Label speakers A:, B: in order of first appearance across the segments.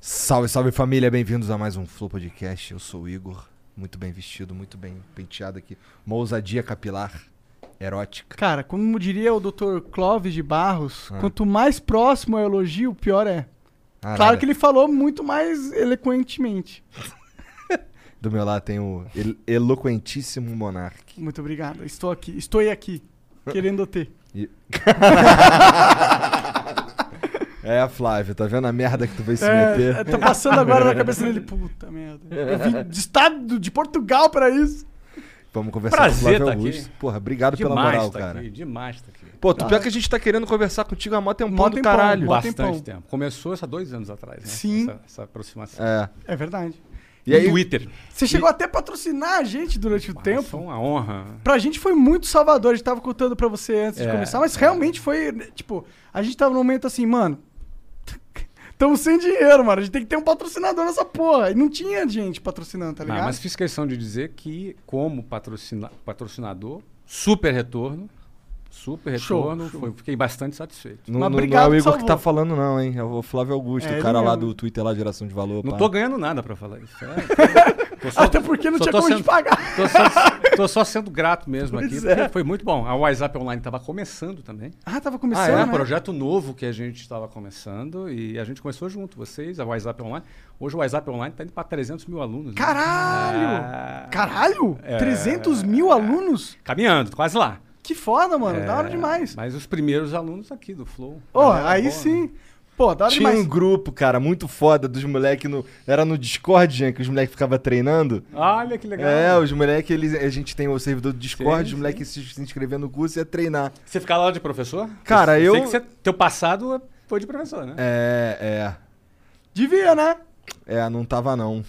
A: Salve, salve família, bem-vindos a mais um Flow Podcast. Eu sou o Igor, muito bem vestido, muito bem penteado aqui. Uma ousadia capilar, erótica.
B: Cara, como diria o Dr. Clóvis de Barros, quanto mais próximo é o elogio, pior é.
A: Ah,
B: claro
A: nada.
B: que ele falou muito mais eloquentemente.
A: Do meu lado tem o el- eloquentíssimo monarque.
B: Muito obrigado. Estou aqui. Estou aqui. Querendo ter.
A: E- é a Flávia, tá vendo a merda que tu veio se meter?
B: É, tá passando agora na cabeça dele. Puta merda. Eu vim de estado de Portugal pra isso.
A: Vamos conversar
C: Prazer
A: com o
C: tá
A: Flávio Augusto.
C: aqui.
A: Porra, obrigado pela
C: Demais
A: moral,
C: tá
A: cara.
C: aqui, demais tá aqui.
A: Pô, tu pior que a gente tá querendo conversar contigo há mó tempão
B: Mó
A: do
B: tempão,
A: caralho.
B: mó
C: Bastante
B: tempão.
C: tempo. Começou isso há dois anos atrás, né?
B: Sim.
C: Essa, essa aproximação.
A: É.
B: É verdade.
A: E aí,
C: Twitter.
B: Você chegou até a patrocinar a gente durante o
C: Tempo? Foi um
B: tempo.
C: uma honra.
A: Tá
B: Pra gente foi muito salvador, a gente tava contando pra você antes de
C: É.
B: começar, mas realmente foi, tipo, a gente tava num momento assim, mano, estamos sem dinheiro, mano, a gente tem que ter um patrocinador nessa porra. E não tinha gente patrocinando, tá
C: Ah,
B: ligado?
C: mas fiz questão de dizer que, como patrocina- patrocinador, super retorno. Super
B: Show,
C: retorno.
B: show.
C: Foi- fiquei bastante satisfeito.
B: Mas
A: Não, não- não é
B: obrigado
A: o
B: que
A: Igor que tá
B: salvou.
A: falando, não, hein? É o Flávio Augusto,
B: É,
A: o
B: ele
A: cara lá
B: mesmo.
A: do Twitter lá, Geração de Valor.
C: Não
A: pá.
C: tô ganhando nada pra falar isso. É, tô só-
B: Até porque não
C: só
B: tinha
C: tô
B: como a gente
C: sendo-
B: pagar.
C: Tô só, tô só sendo grato mesmo aqui,
B: Pois
C: porque
B: é.
C: foi muito bom. A WhatsApp Online estava começando também.
B: Ah, tava
C: Ah,
B: começando,
C: é um
B: né?
C: projeto novo que a gente estava começando e a gente começou junto, vocês, a WhatsApp Online. Hoje o WhatsApp Online está indo para 300 mil alunos. né?
B: Caralho!
C: Ah,
B: Caralho! 300 mil alunos?
C: Caminhando, quase lá.
B: Que foda, mano, da hora
C: É,
B: demais.
C: Mas os primeiros alunos aqui do Flow.
B: Ó,
C: Galera
B: aí
C: boa, né?
B: sim. Pô, da hora
A: Tinha
B: demais.
A: um grupo, cara, muito foda dos moleques no. Era no Discord, Jean, que os moleques ficavam treinando.
C: Olha que legal.
A: É, os moleques, eles. A gente tem o servidor do Discord,
C: Sim,
A: os moleques se, se inscrever no curso e ia treinar.
C: Você ficava lá de professor?
A: Cara, eu-
C: sei que você- teu passado foi de professor, né?
A: É,
B: Devia, né?
A: é. É, não tava não.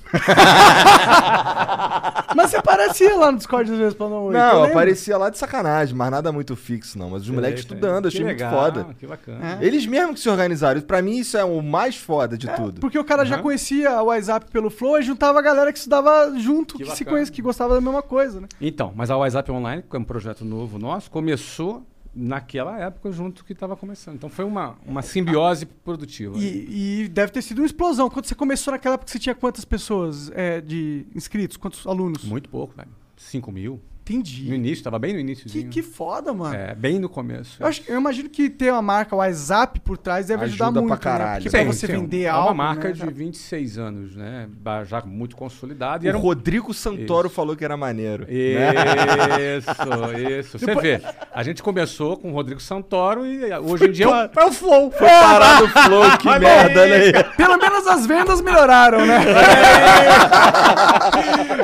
B: Mas você aparecia lá no Discord às vezes pra não oi, que eu
A: não,
B: lembro.
A: aparecia lá de sacanagem, mas nada muito fixo, não. Mas os moleques
C: Sei, sei.
A: estudando, achei
C: Que
A: muito
C: legal,
A: foda. É.
C: Que bacana.
A: Eles mesmos que se organizaram. Pra mim, isso é o mais foda de
B: É,
A: tudo.
B: Porque o cara já
C: Aham.
B: conhecia o WhatsApp pelo Flow e juntava a galera que estudava junto, que,
C: Que
B: se
C: bacana.
B: conhece, que gostava da mesma coisa, né?
C: Então, mas a WhatsApp Online, que é um projeto novo nosso, começou naquela época junto que estava começando. Então foi uma, uma simbiose produtiva.
B: E, e deve ter sido uma explosão. Quando você começou naquela época, você tinha quantas pessoas é, de inscritos? Quantos alunos?
C: Muito pouco, velho. 5 mil. No
B: Entendi.
C: início, estava bem no início.
B: Que, que foda, mano.
C: É, bem no começo.
B: Eu, acho- eu imagino que ter uma marca WhatsApp por trás deve ajudar
A: Ajuda
B: muito.
A: pra
B: né?
A: caralho.
B: Porque
A: Sim,
B: pra você vender
C: é
B: algo.
C: uma marca
B: né,
C: de
B: cara?
C: 26 anos, né? Ba- Já muito consolidada. E
A: O
C: era um...
A: Rodrigo Santoro falou que era
B: né?
A: maneiro.
C: Isso, isso. Você vê, a gente começou com o Rodrigo Santoro e hoje em dia é o- é o Flow.
A: Foi parar no flow, que merda, olha aí.
B: Pelo menos as vendas melhoraram, né?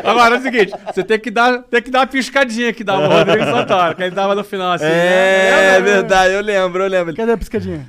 C: Agora é o seguinte, você tem que dar, tem que dar uma piscadinha que dava o Rodrigo Santoro, que ele dava no final assim.
A: É,
C: né?
A: é verdade, eu lembro, eu lembro.
B: Cadê a piscadinha?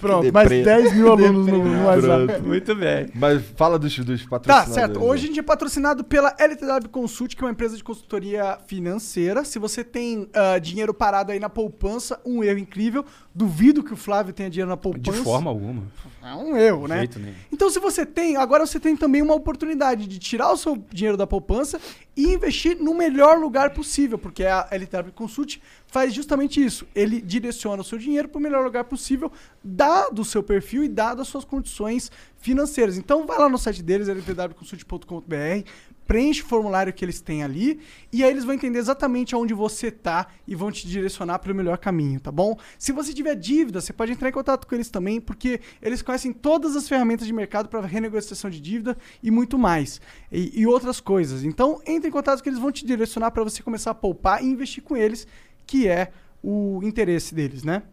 B: Pronto,
A: Que
B: mais
A: deprê.
B: 10 mil alunos no, no WhatsApp.
A: Pronto.
C: é, Muito bem.
A: Mas fala dos, dos
B: Tá,
A: patrocinadores.
B: certo.
A: né?
B: Hoje a gente é patrocinado pela LTW Consult, que é uma empresa de consultoria financeira. Se você tem ah, dinheiro parado aí na poupança, um erro incrível. Duvido que o Flávio tenha dinheiro na
C: De
B: poupança.
C: forma alguma.
B: É um erro, né?
C: jeito nenhum.
B: Então, se você tem, agora você tem também uma oportunidade de tirar o seu dinheiro da poupança e investir no melhor lugar possível, porque a LTW Consult faz justamente isso. Ele direciona o seu dinheiro para o melhor lugar possível, dado o seu perfil e dado as suas condições financeiras. Então, vai lá no site deles, ltwconsult.com.br, preenche o formulário que eles têm ali e aí eles vão entender exatamente onde você tá e vão te direcionar para o melhor caminho, tá bom? Se você tiver dívida, você pode entrar em contato com eles também, porque eles conhecem todas as ferramentas de mercado para renegociação de dívida e muito mais. E, e outras coisas. Então, entre em contato que eles vão te direcionar para você começar a poupar e investir com eles, que é o interesse deles, né?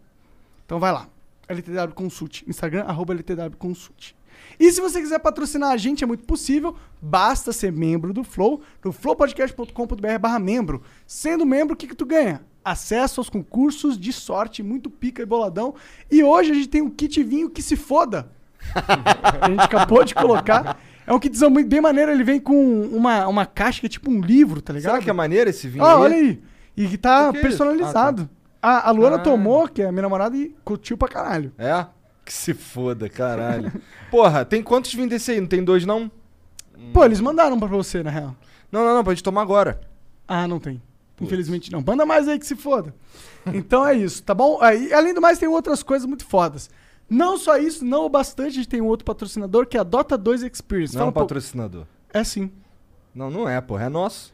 B: Então vai lá. LTW Consult. Instagram, arroba LTW Consult. E se você quiser patrocinar a gente, é muito possível. Basta ser membro do Flow, no flowpodcast.com.br barra membro. Sendo membro, o que, que tu ganha? Acesso aos concursos de sorte, muito pica e boladão. E hoje a gente tem um kit vinho que se foda. a gente acabou de colocar. É um kitzão muito bem maneiro. Ele vem com uma, uma caixa que é tipo um livro, tá ligado?
A: Será que é maneiro esse vinho?
B: Ó,
A: aí?
B: Ah, olha aí. E que tá
A: O que é isso?
B: personalizado. A, a Luana
A: Ah.
B: tomou, que é a minha namorada, e curtiu pra caralho.
A: É? Que se foda, caralho. Porra, tem quantos vinhos desse aí? Não tem dois, não? Hum.
B: Pô, eles mandaram pra você, na real.
A: Não, não, não, pode tomar agora.
B: Ah, não tem. Infelizmente não. Manda mais aí que se foda. Então é isso, tá bom? Aí, além do mais, tem outras coisas muito fodas. Não só isso, não o bastante, a gente tem um outro patrocinador que é a Dota 2 Experience.
A: Não é um
B: pô,
A: patrocinador.
B: É sim.
A: Não, não é, porra, é nosso.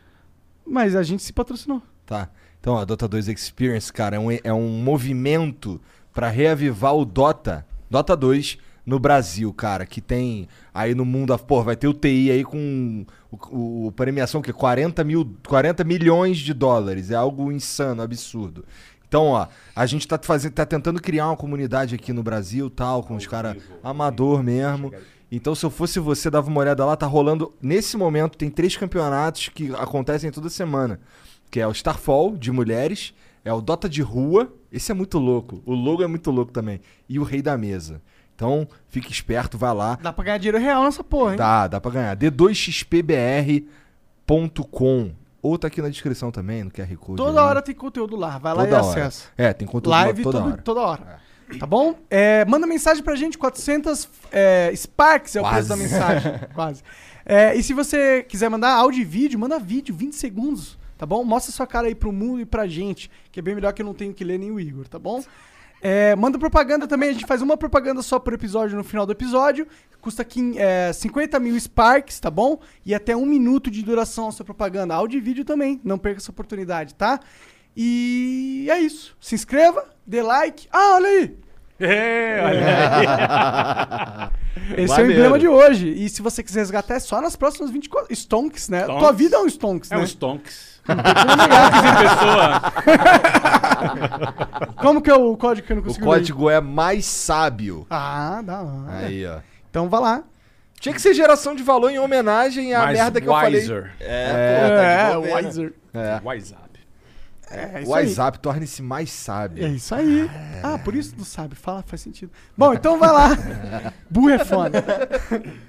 B: Mas a gente se patrocinou.
A: Tá. Então, a Dota 2 Experience, cara, é um, é um movimento pra reavivar o Dota, Dota 2 no Brasil, cara, que tem aí no mundo, pô, vai ter o TI aí com o, o premiação que 40 mil, 40 milhões de dólares, é algo insano, absurdo. Então, ó, a gente tá fazendo, tá tentando criar uma comunidade aqui no Brasil, tal, com os caras amador mesmo. Então, se eu fosse você, dava uma olhada lá, tá rolando nesse momento tem três campeonatos que acontecem toda semana que é o Starfall de mulheres, é o Dota de rua, esse é muito louco, o logo é muito louco também, e o Rei da Mesa. Então, fique esperto, vai lá.
B: Dá pra ganhar dinheiro real nessa porra, hein?
A: Dá, dá pra ganhar. D2xpbr.com ou tá aqui na descrição também, no QR Code.
B: Toda
A: né?
B: hora tem conteúdo lá. Vai lá e
A: Toda hora.
B: acessa.
A: É, tem conteúdo
B: Live
A: toda
B: todo-
A: hora.
B: toda hora. Tá bom? É, manda mensagem pra gente, 400 é, Sparks é o preço
A: Quase.
B: da mensagem. Quase. É, e se você quiser mandar áudio e vídeo, manda vídeo, 20 segundos, tá bom? Mostra sua cara aí pro mundo e pra gente, que é bem melhor que eu não tenho que ler nem o Igor, tá bom? É, manda propaganda também, a gente faz uma propaganda só por episódio no final do episódio. Custa quin- é, 50 mil Sparks, tá bom? E até um minuto de duração a sua propaganda. Áudio e vídeo também, não perca essa oportunidade, tá? E é isso. Se inscreva, dê like. Ah, olha aí!
C: É,
B: É. Esse é o
A: Maneiro.
B: emblema de hoje. E se você quiser resgatar, é só nas próximas 24 Stonks, né?
C: Stonks.
B: Tua vida é um Stonks,
C: É
B: né?
C: um stonks. Stonks em pessoa.
B: Como que é o código que eu não
A: O
B: consigo ler?
A: código é mais sábio.
B: Ah, dá lá.
A: Aí, ó.
B: Então vai lá.
A: Tinha que ser geração de valor em homenagem à
C: Mais
A: É merda que eu falei.
C: wiser.
A: É, tá de bobeira.
B: Wiser.
A: É.
C: Wise up.
B: É, isso aí.
A: WhatsApp torne-se mais sábio.
B: É isso aí. Ah, por isso não sabe. Fala, faz sentido. Bom, então vai lá. Burro é foda.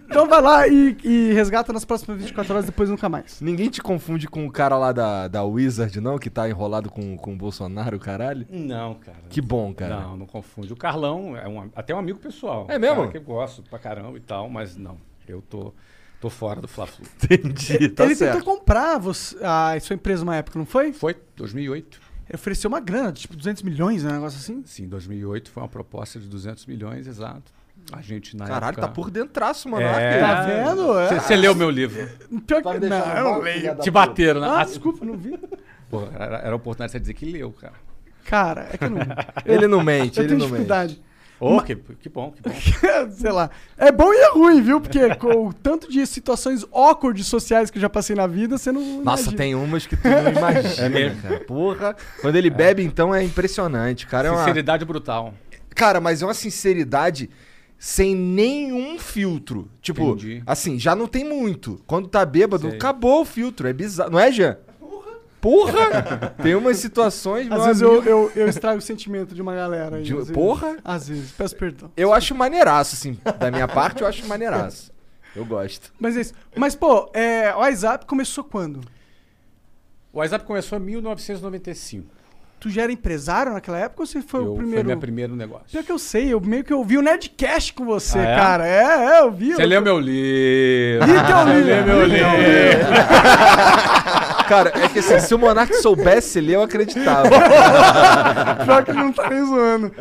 B: Então vai lá e, e resgata nas próximas 24 horas, depois nunca mais.
A: Ninguém te confunde com o cara lá da, da Wizard, não? Que tá enrolado com, com o Bolsonaro, caralho?
C: Não, cara.
A: Que bom, cara.
C: Não, não confunde. O Carlão é um, até um amigo pessoal.
A: É mesmo?
C: Cara que eu gosto pra caramba e tal, mas não. Eu tô, tô fora do Fla-Flu.
A: Entendi, tá
B: Ele
A: certo.
B: tentou comprar você, a sua empresa uma época, não foi?
C: Foi 2008.
B: Ele ofereceu uma grana, tipo 200 milhões, né? um negócio assim.
C: Sim, 2008 foi uma proposta de 200 milhões, exato. A gente na
A: Caralho,
C: época...
A: tá por dentraço, mano.
C: É.
A: Olha
B: Tá vendo? É.
C: Você leu meu livro.
B: Pior
A: Tá me
B: que...
A: deixando
B: Não,
A: mal,
B: eu não
A: filha
B: leio.
A: da
C: Te
A: puta.
C: bateram na...
B: Ah,
C: Ah,
B: desculpa, não vi.
C: Pô, era, era a oportunidade de você dizer que leu, cara.
B: Cara, é que eu não...
A: que- Ele não mente,
B: Eu
A: ele
B: tenho
A: não mente.
B: dificuldade.
C: Ô, que, que bom, que bom.
B: Sei lá. É bom e é ruim, viu? Porque com o tanto de situações awkward sociais que eu já passei na vida, você não
A: Nossa,
B: imagina.
A: tem umas que tu não imagina,
C: É mesmo.
A: cara. Porra. Quando ele bebe, então, é impressionante, cara. É uma-
C: Sinceridade brutal.
A: Cara, mas é uma sinceridade sem nenhum filtro. Tipo,
C: Entendi.
A: assim, já não tem muito. Quando tá bêbado,
C: Sei.
A: acabou o filtro. É bizarro. Não é, Jean? Porra! Tem umas situações, meu
B: Às vezes
A: amigo,
B: eu, eu, eu estrago o sentimento de uma galera. aí,
A: de- um-
B: às vezes.
A: Porra!
B: Às vezes, peço perdão.
A: Eu acho maneiraço, assim. Da minha parte, eu acho maneiraço. Eu gosto.
B: Mas é isso. Mas, pô, é, o WhatsApp começou quando?
C: O WhatsApp começou em 1995.
B: Tu já era empresário naquela época ou você foi
C: eu,
B: o primeiro?
C: Foi meu primeiro negócio.
B: Pior que eu sei, eu meio que ouvi o Nerdcast com você,
C: Ah, é?
B: cara. É, é, eu vi.
C: Você
B: eu...
C: leu meu livro.
B: Ih, que eu li.
C: Você
B: Ih,
C: leu meu
B: que eu li.
C: livro.
A: Cara, é que assim, se o Monark soubesse ler, eu acreditava.
B: Pior que ele não tá nem zoando.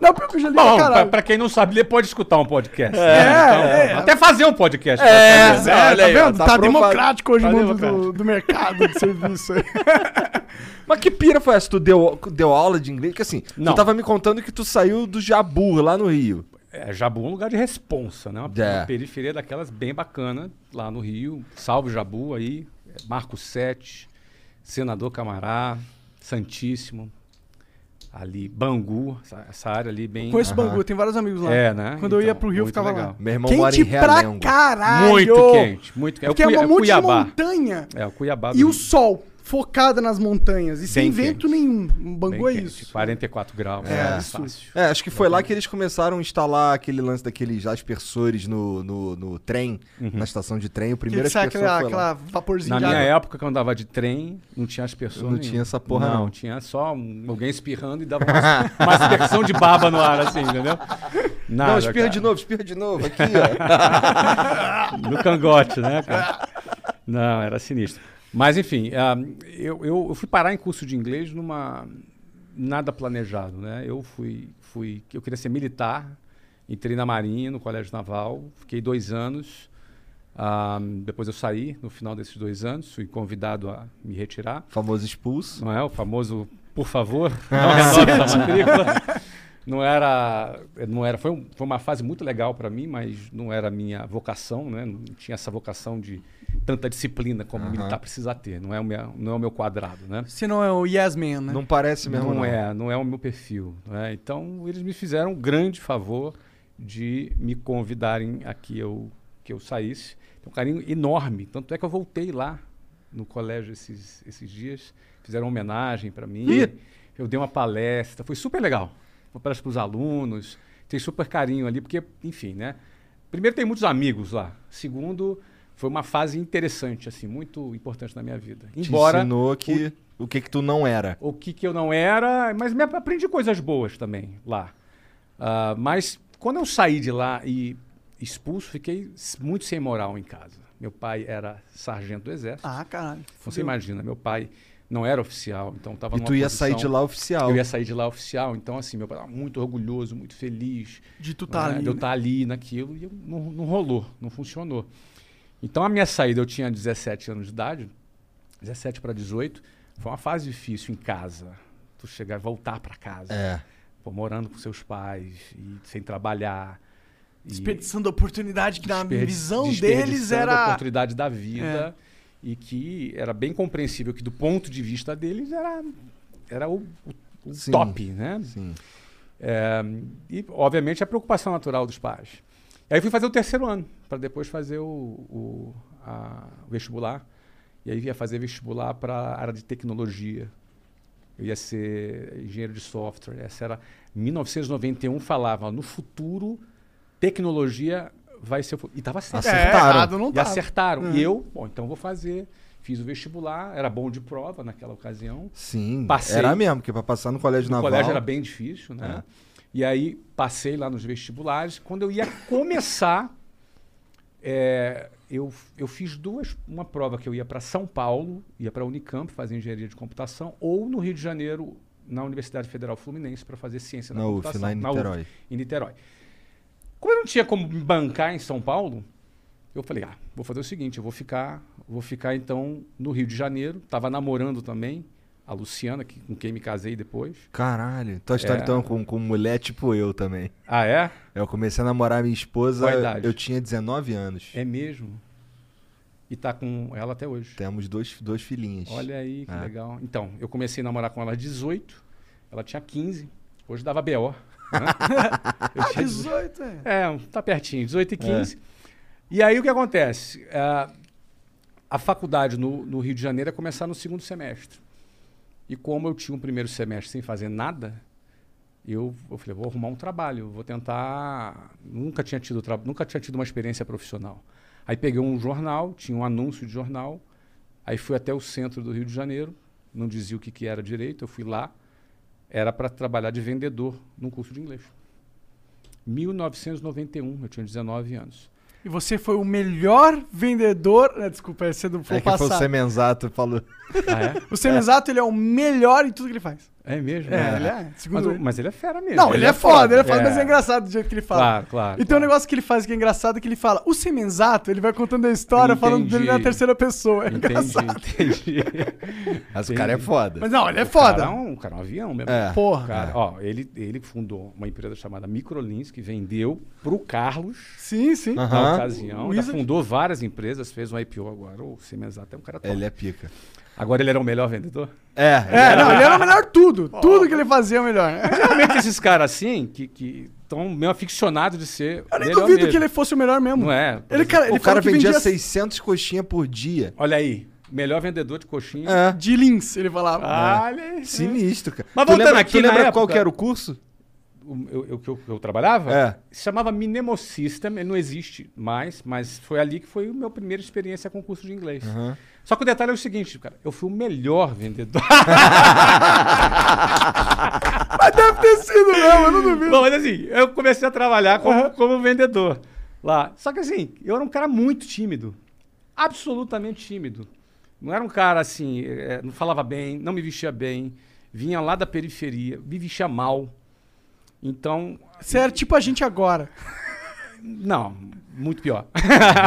B: Não, porque eu já li pra
C: Bom, pra,
B: caralho.
C: pra quem não sabe, ele pode escutar um podcast.
B: É,
C: né?
B: é, é.
C: Até fazer um podcast.
A: É,
C: pra saber.
A: olha aí, ó,
B: tá vendo?
A: tá
B: Tá,
A: aprovado.
B: democrático hoje
C: Tá
B: o mundo do,
C: democrático.
B: do mercado de serviço. aí.
A: Mas que pira foi essa? Tu deu, deu aula de inglês? Porque assim,
C: Não.
A: tu tava me contando que tu saiu do Jabu, lá no Rio.
C: É, Jabu é um lugar de responsa, né? Uma,
A: É.
C: uma periferia daquelas bem bacana lá no Rio. Salve Jabu aí, Marco Sete, Senador Camará, Santíssimo, ali Bangu, essa, essa área ali bem.
B: Conheço
A: Aham.
B: Bangu, tem vários amigos lá.
C: É, né?
B: Quando eu ia
C: Então,
B: pro Rio, eu
C: muito
B: ficava
C: legal.
B: lá.
A: Meu irmão mora em
B: Quente pra
A: Realengo.
B: caralho!
C: Muito quente, muito quente.
B: Porque
C: o
B: é
C: Cui-
B: uma
C: o
B: monte de
C: Cuiabá.
B: montanha
C: É, o Cuiabá. do
B: e o
C: Rio.
B: sol focada nas montanhas. E sem
C: Bem
B: vento
C: quente.
B: nenhum. Um
C: Bem
B: Bangu é
C: quente,
B: isso.
C: 44 graus.
A: É,
C: né?
B: absurdo.
C: Fácil.
A: É, acho que foi lá que eles começaram a instalar aquele lance daqueles aspersores no, no, no trem,
C: Uhum.
A: na estação de trem. O primeiro
B: Que sai
A: aspersor
B: aquela,
A: foi lá.
B: aquela vaporzinha de
C: Na minha
B: água.
C: época, quando eu andava de trem, não tinha as pessoas.
A: é- Não tinha essa porra, não.
C: tinha só um- alguém espirrando e dava uma, uma aspersão de baba no ar, assim, entendeu? Nada,
A: Não, espirra
C: cara.
A: de novo, espirra de novo. Aqui, ó.
C: No cangote, né, cara? Não, era sinistro. Mas, enfim, ah, eu, eu, eu fui parar em curso de inglês numa. Nada planejado, né? Eu fui, fui. Eu queria ser militar, entrei na Marinha, no Colégio Naval, fiquei dois anos. Ah, depois eu saí, no final desses dois anos, fui convidado a me retirar.
A: Famoso expulso.
C: Não é o famoso, por favor, não renove essa matrícula. Não era, não era, foi, um- foi uma fase muito legal para mim, mas não era a minha vocação, né? Não tinha essa vocação de tanta disciplina como militar precisa ter. Não é o meu, não é o meu quadrado, né?
B: Se não é o Yes Man, né?
A: Não parece mesmo,
C: Não,
A: não.
C: é, não é o meu perfil. né? Então eles me fizeram um grande favor de me convidarem a que eu, que eu saísse. Tem um carinho enorme. Tanto é que eu voltei lá no colégio esses, esses dias. Fizeram uma homenagem para mim.
A: Ih!
C: Eu dei uma palestra. Foi super legal. Uma palestra para os alunos. Tem super carinho ali, porque, enfim, né? Primeiro, tem muitos amigos lá. Segundo, foi uma fase interessante, assim, muito importante na minha vida.
A: Te
C: Embora
A: ensinou que, o que que tu não era.
C: o que, que eu não era, mas me ap- aprendi coisas boas também lá. Ah, mas quando eu saí de lá e expulso, fiquei s- muito sem moral em casa. Meu pai era sargento do exército.
B: Ah, caralho.
C: Você imagina, meu pai não era oficial, então estava
A: E tu ia sair de lá oficial.
C: Eu ia sair de lá oficial, então assim, meu pai estava muito orgulhoso, muito feliz.
B: De tu tá
C: né,
B: ali.
C: De eu
B: né?
C: estar ali naquilo e eu- não, não rolou, não funcionou. Então a minha saída, eu tinha 17 anos de idade, 17 para 18, foi uma fase difícil em casa. Tu chegar e voltar para casa,
A: É.
C: pô, morando com seus pais, e sem trabalhar. e
B: Desperdiçando a oportunidade que na
C: desper-
B: visão
C: desperdiçando
B: deles
C: a
B: era... É.
C: oportunidade da vida e que era bem compreensível que do ponto de vista deles era, era o, o
A: Sim.
C: top, né?
A: Sim.
C: É, e, obviamente, a preocupação natural dos pais. Aí fui fazer o terceiro ano, para depois fazer o, o- a- o vestibular. E aí ia fazer vestibular para a área de tecnologia. Eu ia ser engenheiro de software. Essa era 1991 falava no futuro tecnologia vai ser o fu-". e estava certo. É.
A: Acertaram.
B: É, errado não
C: E
B: tava. Uhum.
C: acertaram. E eu, bom, então vou fazer. Fiz o vestibular, era bom de prova naquela ocasião.
A: Sim.
C: Passei.
A: Era mesmo, porque pra passar no colégio
C: O
A: naval... É.
C: colégio era bem difícil, né? E aí passei lá nos vestibulares. Quando eu ia começar, é, eu, eu fiz duas. Uma prova que eu ia para São Paulo, ia para Unicamp fazer engenharia de computação, ou no Rio de Janeiro, na Universidade Federal Fluminense, para fazer ciência da
A: Na UF,
C: computação.
A: lá em
C: UF,
A: Niterói.
C: em Niterói. Como eu não tinha como me bancar em São Paulo, eu falei, ah, vou fazer o seguinte, eu vou ficar, vou ficar então no Rio de Janeiro. Tava namorando também a Luciana, que, com quem me casei depois.
A: Caralho. Tua história,
C: É.
A: então, com, com mulher tipo eu também.
C: Ah, é?
A: Eu comecei a namorar minha esposa,
C: Qual a idade?
A: eu tinha 19 anos.
C: É mesmo. E tá com ela até hoje.
A: Temos dois, dois filhinhos.
C: Olha aí que
A: É.
C: legal. Então, eu comecei a namorar com ela às 18, ela tinha 15, hoje dava BO. né? eu tinha 18.
B: 18, é.
C: É, um- tá pertinho, 18 e 15. E aí o que acontece? Ah, a faculdade no, no Rio de Janeiro ia começar no segundo semestre. E como eu tinha um primeiro semestre sem fazer nada, eu, eu falei, vou arrumar um trabalho, vou tentar. Nunca tinha tido tra- nunca tinha tido uma experiência profissional. Aí peguei um jornal, tinha um anúncio de jornal, aí fui até o centro do Rio de Janeiro, não dizia o que, que era direito, eu fui lá, era para trabalhar de vendedor num curso de inglês. 1991, eu tinha 19 anos.
B: E você foi o melhor vendedor. Ah, Desculpa, você não foi
A: É que foi o
B: passar.
A: Semenzato que falou.
C: Ah, é?
B: O Semenzato, ele é o melhor em tudo que ele faz.
C: É mesmo?
B: É, ele é.
C: Mas,
B: Segundo
C: o-
B: ele.
C: mas ele é fera mesmo.
B: Não, ele, é foda, ele é foda, mas é engraçado do jeito que ele fala.
C: Claro, claro.
B: E tem um negócio que ele faz que é engraçado, que ele fala, o semenzato, ele vai contando a história falando dele na
C: Entendi.
B: terceira pessoa. É
C: Entendi,
B: engraçado.
C: entendi.
A: Mas o cara é foda.
B: Mas não, ele é
C: O cara é
B: foda.
C: um, o cara é um avião mesmo.
A: É.
B: Porra.
C: Cara, ó, ele, ele fundou uma empresa chamada Microlins, que vendeu pro Carlos
B: Sim, sim.
A: Aham.
C: na ocasião. Ainda
B: Wizard.
C: fundou várias empresas, fez um IPO agora. O Siemens até é um cara top.
A: Ele é pica.
C: Agora ele era o melhor vendedor?
A: É,
B: É, não, ele era o melhor tudo. Tudo que ele fazia é o melhor.
C: Realmente esses caras assim, que estão meio aficionados de ser.
B: Eu nem
C: melhor
B: duvido
C: é mesmo.
B: que ele fosse o melhor mesmo.
C: Não é?
B: Ele,
C: por exemplo,
B: cara, ele
A: o cara
B: falou que
A: vendia 600 coxinhas por dia.
C: Olha aí, melhor vendedor de coxinha.
A: É.
B: de Lins, ele falava.
C: Olha aí.
A: Sinistro, cara.
C: Mas
A: tu
C: voltando
A: lembra,
C: aqui
A: tu
C: na
A: lembra
C: época-
A: qual que era o curso?
C: O- eu, eu, que eu, que eu trabalhava,
A: É.
C: se chamava Minemo System, ele não existe mais, mas foi ali que foi a minha primeira experiência com curso de inglês. Só que o detalhe é o seguinte, cara, eu fui o melhor vendedor.
B: Mas deve
A: Ah.
B: ter sido mesmo, eu não duvido.
C: Bom, mas assim, eu comecei a trabalhar como, como vendedor lá. Só que assim, eu era um cara muito tímido. Absolutamente tímido. Não era um cara assim, eh, não falava bem, não me vestia bem, vinha lá da periferia, me vestia mal. Então,
B: Você era tipo a gente agora.
C: não, muito pior.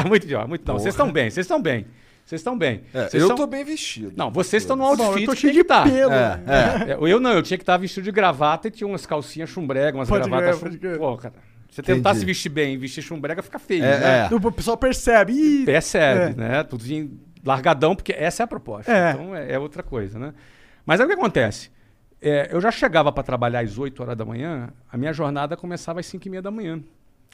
C: muito pior, muito não. Vocês estão bem, vocês estão bem. Vocês estão bem.
A: É,
C: Vocês
A: eu
C: são-
A: tô bem vestido.
C: Não, vocês estão no
B: Bom,
C: outfit
B: eu tô
C: que
B: cheio
C: tem
B: de
C: que tá.
B: pelo.
A: É, é.
C: É, Eu não, eu tinha que estar vestido de gravata e tinha umas calcinhas chumbrega, umas
B: Pode
C: gravatas.
B: crer, pode
C: chum-
B: crer.
C: Pô, cara, se você
A: Entendi.
C: tentar se vestir bem e vestir chumbrega, fica feio,
A: É,
C: né?
A: é.
B: O pessoal percebe. Ih, É.
C: Percebe, né? Tudo em largadão, porque essa é a proposta.
B: É.
C: Então é, é outra coisa, né? Mas aí o que acontece? É, eu já chegava para trabalhar às 8 horas da manhã, a minha jornada começava às 5 e meia da manhã.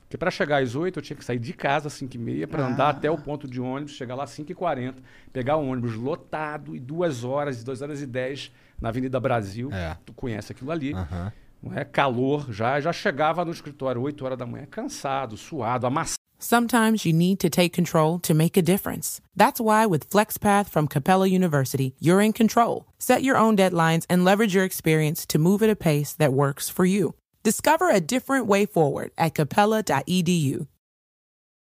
C: Porque para chegar às 8, eu tinha que sair de casa às 5 e meia para
B: Ah.
C: andar até o ponto de ônibus, chegar lá às 5 e 40, pegar o ônibus lotado e duas horas, duas horas e 10 na Avenida Brasil.
A: É.
C: Tu conhece aquilo ali.
B: Ah.
A: Aham.
C: Não é? Calor já. Já chegava no escritório 8 horas da manhã, cansado, suado, amassado.
D: Sometimes you need to take control to make a difference. That's why with FlexPath from Capella University, you're in control. Set your own deadlines and leverage your experience to move at a pace that works for you. Discover a different way forward at E capella.edu.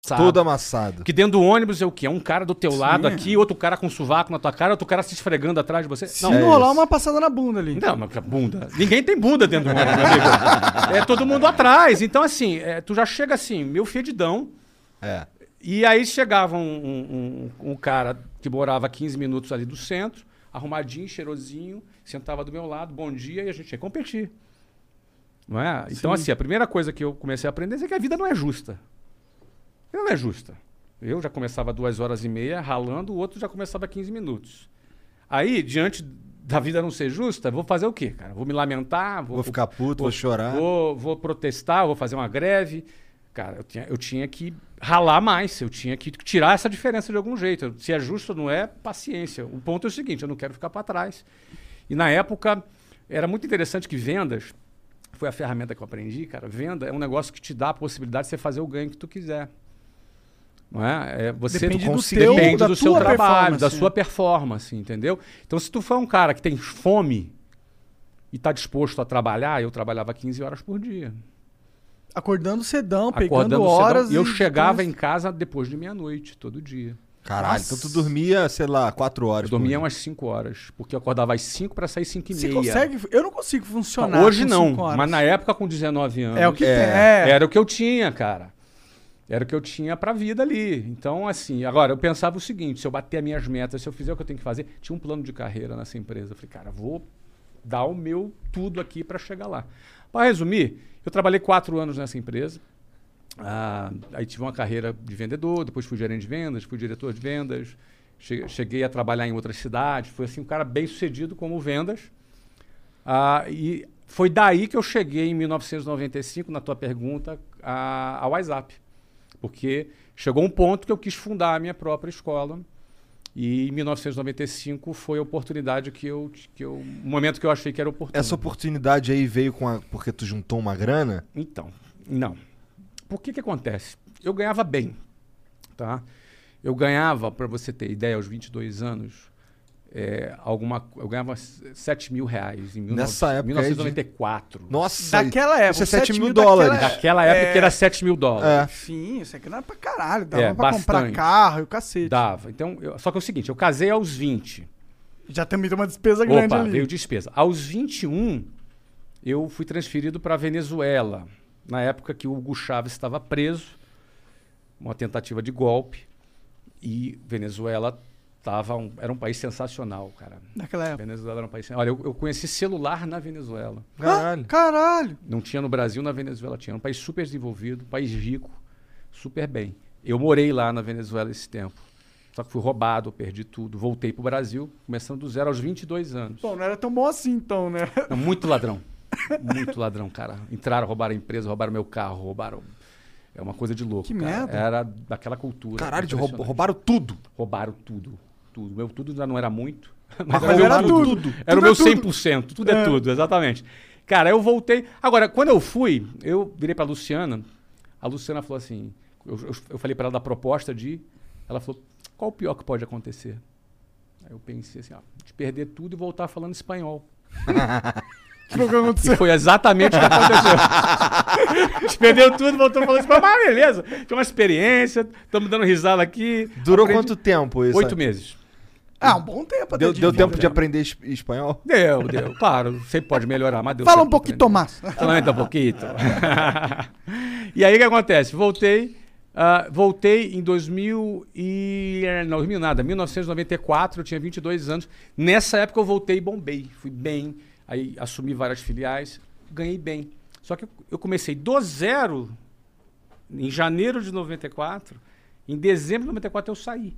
B: Tá.
A: Todo amassado.
C: Porque dentro do ônibus é o quê? É um cara do teu lado
B: é.
C: aqui, outro cara com sovaco na tua cara, outro cara se esfregando atrás de você.
B: se
C: Não,
B: não
A: é
B: rolar
A: isso.
B: uma passada na bunda ali.
C: não, mas bunda. Ninguém tem bunda dentro do ônibus, meu amigo. É todo mundo atrás. Então, assim, é, tu já chega assim, meu fedidão.
A: É.
C: E aí chegava um, um- um- um cara que morava 15 minutos ali do centro, arrumadinho, cheirosinho, sentava do meu lado, bom dia, e a gente ia competir. Não é? Então, assim, a primeira coisa que eu comecei a aprender é que a vida não é justa. Ela não é justa. Eu já começava duas horas e meia ralando, o outro já começava 15 minutos. Aí, diante da vida não ser justa, vou fazer o quê, cara? Vou me lamentar, vou,
A: Vou ficar puto, vou chorar.
C: Vou, vou protestar, vou fazer uma greve. Cara, eu tinha, eu tinha que ralar mais, eu tinha que tirar essa diferença de algum jeito. Se é justo ou não é, paciência. O ponto é o seguinte, eu não quero ficar para trás. E na época, era muito interessante que vendas, foi a ferramenta que eu aprendi, cara, venda é um negócio que te dá a possibilidade de você fazer o ganho que tu quiser. Não é? É, você
B: Depende
C: depende
B: do
C: do,
B: teu- da
C: seu
B: tua
C: trabalho, da
B: performance,
C: sua
B: né?
C: performance, entendeu? Então, se tu for um cara que tem fome e tá disposto a trabalhar, eu trabalhava 15 horas por dia.
B: Acordando cedão,
C: acordando
B: pegando horas.
C: cedão. E eu
B: e-
C: chegava em casa depois de meia-noite, todo dia.
A: Caralho,
B: Nossa.
A: então tu dormia, sei lá, 4 horas.
C: Eu
A: por
C: dormia
A: dia.
C: umas 5 horas, porque eu acordava às 5 para sair 5 e
B: Você
C: meia.
B: consegue? Eu não consigo
C: Não,
B: funcionar.
C: hoje
B: com
C: não,
B: cinco horas.
C: mas na época com 19 anos.
B: É o que
A: É.
B: tem. É.
C: Era o que eu tinha, cara. Era o que eu tinha pra vida ali. Então, assim, agora eu pensava o seguinte: se eu bater as minhas metas, se eu fizer o que eu tenho que fazer, tinha um plano de carreira nessa empresa. Eu falei, cara, vou dar o meu tudo aqui pra chegar lá. Pra resumir, eu trabalhei quatro anos nessa empresa. Ah, aí tive uma carreira de vendedor, depois fui gerente de vendas, fui diretor de vendas, che- cheguei a trabalhar em outras cidades. Fui assim um cara bem sucedido como vendas. Ah, e foi daí que eu cheguei em 1995, na tua pergunta, a- ao WhatsApp. Porque chegou um ponto que eu quis fundar a minha própria escola. E em 1995 foi a oportunidade que eu. Que eu um momento que eu achei que era oportuno.
A: Essa oportunidade aí veio com a... porque tu juntou uma grana?
C: Então, não. Por que que acontece? Eu ganhava bem, tá? Eu ganhava, para você ter ideia, aos 22 anos, é, alguma, co- eu ganhava s- 7 mil reais em
A: Nessa
C: 19-
A: época aí de-
C: 1994.
A: Nossa, é.
B: Daquela época.
A: isso é 7
B: sete
A: mil
B: daquela
A: dólares.
B: época.
C: Daquela época que era 7 mil dólares.
A: É.
B: Sim, isso aqui não era pra caralho. Dava
C: É,
B: pra comprar
C: bastante.
B: carro e o cacete.
C: é Dava. Então, eu- só que é o seguinte, eu casei aos 20.
B: Já também tem uma despesa grande
C: Opa,
B: ali.
C: veio despesa. Aos 21, eu fui transferido para Venezuela, na época que o Hugo Chávez estava preso, uma tentativa de golpe, e Venezuela tava um- era um país sensacional, cara.
B: Naquela época.
C: Venezuela era um país. sen- Olha, eu, eu conheci celular na Venezuela.
A: Caralho.
B: Ah, caralho.
C: Não tinha no Brasil, na Venezuela tinha. Era um país super desenvolvido, um país rico, super bem. Eu morei lá na Venezuela esse tempo. Só que fui roubado, perdi tudo. Voltei para o Brasil, começando do zero aos 22 anos.
B: Bom, não era tão bom assim então, né?
C: Não, muito ladrão. Muito ladrão, cara. Entraram, roubaram a empresa, roubaram meu carro, roubaram. É uma coisa de louco.
B: Que
C: cara.
B: merda.
C: Era daquela cultura.
A: Caralho, de roub-
C: Impressionante.
A: roubaram tudo.
C: Roubaram tudo. Tudo. Meu tudo já não era muito.
B: Mas era
C: meu
B: tudo.
C: Era
B: Tudo
C: o meu
B: é tudo.
C: 100%. Tudo é. tudo, exatamente. Cara, eu voltei. Agora, quando eu fui, eu virei pra Luciana. A Luciana falou assim: eu, eu- eu falei pra ela da proposta de. Ela falou: qual o pior que pode acontecer? Aí eu pensei assim: ó, de perder tudo e voltar falando espanhol.
B: Que foi o que aconteceu?
C: E foi exatamente o que aconteceu. A gente perdeu tudo, voltou falando espanhol. Mas beleza, tinha uma experiência, estamos dando risada aqui.
A: Durou
C: Aprendi-
A: quanto tempo isso?
C: Oito meses.
B: Ah, um bom tempo até
A: Deu,
B: de-
A: deu
B: bom
A: tempo de aprender es- espanhol?
C: Deu, deu. Claro, sempre pode melhorar, mas deu
B: Fala
C: certo
B: um pouquinho,
C: aprender.
B: Tomás.
C: Aumenta um pouquinho. e aí o que acontece? Voltei, ah, voltei em 2000 e... eh, Não, 2000 nada, 1994, eu tinha 22 anos. Nessa época eu voltei e bombei, fui bem. Aí assumi várias filiais, ganhei bem. Só que eu comecei do zero em janeiro de 94, em dezembro de 94 eu saí.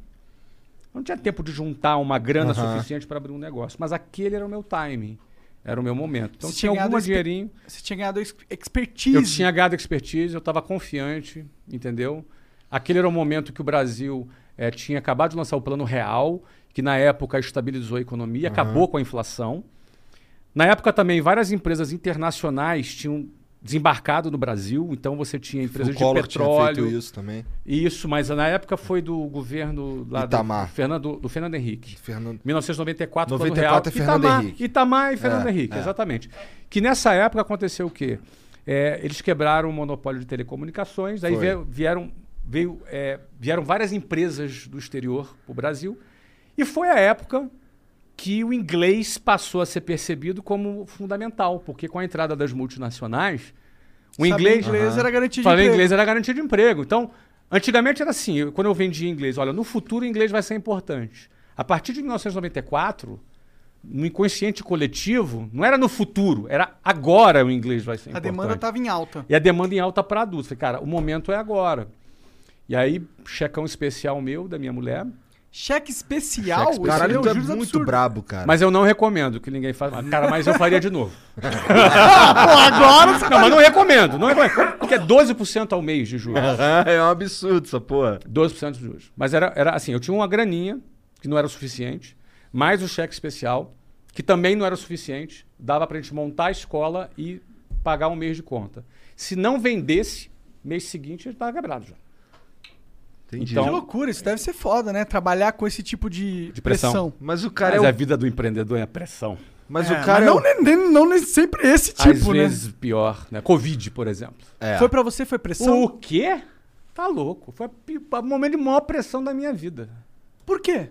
C: Eu não tinha tempo de juntar uma grana suficiente para abrir um negócio, mas aquele era o meu timing, era o meu momento. Então
B: Se
C: tinha
B: chegar
C: algum
B: desse-
C: dinheirinho,
B: Você tinha ganhado ex- expertise.
C: eu tinha gado expertise, eu estava confiante, entendeu? Aquele era o momento que o Brasil eh, tinha acabado de lançar o Plano Real, que na época estabilizou a economia, acabou com a inflação. Na época também, várias empresas internacionais tinham desembarcado no Brasil, então você tinha empresas de
A: Collor
C: petróleo,
A: feito isso também.
C: isso, mas na época foi do governo lá do-
A: Itamar.
C: Do, Fernando, do Fernando Henrique.
A: Fernando...
C: 1994,
A: 94 é
C: Plano
A: Fernando
C: Itamar,
A: Henrique.
C: Itamar e Fernando
A: É,
C: Henrique,
A: é.
C: exatamente. Que nessa época aconteceu o quê? É, eles quebraram o monopólio de telecomunicações, aí
A: Foi.
C: vie- vieram, veio, é, vieram várias empresas do exterior para o Brasil. E foi a época que o inglês passou a ser percebido como fundamental, porque com a entrada das multinacionais, o
B: Sabia
C: inglês,
B: inglês era garantia de
C: Falei
B: emprego.
C: inglês era garantia de emprego. Então, antigamente era assim, eu- quando eu vendia inglês, olha, no futuro o inglês vai ser importante. A partir de 1994, no inconsciente coletivo, não era no futuro, era agora o inglês vai
B: A
C: ser é importante.
B: demanda tá- estava em alta.
C: E a demanda em alta para adultos. Falei, cara, o momento é agora. E aí, checão especial meu, da minha mulher,
B: Cheque especial?
A: Cheque- Caralho, tu
B: isso
A: é
B: aí juros
A: muito
B: absurdos.
A: brabo, cara.
C: mas eu não recomendo que ninguém faça. Cara, mas eu faria de novo.
B: Agora você tá-
C: Não, mas não recomendo, não recomendo. Porque é 12% ao mês de juros.
A: é um absurdo essa porra.
C: 12% de juros. Mas era, era assim, eu tinha uma graninha, que não era o suficiente, mais o cheque especial, que também não era o suficiente, dava pra gente montar a escola e pagar um mês de conta. Se não vendesse, mês seguinte a gente tava quebrado já.
A: Entendi.
C: Então-
B: Que loucura, isso deve ser foda, né? Trabalhar com esse tipo de,
C: De pressão.
A: mas o cara
C: Mas
A: é
C: a
A: o...
C: vida do empreendedor é a pressão.
A: Mas
B: É,
A: o
B: mas
A: cara é
B: não,
A: o...
B: nem- nem- não nem sempre esse tipo,
C: Às
B: né?
C: vezes pior, né? Covid, por exemplo.
A: É.
B: Foi pra você, foi pressão?
C: O quê? Tá louco. Foi a pi- o momento de maior pressão da minha vida.
B: Por quê?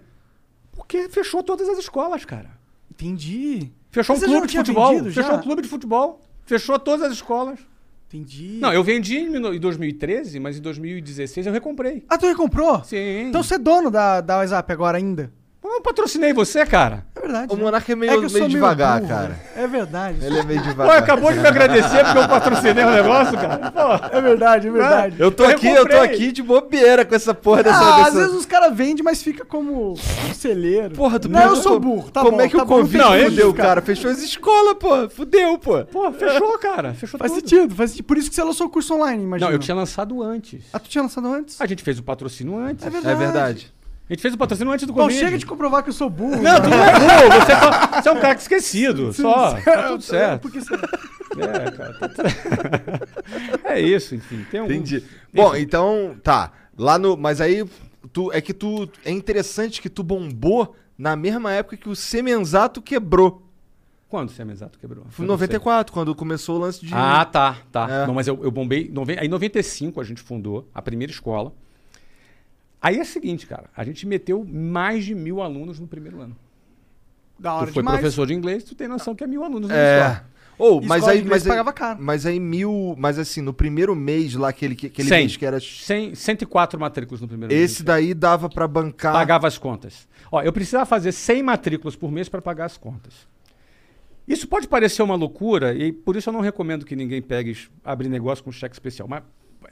C: Porque fechou todas as escolas, cara.
B: Entendi.
C: Fechou
B: Mas
C: um
B: você já
C: clube
B: não
C: de
B: tinha
C: futebol.
B: vendido já?
C: Fechou um clube de futebol. Fechou todas as escolas.
B: Entendi.
C: Não, eu vendi em mil- em 2013, mas em 2016 eu recomprei.
B: Ah, tu recomprou?
C: Sim.
B: Então você é dono da, da WhatsApp agora ainda?
C: Eu não patrocinei você, cara.
B: É verdade.
A: O
B: né?
A: Monarca é meio,
B: que eu sou
A: meio devagar,
B: burro,
A: cara.
B: né? É verdade.
A: Ele é meio
C: Pô,
A: devagar.
C: acabou de me agradecer porque eu patrocinei o negócio, cara. Pô.
B: É verdade, é verdade.
A: Eu tô
C: Eu
A: aqui, eu tô
C: comprei.
A: aqui de bobeira com essa porra dessa...
B: Ah,
A: dessa...
B: às vezes os caras vendem, mas fica como conselheiro.
A: Porra, tu
B: Não, eu
A: perguntou
B: sou burro, tá
A: Como
B: bom.
A: é que
B: tá
A: o
B: bom,
A: Covid
B: tem
C: Não,
B: como
A: fudeu,
B: justificar.
A: cara? Fudeu as escolas, pô. Fudeu, pô.
C: Pô, fechou, cara. Fechou
B: Faz
C: tudo.
B: sentido, faz sentido. Por isso que você lançou o curso online, imagina.
C: Não, eu tinha lançado antes.
B: Ah, tu tinha lançado antes?
C: A gente fez o patrocínio antes.
A: É verdade.
C: A gente fez o patrocínio antes do
B: Bom,
C: Covid.
B: chega de comprovar que eu sou burro.
C: Não, tu não é burro. Você, é só- você é um cara esquecido. Só. Tá tudo certo.
B: Porque você...
C: É, cara. tá tudo- É isso, enfim. Tem um...
A: Entendi. Bom, então, tá. Lá no. Mas aí, tu, é que tu. É interessante que tu bombou na mesma época que o Semenzato quebrou.
C: Quando o Semenzato quebrou?
A: Foi em
C: Eu não sei.
A: 94, quando começou o lance de.
C: Ah, tá, tá.
A: É.
C: Não, mas eu, eu bombei. Nove... Aí em 95 a gente fundou a primeira escola. Aí é o seguinte, cara, a gente meteu mais de mil alunos no primeiro ano.
B: Da hora
C: tu foi
B: demais.
C: professor de inglês, tu tem noção que é mil alunos na
A: É.
C: escola.
A: Ou,
B: Escola
A: mas
B: de
A: aí,
B: inglês
A: mas aí,
B: pagava caro.
A: mas aí mil, mas assim, no primeiro mês lá aquele que aquele
C: Cem.
A: mês que era
C: Cem- 104 matrículas no primeiro mês.
A: esse daí dava pra bancar
C: Pagava as contas. Ó, eu precisava fazer 100 matrículas por mês para pagar as contas. Isso pode parecer uma loucura e por isso eu não recomendo que ninguém pegue es- abrir negócio com cheque especial, mas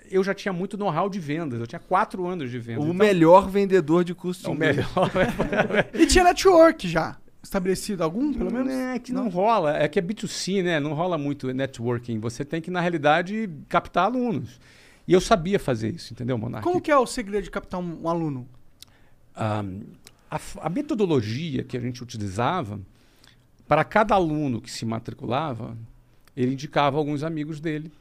C: eu já tinha muito know-how de vendas, eu tinha quatro anos de
A: o
C: vendas. então-
A: melhor vendedor de curso de
C: É o
A: inglês.
C: melhor. né?
B: E tinha network já. Estabelecido algum, pelo menos?
C: É que não rola, é que é B2C, né? Não rola muito networking. Você tem que, na realidade, captar alunos. E eu sabia fazer isso, entendeu, Monark?
B: Como que é o segredo de captar um, um aluno?
C: Ah, a, f- a metodologia que a gente utilizava, para cada aluno que se matriculava, ele indicava alguns amigos dele.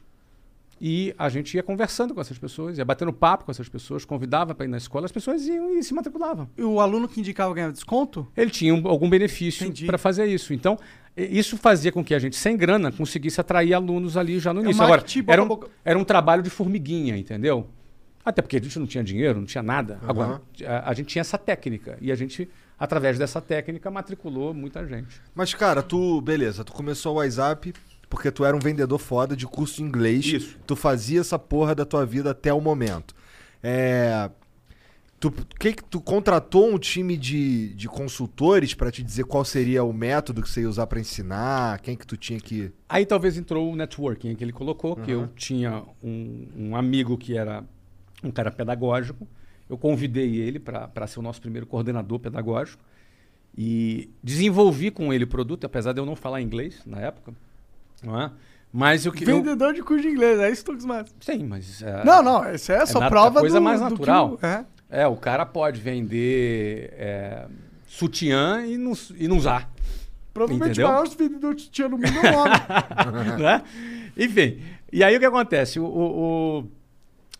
C: E a gente ia conversando com essas pessoas, ia batendo papo com essas pessoas, convidava para ir na escola, as pessoas iam e se matriculavam.
B: E o aluno que indicava ganhava desconto?
C: Ele tinha um- algum benefício
B: Entendi.
C: para fazer isso. Então, e- isso fazia com que a gente, sem grana, conseguisse atrair alunos ali já no início. Agora,
B: marketing boca
C: era
B: a
C: um,
B: boca.
C: era um trabalho de formiguinha, entendeu? Até porque a gente não tinha dinheiro, não tinha nada. Agora, a, a gente tinha essa técnica. E a gente, através dessa técnica, matriculou muita gente.
A: Mas cara, tu, beleza, tu começou o WhatsApp porque tu era um vendedor foda de curso de inglês.
C: Isso.
A: Tu fazia essa porra da tua vida até o momento. É, Tu, que que tu contratou um time de, de consultores pra te dizer qual seria o método que você ia usar pra ensinar? Quem que tu tinha que.
C: Aí talvez entrou o networking que ele colocou, que eu tinha um, um amigo que era um cara pedagógico. Eu convidei ele para ser o nosso primeiro coordenador pedagógico. E desenvolvi com ele o produto, apesar de eu não falar inglês na época. Não é? Mas o que. eu-
B: Vendedor de curso de inglês, é isso, Tux Matos.
C: Sim, mas. é,
B: Não, não, isso é só
C: nat- a
B: prova
C: coisa
B: do,
C: mais
B: do que
C: natural.
B: o- é.
C: É, o cara pode vender é, sutiã e não, e não usar.
B: Provavelmente
C: Entendeu?
B: o maior vendedor de tinha no mundo é o homem.
C: né? Enfim, e aí o que acontece? O, o- o-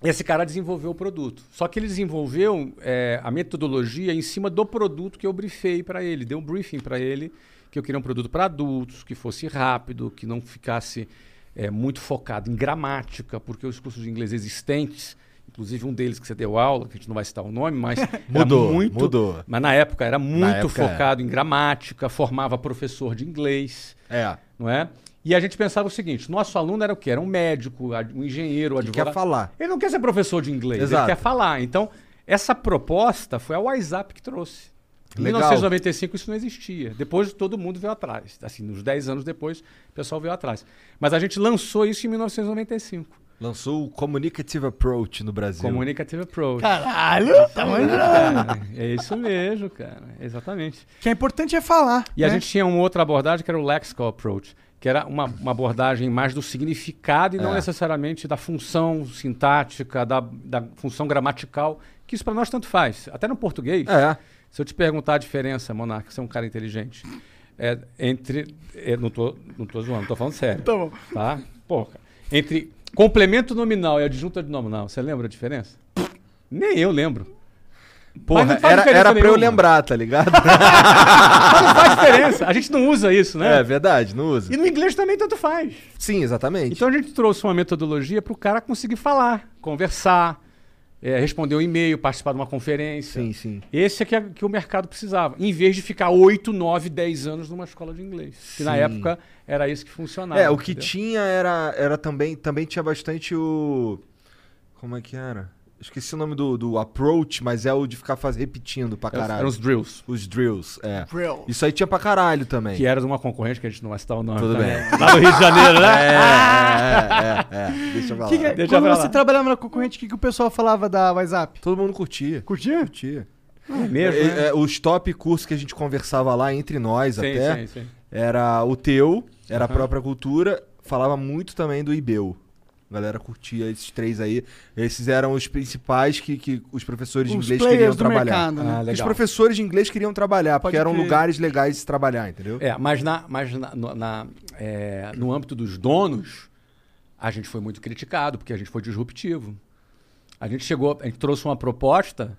C: esse cara desenvolveu o produto. Só que ele desenvolveu é, a metodologia em cima do produto que eu briefei para ele, dei um briefing para ele que eu queria um produto para adultos, que fosse rápido, que não ficasse é, muito focado em gramática, porque os cursos de inglês existentes, inclusive um deles que você deu aula, que a gente não vai citar o nome, mas era
A: Mudou,
C: muito,
A: mudou.
C: Mas na época era muito
A: época era.
C: focado em gramática, formava professor de inglês
A: É.
C: não é? E a gente pensava o seguinte: nosso aluno era o quê? Era um médico, ad- um engenheiro, um
A: Que quer
C: advogado.
A: falar.
C: Ele não quer ser professor de inglês,
A: Exato.
C: ele quer falar. Então, essa proposta foi a WhatsApp que trouxe. Em
A: Legal.
C: 1995 isso não existia. Depois todo mundo veio atrás. Assim, nos 10 anos depois, o pessoal veio atrás. Mas a gente lançou isso em 1995.
A: Lançou o Communicative Approach no Brasil.
C: Communicative Approach.
B: Caralho, tá
C: É, é isso mesmo, cara. Exatamente.
B: O que é importante é falar.
C: E a gente tinha uma outra abordagem que era o lexical approach, que era uma, uma abordagem mais do significado e não
A: É.
C: necessariamente da função sintática, da, da função gramatical, que isso para nós tanto faz. Até no português,
A: É.
C: se eu te perguntar a diferença, Monarca, você é um cara inteligente, é, entre... é, não, tô, não tô zoando, tô falando sério.
B: Tá bom.
C: Tá? Pô, cara. Entre complemento nominal e adjunto nominal, você lembra a diferença? Nem eu lembro.
A: Porra,
C: não faz
A: era,
C: diferença
A: era pra eu
C: nenhuma.
A: lembrar, tá ligado?
C: Mas não faz diferença. A gente não usa isso, né?
A: é verdade, não usa.
C: E no inglês também tanto faz.
A: Sim, exatamente.
C: Então a gente trouxe uma metodologia para o cara conseguir falar, conversar, eh, responder um e-mail, participar de uma conferência.
A: sim, sim.
C: Esse é que, a- que o mercado precisava, em vez de ficar 8, 9, 10 anos numa escola de inglês. Que na
A: Sim.
C: época era isso que funcionava.
A: É, o que
C: entendeu?
A: tinha era, era também, também tinha bastante o. Como é que era? Esqueci o nome do, do approach, mas é o de ficar faz, repetindo pra
C: Eram-
A: caralho.
C: Eram os drills.
A: Os drills, é.
B: Drill.
A: Isso aí tinha pra caralho também.
C: Que era de uma concorrente que a gente não vai citar o nome.
A: Tudo
C: também.
A: bem.
C: Lá no Rio de Janeiro,
A: É,
C: né?
A: é, é, é, Deixa eu falar.
B: Que que é-
C: Deixa
B: quando
C: pra
B: você
C: lá.
B: trabalhava na concorrente, o que, que o pessoal falava da WhatsApp?
A: Todo mundo curtia.
B: Curtia?
A: Curtia.
C: É mesmo,
A: É,
C: né?
A: é, os top cursos que a gente conversava lá entre nós
C: Sim, sim,
A: até.
C: sim.
A: Era o teu, era a própria cultura, falava muito também do Ibeu. A galera curtia esses três aí. Esses eram os principais que, que os professores de
B: Os
A: inglês
B: players
A: queriam
B: do
A: trabalhar.
B: mercado,
C: Ah,
B: né?
A: Os
C: legal.
A: professores de inglês queriam trabalhar,
B: Pode
A: porque eram
B: crer.
A: lugares legais de se trabalhar, entendeu?
C: É, mas, na, mas na- no, na- é, no âmbito dos donos, a gente foi muito criticado, porque a gente foi disruptivo. A gente chegou, a gente trouxe uma proposta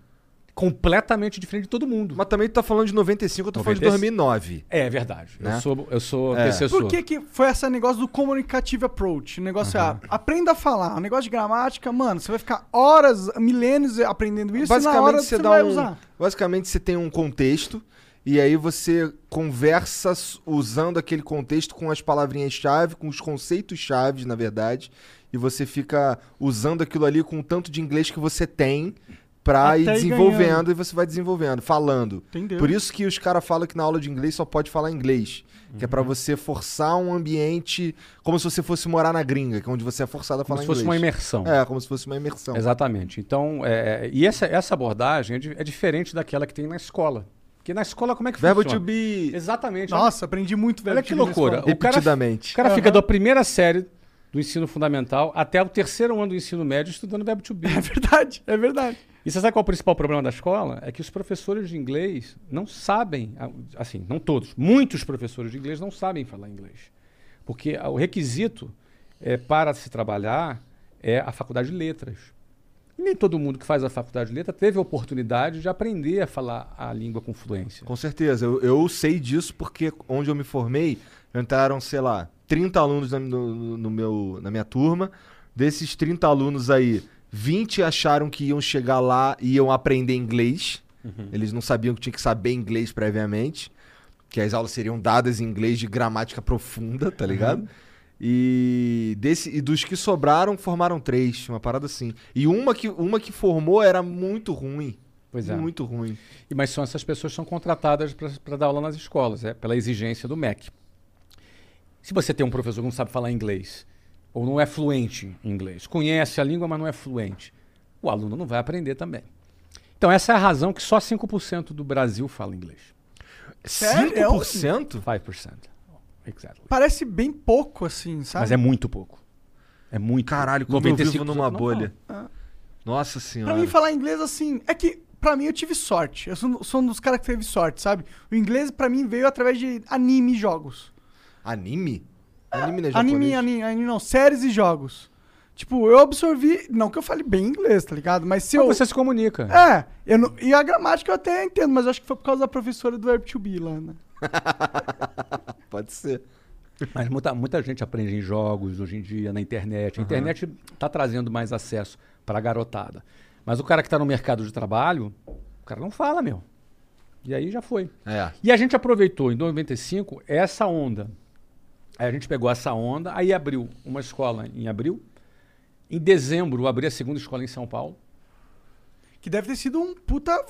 C: completamente diferente de todo mundo.
A: Mas também tu tá falando de 95, eu tô falando de
C: 95.
A: 2009.
C: É verdade.
A: Né?
C: Eu sou, eu sou
A: É.
C: antecessor.
B: Por que, que foi esse negócio do communicative approach? O negócio é, ah, aprenda a falar. O negócio de gramática, mano, você vai ficar horas, milênios aprendendo isso e na hora
A: basicamente
B: você,
A: você dá
B: vai
A: um,
B: usar.
A: basicamente você tem um contexto E aí você conversa s- usando aquele contexto com as palavrinhas-chave, com os conceitos-chave, na verdade. E você fica usando aquilo ali com o tanto de inglês que você tem pra ir
B: Até ir
A: desenvolvendo
B: ganhando.
A: e você vai desenvolvendo, falando.
B: Entendeu?
A: Por isso que os caras falam que na aula de inglês só pode falar inglês. Que é
C: Uhum.
A: pra você forçar um ambiente como se você fosse morar na gringa, que é onde você é forçado a
C: Como
A: falar
C: se fosse uma
A: inglês.
C: imersão.
A: É, como se fosse uma imersão.
C: Exatamente. Então, é, é, e essa, essa abordagem é, di- é diferente daquela que tem na escola. Porque na escola, como é que
A: Verbo to
C: funciona?
A: be
C: Exatamente.
B: Nossa, aprendi muito, velho.
C: Olha que
B: tive na
C: loucura.
B: escola.
C: O cara-
A: repetidamente.
C: O cara fica
B: Aham.
C: da primeira série do ensino fundamental até o terceiro ano do ensino médio estudando verbo to be.
B: É verdade, é verdade.
C: E você sabe qual é o principal problema da escola? É que os professores de inglês não sabem, a- assim, não todos, muitos professores de inglês não sabem falar inglês. Porque a- o requisito é, para se trabalhar é a faculdade de letras. E nem todo mundo que faz a faculdade de letras teve a oportunidade de aprender a falar a língua com fluência.
A: Com certeza. Eu, eu sei disso porque onde eu me formei, entraram, sei lá, 30 alunos na, no- no meu, na minha turma. Desses 30 alunos aí, 20 acharam que iam chegar lá e iam aprender inglês.
C: Uhum.
A: Eles não sabiam que tinha que saber inglês previamente. Que as aulas seriam dadas em inglês de gramática profunda,
C: Uhum.
A: tá ligado? E, desse, e dos que sobraram, formaram três, uma parada assim. E uma que, uma que formou era muito ruim.
C: Pois é.
A: Muito ruim.
C: E- Mas são essas pessoas que são contratadas para dar aula nas escolas, é, pela exigência do MEC. Se você tem um professor que não sabe falar inglês, ou não é fluente em inglês, conhece a língua, mas não é fluente, o aluno não vai aprender também. Então, essa é a razão que só 5% do Brasil fala inglês.
B: Sério? É um-
A: 5%?
C: 5%. Exactly.
B: Parece bem pouco, assim, sabe?
C: Mas é muito pouco. É muito.
A: Caralho, como eu
C: 95
A: vivo numa
C: não
A: bolha.
B: fala. Ah.
A: Nossa
B: Pra
A: senhora.
B: mim, falar inglês, assim, é que pra mim eu tive sorte. Eu sou, sou um dos caras que teve sorte, sabe? O inglês pra mim veio através de anime e jogos.
A: Anime? Anime não é japonês?
B: Ah, Anime, anime, anime, não, séries e jogos. Tipo, eu absorvi. Não que eu fale bem inglês, tá ligado? Mas se
C: Mas
B: eu.
C: você se comunica.
B: É, eu não- e a gramática eu até entendo, mas eu acho que foi por causa da professora do Verb to Be lá, né?
A: Pode ser.
C: Mas muita, muita gente aprende em jogos hoje em dia, na internet. A internet está trazendo mais acesso para a garotada. Mas o cara que está no mercado de trabalho, o cara não fala, meu. E aí já foi.
A: É.
C: E a gente aproveitou em 95 essa onda. Aí a gente pegou essa onda, aí abriu uma escola em abril. Em dezembro, eu abri a segunda escola em São Paulo.
B: Que deve ter sido um puta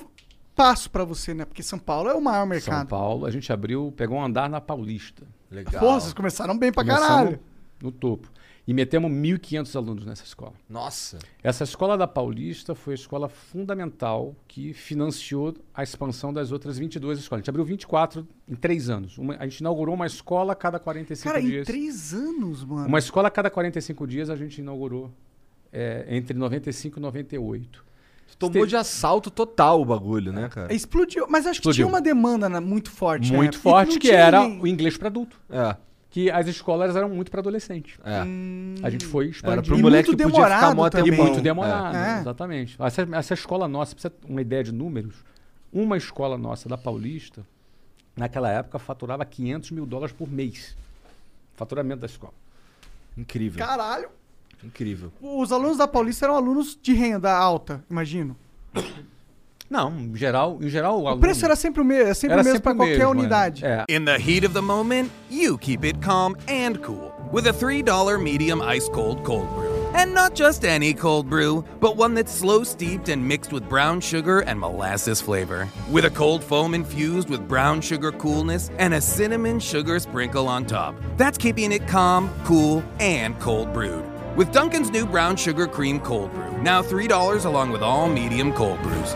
B: passo pra você, né? Porque São Paulo é o maior
C: São
B: mercado.
C: Paulo, a gente abriu, pegou um andar na Paulista.
A: Legal.
B: Pô, vocês começaram bem pra
C: Começamos
B: caralho.
C: No topo. E metemos 1.500 alunos nessa escola.
A: Nossa.
C: Essa escola da Paulista foi a escola fundamental que financiou a expansão das outras 22 escolas. A gente abriu 24 em três anos. Uma- a gente inaugurou uma escola a cada 45
B: Cara, em
C: dias.
B: três anos, mano.
C: Uma escola a cada 45 dias a gente inaugurou é, entre 95 e 98.
A: Tomou
C: Teve-
A: de assalto total o bagulho,
B: É,
A: né, cara?
B: Explodiu. Mas acho que
C: Explodiu.
B: tinha uma demanda na- muito forte. na
C: Muito
B: época, né? e
C: forte,
B: não
C: que
B: tinha
C: era
B: ninguém.
C: o inglês para adulto.
A: É.
C: Que as escolas eram muito para adolescente.
A: É.
C: A gente foi
A: Era
C: expandindo.
A: pro
B: Hum, E
A: moleque
B: muito
A: que podia ficar
B: demorado
A: mó tempo.
C: E
B: também.
C: muito demorado,
B: É.
C: exatamente. Essa, essa escola nossa, pra você ter uma ideia de números, uma escola nossa da Paulista, naquela época, faturava 500 mil dólares por mês. Faturamento da escola.
B: É.
A: É. Incrível.
B: Caralho.
A: Incrível.
B: Os alunos da Paulista eram alunos de renda alta, imagino.
C: Não, em geral, em geral o
B: O
C: aluno...
B: preço era sempre o mesmo, é sempre o mesmo
C: sempre
B: pra
C: o
B: qualquer
C: mesmo, é.
B: unidade.
C: É.
E: In the heat of the moment, you keep it calm and cool with a $3 medium ice cold cold brew. And not just any cold brew, but one that's slow steeped and mixed with brown sugar and molasses flavor. With a cold foam infused with brown sugar coolness and a cinnamon sugar sprinkle on top. That's keeping it calm, cool, and cold brewed. With Duncan's new brown sugar cream cold brew, now $3 along with all medium cold brews.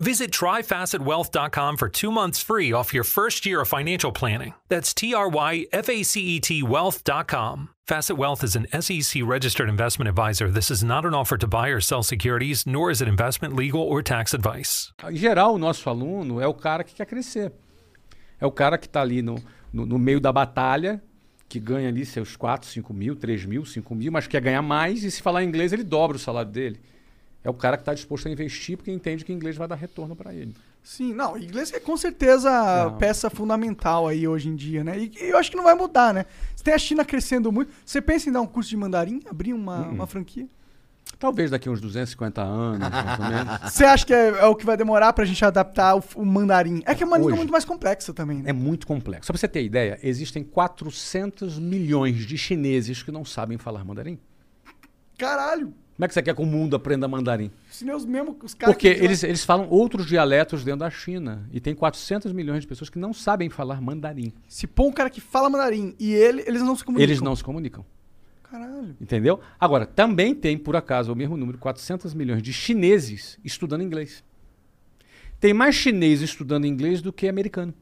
F: Visit tryfacetwealth.com for two months free off your first year of financial planning. That's T R Y F A C E T wealth.com. Facet Wealth is an SEC registered investment advisor. This is not an offer to buy or sell securities, nor is it investment, legal, or tax advice.
C: Em geral, o nosso aluno é o cara que quer crescer. É o cara que está ali no, no, no meio da batalha, que ganha ali seus 4, 5 mil, 3 mil, 5 mil, mas quer ganhar mais e se falar inglês ele dobra o salário dele. É o cara que está disposto a investir porque entende que inglês vai dar retorno para ele.
B: Sim, não, inglês é com certeza a
C: Não.
B: peça fundamental aí hoje em dia, né? E, e eu acho que não vai mudar, né? Você tem a China crescendo muito. Você pensa em dar um curso de mandarim, abrir uma,
C: Hum.
B: uma franquia?
C: Talvez daqui a uns 250 anos, mais ou menos.
B: Você acha que é, é o que vai demorar pra gente adaptar o, o mandarim? É que a mandarim é
C: Hoje.
B: muito mais complexa também, né?
C: É muito complexo. Só para você ter ideia, existem 400 milhões de chineses que não sabem falar mandarim.
B: Caralho!
C: Como é que você quer que o mundo aprenda mandarim?
B: Os meus mesmo, os caras.
C: Porque
B: que-
C: eles, eles falam outros dialetos dentro da China. E tem 400 milhões de pessoas que não sabem falar mandarim.
B: Se pôr um cara que fala mandarim e ele, eles não se comunicam.
C: Eles não se comunicam.
B: Caralho.
C: Entendeu? Agora, também tem, por acaso, o mesmo número, 400 milhões de chineses estudando inglês. Tem mais chinês estudando inglês do que americano.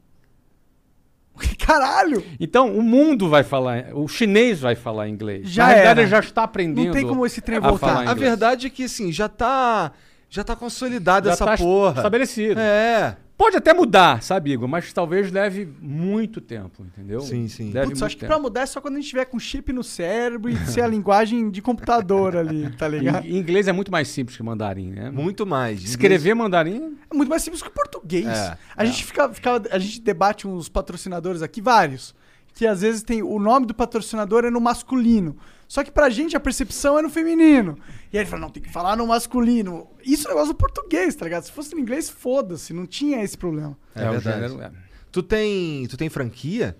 B: Caralho!
C: Então, o mundo vai falar, o chinês vai falar inglês.
B: Já
C: Na verdade,
B: era.
C: ele já está aprendendo.
B: Não tem como esse trem
C: a
B: voltar.
C: falar
A: A
C: inglês.
A: verdade é que, assim, já tá. Já tá consolidada
C: Já
A: essa
C: tá
A: porra.
C: Estabelecido.
A: É.
C: Pode até mudar, sabe, Igor? Mas talvez leve muito tempo, entendeu?
A: Sim, sim.
C: Leve
B: Putz,
C: muito
B: acho que
C: tempo.
B: pra mudar é só quando a gente tiver com chip no cérebro e ser a linguagem de computador ali, tá ligado?
C: Em- em Inglês é muito mais simples que mandarim, né?
A: Muito mais.
C: Escrever mandarim
B: É muito mais simples que o português.
A: É,
B: a gente fica, fica- a gente debate uns patrocinadores aqui, vários, que às vezes tem o nome do patrocinador é no masculino. Só que pra gente a percepção é no feminino. E aí ele fala, não, tem que falar no masculino. Isso é um negócio do português, tá ligado? Se fosse no inglês, foda-se, não tinha esse problema.
A: É verdade.
C: é.
A: Tu tem. Tu tem franquia?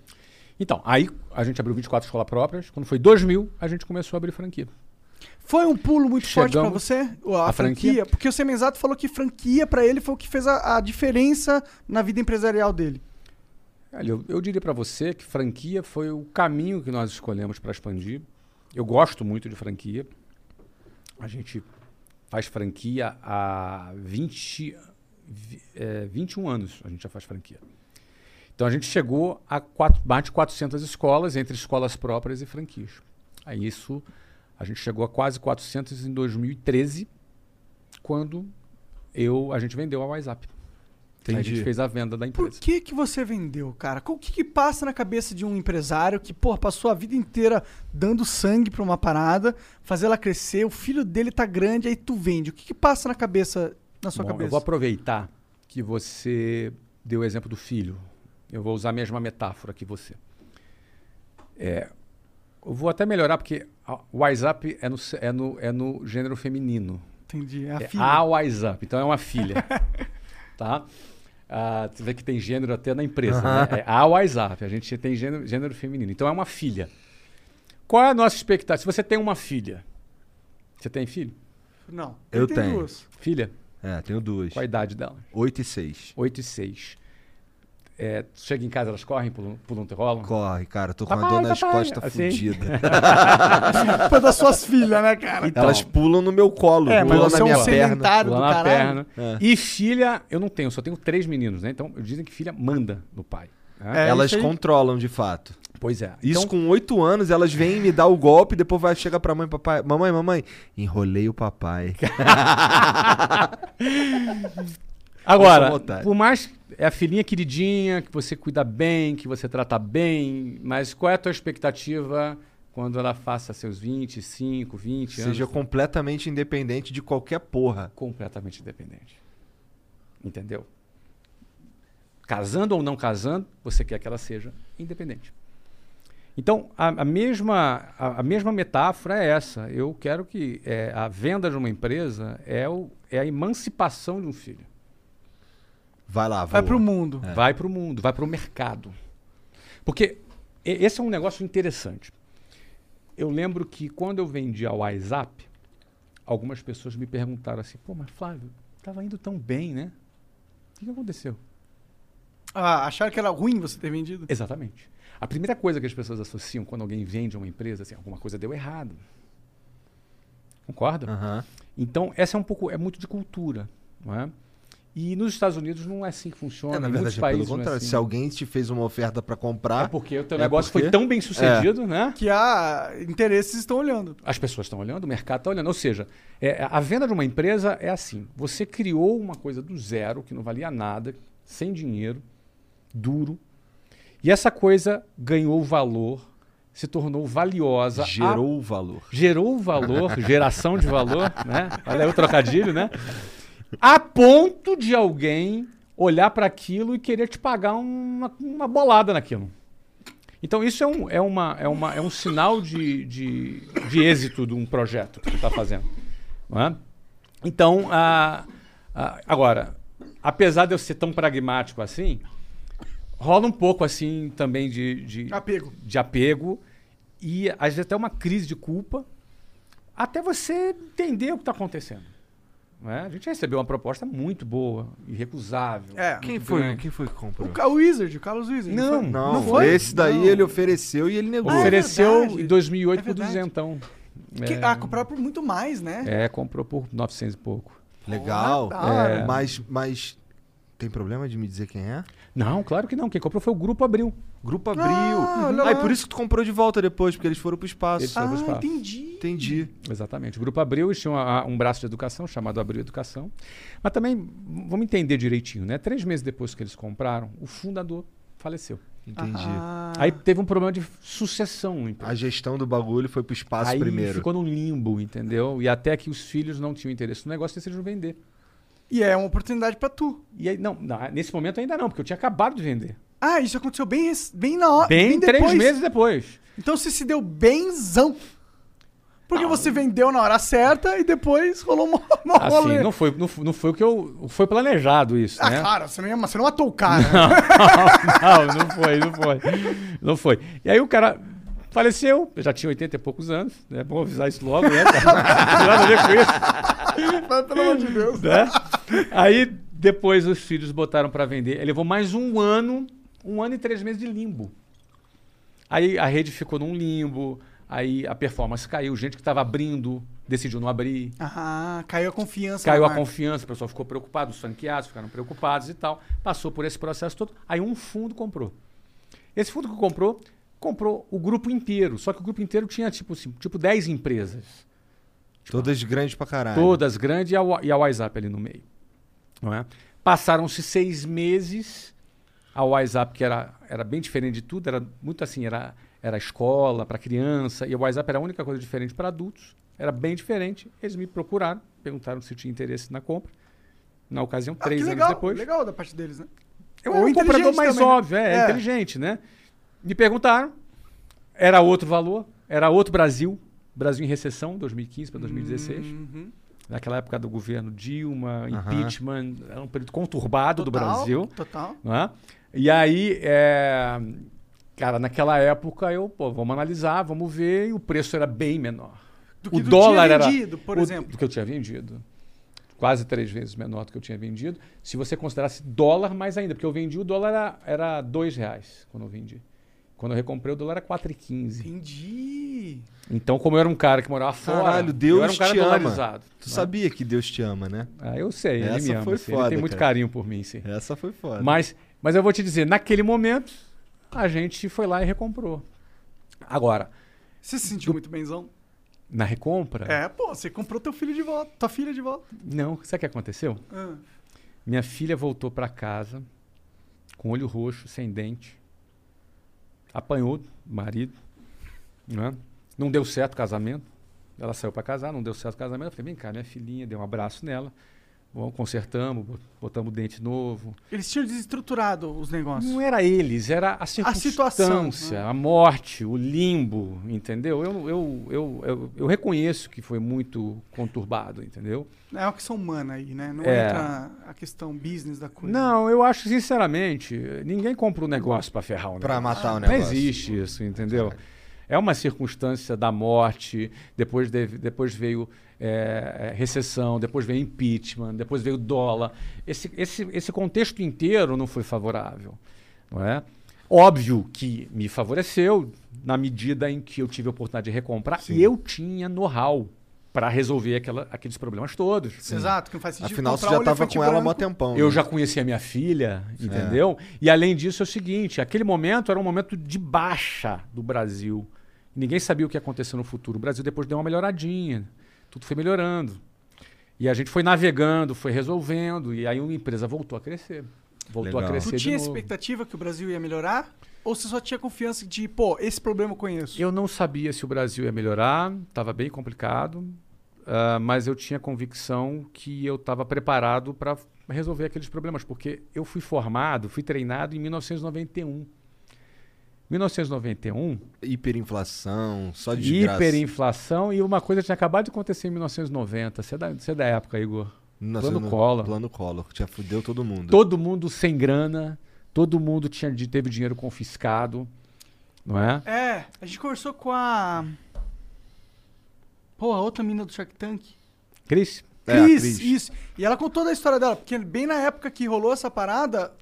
C: Então, aí a gente abriu 24 escolas próprias. Quando foi 2000, a gente começou a abrir franquia.
B: Foi um pulo muito forte pra
C: Chegamos
B: você, a, franquia?
C: à franquia?
B: Porque o Semenzato falou que franquia pra ele foi o que fez a, a diferença na vida empresarial dele.
C: Olha, eu, eu diria pra você que franquia foi o caminho que nós escolhemos para expandir. Eu gosto muito de franquia. A gente faz franquia há 20, vi- é, 21 anos. A gente já faz franquia. Então a gente chegou a quatro, mais de 400 escolas, entre escolas próprias e franquias. Aí isso, a gente chegou a quase 400 em 2013, quando eu, a gente vendeu a WhatsApp. Aí A gente
A: Entendi.
C: fez a venda da
B: Por
C: empresa.
B: que que você vendeu, cara? Co- O que que passa na cabeça de um empresário que, porra, passou a vida inteira dando sangue pra uma parada, fazer ela crescer, o filho dele tá grande, aí tu vende. O que que passa na cabeça, na sua
C: Bom,
B: cabeça?
C: Eu vou aproveitar que você deu o exemplo do filho. Eu vou usar a mesma metáfora que você. É, eu vou até melhorar, porque a- o WhatsApp é no, se- é no, é no gênero feminino.
B: Entendi, é a
C: É
B: filha.
C: a WhatsApp, então é uma filha. tá? Ah, você vê que tem gênero até na empresa. Né? É a WhatsApp, a gente tem gênero, gênero feminino. Então é uma filha. Qual é a nossa expectativa? Se você tem uma filha, você tem filho?
B: Não,
A: Eu
B: ele tem
A: tenho.
B: duas.
C: Filha?
A: É, tenho duas.
C: Qual a idade dela?
A: Oito e seis.
C: 8 e 6. É, tu chega em casa, elas correm, pulam, pulam te rolam.
A: Corre, cara. Tô com a
C: Papai,
A: dor nas
C: papai.
A: costas
C: Assim?
A: fodida.
B: Culpa das suas filhas, né, cara?
C: Então,
A: Elas pulam no meu colo,
B: É, mas
A: pulam
B: você
A: na
B: é um
A: minha perna.
B: sedentário
C: pulam
B: do
C: na
B: caralho.
C: perna.
A: É.
C: E filha, eu não tenho, só tenho três meninos, né? Então dizem que filha manda no pai. né?
B: É,
A: Elas
B: isso aí.
A: controlam de fato.
C: Pois é.
A: Isso
C: Então,
A: com oito anos, elas vêm me dar o golpe, depois vai chegar pra mãe, papai. Mamãe, mamãe, enrolei o papai. Eu sou um é
C: agora,
A: otário.
C: por mais é a filhinha queridinha, que você cuida bem, que você trata bem, mas qual é a tua expectativa quando ela faça seus 25, 20 anos?
A: Seja completamente independente de qualquer porra.
C: completamente independente. Entendeu? Casando ou não casando, você quer que ela seja independente. Então, a, a mesma, a, a mesma metáfora é essa. Eu quero que eh, a venda de uma empresa é, o, é a emancipação de um filho.
A: Vai lá,
B: Vai
A: voa.
B: pro mundo.
C: Vai para o mundo, vai para o mercado. Porque e- esse é um negócio interessante. Eu lembro que quando eu vendi a WhatsApp, algumas pessoas me perguntaram assim, pô, mas Flávio, tava indo tão bem, né? O que que aconteceu?
B: Ah, acharam que era ruim você ter vendido?
C: Exatamente. A primeira coisa que as pessoas associam quando alguém vende uma empresa, assim, alguma coisa deu errado. Concorda?
A: Aham.
C: Então, essa é um pouco, é muito de cultura, não é? E nos Estados Unidos não é assim que funciona.
A: É, na
C: em muitos
A: verdade, é pelo
C: países não é
A: contrário.
C: assim.
A: Se alguém te fez uma oferta pra comprar.
C: É porque o teu
A: É
C: negócio
A: porque- é.
C: foi tão bem sucedido, né?
B: Que há interesses estão olhando.
C: As pessoas estão olhando, o mercado está olhando. Ou seja, é, a venda de uma empresa é assim: você criou uma coisa do zero, que não valia nada, sem dinheiro, duro, e essa coisa ganhou valor, se tornou valiosa, a-
A: gerou o valor.
C: gerou um valor, geração de valor, né? Olha aí o trocadilho, né? A ponto de alguém olhar para aquilo e querer te pagar uma, uma bolada naquilo. Então isso é um, é uma, é uma, é um sinal de, de, de êxito de um projeto que você está fazendo. não é? Então, a- a- agora, apesar de eu ser tão pragmático assim, rola um pouco assim também de- de,
B: Apego.
C: de apego e às vezes até uma crise de culpa até você entender o que está acontecendo. né? A gente recebeu uma proposta muito boa, irrecusável.
B: É.
A: Quem
C: muito
A: foi,
C: grande.
A: quem foi que comprou?
B: O Ca- O Wizard, o Carlos Wizard.
C: Não,
B: foi?
A: Não,
B: Não foi?
A: esse daí
B: Não.
A: ele ofereceu e ele negou.
B: Ah, é
C: Ofereceu
B: verdade.
C: em 2008
B: É
C: por
B: verdade.
C: 200.
B: Que,
C: é,
B: Ah, compraram por muito mais, né?
C: é, comprou por 900 e pouco.
A: Legal.
B: Ah, tá.
A: É. Mas, mas tem problema de me dizer quem é?
C: Não, claro que não. Quem comprou foi o Grupo Abril.
A: Grupo Abril.
C: Uhum.
B: Ah, olha
A: Ah, e
B: lá.
A: por isso que tu comprou de volta depois, porque eles foram pro espaço.
C: Eles
B: Ah,
C: foram- sobre os papos.
B: entendi.
A: Entendi.
C: Exatamente. O Grupo Abril eles tinham a- a- um braço de educação chamado Abril Educação. Mas também, v- vamos entender direitinho, né? Três meses depois que eles compraram, o fundador faleceu.
A: Entendi.
B: Ah,
C: Aí teve um problema de sucessão. na empresa.
A: A gestão do bagulho foi pro espaço
C: Aí
A: primeiro.
C: ficou num limbo, entendeu? E até que os filhos não tinham interesse no negócio, decidiram vender.
B: E é uma oportunidade pra tu.
C: E aí, não, não, nesse momento ainda não, porque eu tinha acabado de vender.
B: Ah, isso aconteceu bem, rec- Ah, bem na hora.
C: Bem, três
B: depois.
C: meses depois.
B: Então você se deu benzão.
C: Ah.
B: Porque você vendeu na hora certa e depois rolou uma, uma
C: Assim,
B: rolê.
C: não foi, não, foi- não foi o que eu. Foi planejado isso,
B: Ah,
C: né?
B: cara, você não, ia, você não matou o cara. né?
C: não, não foi, não foi. Não foi. E aí o cara faleceu, eu já tinha 80 e poucos anos, né? Bom avisar isso logo, né? cara? Não tem nada a ver com isso,
B: Pelo amor de Deus.
C: né? Aí depois os filhos botaram pra vender. Ele levou mais um ano, um ano e três meses de limbo. Aí a rede ficou num limbo, aí a performance caiu, gente que tava abrindo decidiu não abrir.
B: Ah, caiu a confiança.
C: Caiu
B: na
C: a
B: marca.
C: confiança, o pessoal ficou preocupado, os franqueados ficaram preocupados e tal. Passou por esse processo todo. Aí um fundo comprou. Esse fundo que comprou, comprou o grupo inteiro. Só que o grupo inteiro tinha tipo, assim, tipo 10 empresas.
A: Todas grandes pra caralho.
C: Todas grandes e a, Wa- e a WhatsApp ali no meio. Não é? Passaram-se seis meses. A WhatsApp, que era, era bem diferente de tudo, era muito assim, era, era escola para criança, e a WhatsApp era a única coisa diferente para adultos, era bem diferente. Eles me procuraram, perguntaram se eu tinha interesse na compra. Na ocasião,
B: Ah,
C: três
B: que
C: anos
B: legal,
C: depois.
B: Legal da parte deles, né?
C: Eu
B: Ou
C: era um
B: inteligente
C: comprador mais
B: também, né?
C: óbvio, é,
B: É.
C: inteligente, né? Me perguntaram, era outro valor, era outro Brasil, Brasil em recessão, 2015 para 2016.
B: Hum, uhum.
C: Naquela época do governo Dilma, impeachment, era um período conturbado do
B: Total,
C: Brasil.
B: Total.
C: Não é? E aí, é, cara, naquela época eu, pô, vamos analisar, vamos ver, e o preço era bem menor.
B: Do que
C: o
B: tu
C: dólar
B: tinha
C: era
B: vendido, por
C: o-
B: exemplo.
C: do que eu tinha vendido. Quase três vezes menor do que eu tinha vendido. Se você considerasse dólar mais ainda, porque eu vendi o dólar era, era dois reais quando eu vendi. Quando eu recomprei o dólar era 4,15.
B: Entendi.
C: Então, como eu era um cara que morava fora,
A: Caralho, Deus
C: eu era um cara
A: te ama.
C: dolarizado. né?
A: Tu sabia que Deus te ama, né?
C: Ah, eu sei, ele
A: Essa
C: me ama.
A: foi
C: assim,
A: foda,
C: ele tem muito
A: cara.
C: carinho por mim, sim.
A: Essa foi foda.
C: Mas, mas eu vou te dizer, naquele momento, a gente foi lá e recomprou. Agora,
B: Você se sentiu muito benzão?
C: na recompra,
B: É, pô, você comprou teu filho de volta, tua filha de volta.
C: não, sabe o que aconteceu?
B: Ah.
C: Minha filha voltou pra casa com olho roxo, sem dente. Apanhou do marido. Né? Não deu certo o casamento. Ela saiu pra casar, não deu certo o casamento. Eu falei, vem cá, minha filhinha, dei um abraço nela. Bom, consertamos, bot- botamos dente novo.
B: Eles tinham desestruturado os negócios.
C: Não era eles, era a circunstância,
B: situação,
C: a, morte, o limbo, entendeu? Eu, eu, eu, eu, eu reconheço que foi muito conturbado, entendeu?
B: É uma questão humana aí, né? Não
C: É.
B: entra a questão business da coisa.
C: Não, eu acho, sinceramente, ninguém compra um negócio pra ferrar um
A: Pra
C: negócio.
A: matar o
C: Não
A: negócio.
C: existe isso, entendeu? é uma circunstância da morte, depois, deve- depois veio é, recessão, depois veio impeachment, depois veio dólar. Esse, esse, esse contexto inteiro não foi favorável. Não é? Óbvio que me favoreceu na medida em que eu tive a oportunidade de recomprar e eu tinha know-how para resolver aquela- aqueles problemas todos.
B: Exato, que não faz sentido.
A: Afinal, você
B: comprar
A: já
B: um
A: tava
B: elefante
A: com ela há mó
B: branco.
A: tempão.
C: Eu
A: né? É.
C: já conhecia minha filha, entendeu? E além disso é o seguinte, aquele momento era um momento de baixa do Brasil. Ninguém sabia o que ia acontecer no futuro. O Brasil depois deu uma melhoradinha. Tudo foi melhorando. E a gente foi navegando, foi resolvendo e aí uma empresa voltou a crescer. Voltou a
A: Legal.
C: crescer
B: Tu tinha
C: de novo.
B: expectativa que o Brasil ia melhorar? Ou você só tinha confiança de, pô, esse problema eu conheço?
C: Eu não sabia se o Brasil ia melhorar, estava bem complicado, ah, mas eu tinha convicção que eu estava preparado para resolver aqueles problemas, porque eu fui formado, fui treinado em 1991. 1991,
A: Hiperinflação, só desgraça.
C: hiperinflação e uma coisa tinha acabado de acontecer em 1990. Você é da, você é da época, Igor?
A: Nossa,
C: Plano
A: não-
C: Collor.
A: Plano Collor, que já fudeu todo mundo.
C: Todo mundo sem grana, todo mundo tinha, de- teve dinheiro confiscado, não é?
B: É, a gente conversou com a. Pô, a outra menina do Shark Tank.
C: Cris?
A: É, a
B: Cris,
A: Cris.
B: isso. E ela contou da história dela, porque bem na época que rolou essa parada,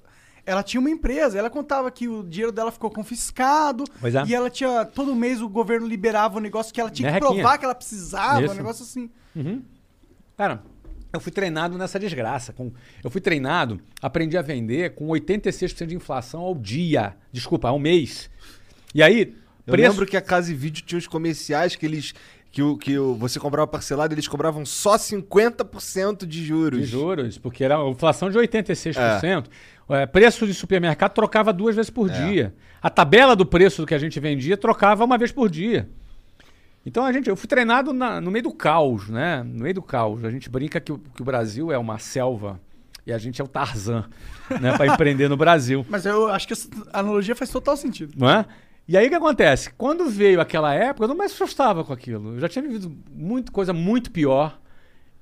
B: ela tinha uma empresa. Ela contava que o dinheiro dela ficou confiscado.
C: Pois é.
B: E ela tinha. Todo mês o governo liberava um negócio que ela tinha que
C: Merrequinha.
B: provar que ela precisava,
C: Isso.
B: um negócio assim.
C: Cara, eu fui treinado nessa desgraça. com- eu fui treinado, aprendi a vender com 86% de inflação ao dia. Desculpa, ao mês. E aí,
A: Eu lembro que a Casa e Vídeo tinha os comerciais que eles. Que, o, que o, você comprava parcelado, eles cobravam só 50% de juros.
C: de juros, porque era uma inflação de 86%. É, preço de supermercado trocava duas vezes por
A: É.
C: dia. A tabela do preço do que a gente vendia trocava uma vez por dia. Então a gente, eu fui treinado na- no meio do caos, né? No meio do caos. A gente brinca que, o- que o Brasil é uma selva e a gente é o Tarzan, né? Para empreender no Brasil.
B: Mas eu acho que essa analogia faz total sentido.
C: não é? E aí o que acontece? Quando veio aquela época, eu não mais assustava com aquilo. Eu já tinha vivido muito, coisa muito pior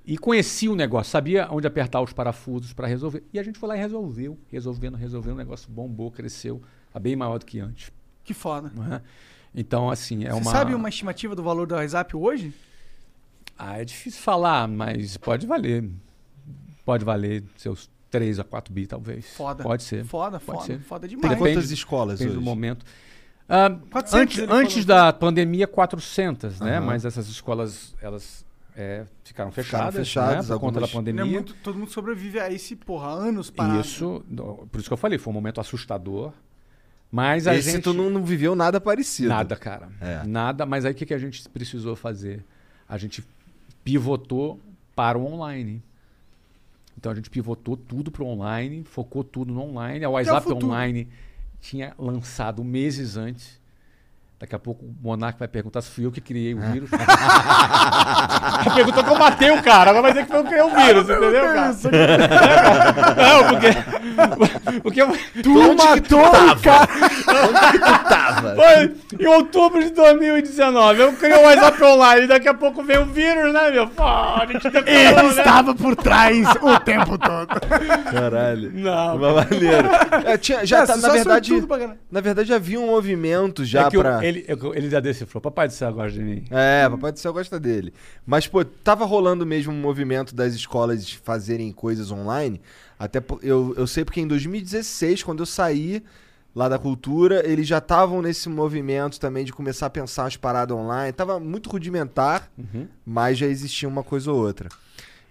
C: e conhecia o negócio, sabia onde apertar os parafusos para resolver. E a gente foi lá e resolveu, resolvendo, resolvendo. O negócio bombou, cresceu, tá bem maior do que antes.
B: Que foda.
C: não é? Então, assim, é
B: Você
C: uma.
B: sabe uma estimativa do valor do WhatsApp hoje?
C: Ah, é difícil falar, mas pode valer. Pode valer seus 3 a 4 bi, talvez.
B: Foda.
C: Pode ser.
B: Foda,
C: Pode
B: foda,
C: ser.
B: foda
A: Tem
B: demais.
C: Depende-
A: quantas escolas
C: Depende do
A: hoje?
C: um momento. Ah,
B: 400
C: antes
B: ele
C: antes
B: falou.
C: da pandemia, 400, né?
A: Aham.
C: Mas essas escolas, elas é, ficaram fechadas,
A: Ficaram fechadas,
C: né? por conta da
A: algumas-
C: pandemia.
B: Né, muito- todo mundo sobrevive a esse, porra, anos
C: E
B: parado.
C: isso, no- por isso que eu falei, foi um momento assustador. Mas a
A: Esse
C: gente...
A: tu não, não viveu nada parecido.
C: Nada, cara.
A: É.
C: Nada. Mas aí o que, que a gente precisou fazer? A gente pivotou para o online. Então a gente pivotou tudo para o online, focou tudo no online. A WhatsApp
B: futuro.
C: Online tinha lançado meses antes. Daqui a pouco o Monark vai perguntar se fui eu que criei
A: É.
C: o vírus. Já perguntou que eu matei o cara, agora vai dizer que foi eu que criei o vírus, entendeu, cara? Não, porque. Porque eu-
A: Tu matou o cara! Onde que tu tava?
C: foi em outubro de 2019. Eu criei o WhatsApp Online. Daqui a pouco veio o vírus, né, meu? Pô, a gente decorou, né?
G: Estava por trás o tempo todo.
A: Caralho.
C: Não.
A: Mas Maneiro. É, tinha, já,
B: É,
A: tá-
B: você
A: na
B: só
A: verdade,
B: sortudo pra caralho.
A: na verdade já havia um movimento já
C: É que o-
A: pra...
C: ele, ele já decifrou. Papai do céu gosta de mim.
A: É, Papai do Céu gosta dele. Mas, pô, tava rolando mesmo um movimento das escolas fazerem coisas online. Até po- eu, eu sei porque em 2016, quando eu saí lá da cultura, eles já estavam nesse movimento também de começar a pensar as paradas online. Tava muito rudimentar, mas já existia uma coisa ou outra.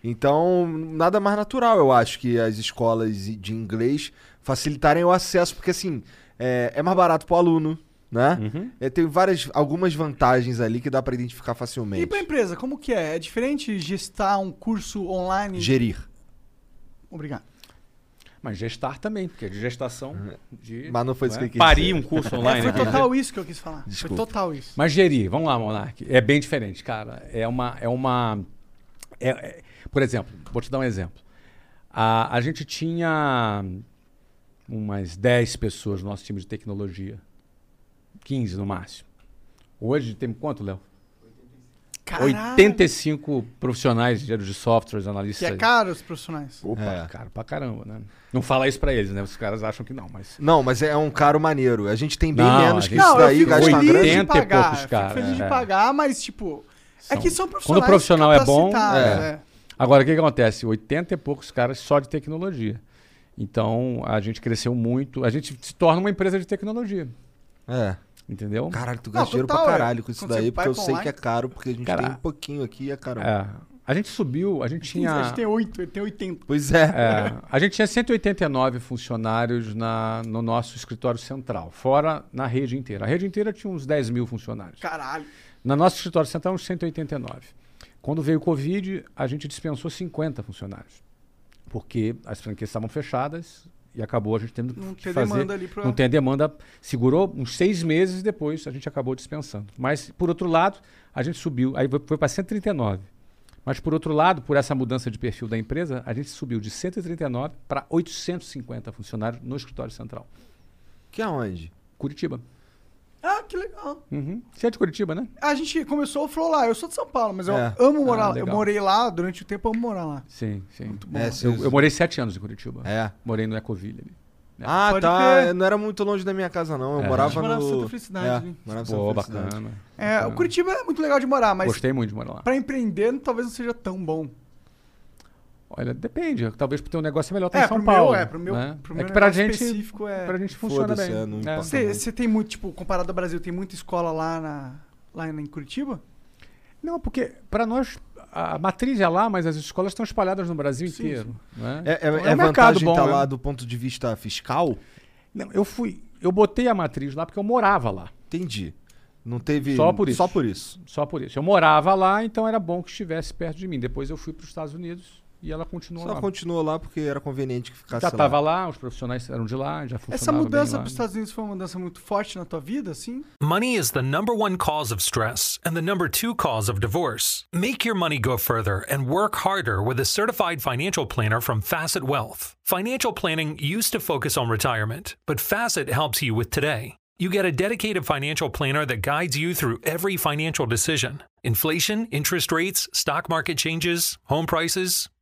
A: Então, nada mais natural, eu acho, que as escolas de inglês facilitarem o acesso, porque assim, é, é mais barato pro aluno, né?
C: Uhum.
A: É, tem várias, algumas vantagens ali que dá pra identificar facilmente.
B: E pra empresa, como que é? É diferente gestar um curso online?
A: Gerir.
B: Obrigado.
C: Mas gestar também, porque é de gestação. De,
A: Uhum. Mas não foi isso
C: né?
A: que eu quis
C: Parir
A: dizer.
C: um curso
B: É,
C: online.
B: foi
C: né?
B: total isso que eu quis falar.
A: Desculpa.
B: Foi total isso.
C: Mas gerir, vamos lá, Monark. É bem diferente, cara. É uma. É uma é- é- por exemplo, vou te dar um exemplo. A, a gente tinha umas 10 pessoas no nosso time de tecnologia. 15 no máximo. Hoje temos quanto, Léo? 85 profissionais de engenheiro de softwares, analistas.
B: Que é caro os profissionais.
C: Opa,
A: É.
C: caro pra caramba, né? Não fala isso pra eles, né? Os caras acham que não, mas.
A: Não, mas é um caro maneiro. A gente tem bem
C: Não,
A: menos
C: a
A: que
C: gente- tá
A: isso
C: Não, eu
A: daí,
C: fico
A: gasta uma
C: feliz.
A: grana.
B: de
C: 80 e
B: pagar.
C: poucos, cara,
B: Fico feliz
C: é.
B: de pagar, mas tipo... É
C: São-
B: que são
C: Quando
B: profissionais
C: o profissional é bom,
B: capacitados,
A: é.
B: né?
C: Agora, o que, que acontece? 80 e poucos caras só de tecnologia. Então, a gente cresceu muito. A gente se torna uma empresa de tecnologia,
A: É.
C: entendeu?
A: Caralho, tu
B: Não,
A: gasta dinheiro pra
B: total, é.
A: caralho com isso
B: Quando você
A: daí,
B: vai
A: porque eu
B: pra
A: sei
B: online-
A: que é caro, porque a gente
C: Cara,
A: tem um pouquinho aqui e é caro.
C: É. A gente subiu, a gente tinha.
B: A gente tem um 8, ele tem 80.
A: Pois é.
C: É, a gente tinha 189 funcionários na, no nosso escritório central, fora na rede inteira. A rede inteira tinha uns 10 mil funcionários.
B: Caralho.
C: Na nosso escritório central, uns 189. Quando veio o Covid, a gente dispensou 50 funcionários, porque as franquias estavam fechadas e acabou a gente tendo
B: Não
C: que
B: tem
C: fazer...
B: demanda ali pra-
C: Não tem demanda. Segurou uns seis meses depois, a gente acabou dispensando. Mas, por outro lado, a gente subiu, aí foi- foi para 139. Mas, por outro lado, por essa mudança de perfil da empresa, a gente subiu de 139 para 850 funcionários no escritório central.
A: Que é onde?
C: Curitiba.
B: Ah, que legal.
C: Uhum. Você é de Curitiba, né?
B: A gente começou o Flow lá. Eu sou de São Paulo, mas eu
A: É.
B: amo morar
C: Ah,
B: lá. Eu
C: legal.
B: morei lá durante o tempo, eu amo morar lá.
C: Sim, sim.
A: É, se-
C: Eu, eu morei sete anos em Curitiba.
A: É.
C: Morei no Ecoville ali.
A: Ah,
B: Pode
A: tá.
B: crer.
A: Eu Não era muito longe da minha casa, não. Eu
C: É.
A: morava
B: A gente morava
A: no...
B: em Santa Felicidade,
A: É,
B: né?
A: morava em Santa
C: Pô,
A: Felicidade.
C: bacana.
B: É, o Curitiba é muito legal de morar, mas
C: Gostei muito de morar lá.
B: pra empreender talvez não seja tão bom.
C: Olha, depende. Talvez pro teu negócio é melhor estar
B: É,
C: em São
B: pro meu,
C: Paulo.
B: é, pro meu-
C: né?
B: pro meu
C: é que pra
B: negócio
C: gente,
B: específico é-
C: pra gente funciona
A: Foda-se,
C: bem.
A: é, não importa.
C: É.
B: Você você tem muito, tipo, comparado ao Brasil, tem muita escola lá, na, lá em Curitiba?
C: Não, porque pra nós a a matriz é lá, mas as escolas estão espalhadas no Brasil inteiro. né?
A: É, é,
B: um
C: Então,
A: é vantagem estar
C: né?
A: lá do ponto de vista fiscal?
C: Não, eu fui, eu botei a matriz lá porque eu morava lá.
A: Entendi. Não teve...
C: Só por isso.
A: Só por isso.
C: Só por isso. Eu morava lá, então era bom que estivesse perto de mim. Depois eu fui para os Estados Unidos e ela continuou
A: Só
B: é.
C: lá.
A: continuou lá porque era conveniente que ficasse
C: já
A: lá.
C: estava lá, os profissionais eram de lá, já funcionava
B: Essa mudança
C: bem lá. né?
B: pros Estados Unidos foi uma mudança muito forte na tua vida, assim?
F: Money is the number one cause of stress and the number two cause of divorce. Make your money go further and work harder with a certified financial planner from Facet Wealth. Financial planning used to focus on retirement, but Facet helps you with today. You get a dedicated financial planner that guides you through every financial decision inflation, interest rates, stock market changes, home prices.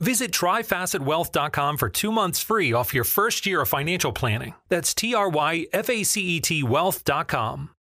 F: Visit tryfacetwealth.com for two months free off your first year of financial planning. That's T R Y F A C E T wealth.com.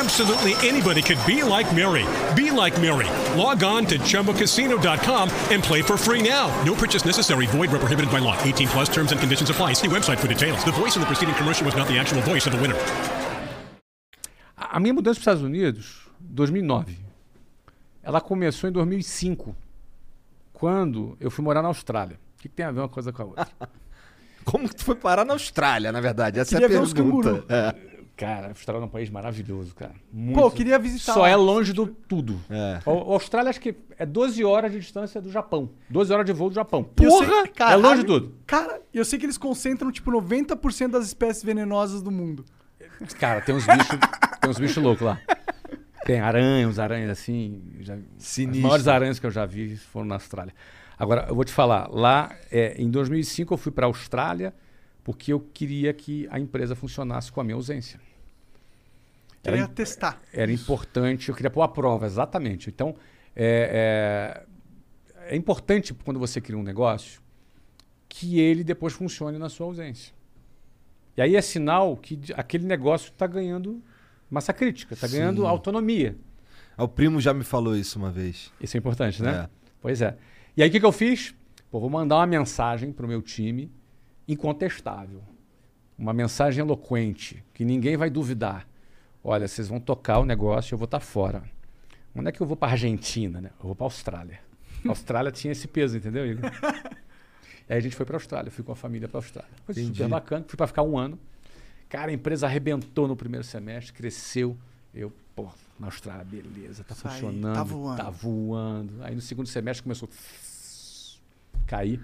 H: Absolutely anybody could be like Mary. Be like Mary. Log on to chumbacasino.com and play for free now. No purchase necessary. Void where prohibited by law. 18 plus terms and conditions apply. See website for details. The voice in the preceding commercial was not the actual voice of the winner.
C: A a minha mudança para os Estados Unidos, 2009. Ela começou em 2005, quando eu fui morar na Austrália. O que que tem a ver uma coisa com a outra?
A: Como que tu foi parar na Austrália, na verdade? Essa é a
B: Queria ver os
A: pergunta.
B: canguru.
A: É.
C: cara, a Austrália é um país maravilhoso, cara.
B: Pô, eu queria visitar
C: Só
B: lá.
C: é longe do tudo.
A: É.
C: A a Austrália acho que é 12 horas de distância do Japão. 12 horas de voo do Japão.
B: E eu sei-
C: é
B: caralho,
C: longe de tudo.
B: Cara, eu sei que eles concentram, tipo, 90% das espécies venenosas do mundo.
C: Cara, tem uns bichos, tem uns bichos loucos lá. Tem aranha, uns aranhas assim. eu Já,
A: Sinistro.
C: As maiores aranhas que eu já vi foram na Austrália. Agora, eu vou te falar. Lá, é, em 2005, eu fui para a Austrália porque eu queria que a empresa funcionasse com a minha ausência.
B: Queria testar.
C: Era importante, eu queria pôr a prova, exatamente. Então, é, é, é importante quando você cria um negócio que ele depois funcione na sua ausência. E aí é sinal que de- aquele negócio está ganhando massa crítica, está ganhando autonomia.
A: Ah, O primo já me falou isso uma vez.
C: Isso é importante,
A: É.
C: né? Pois é. E aí o que, que eu fiz? Pô, vou mandar uma mensagem para o meu time incontestável. Uma mensagem eloquente, que ninguém vai duvidar. Olha, vocês vão tocar o negócio, eu vou estar fora. Onde é que eu vou pra Argentina, né? Eu vou pra Austrália. A Austrália tinha esse peso, entendeu, Igor? Aí a gente foi pra Austrália, fui com a família pra Austrália. Foi super
A: Entendi.
C: bacana, fui pra ficar um ano. Cara, a empresa arrebentou no primeiro semestre, cresceu. Eu, pô, na Austrália, beleza, tá
B: Isso aí,
C: funcionando.
B: tá voando.
C: Tá voando. Aí no segundo semestre começou a cair.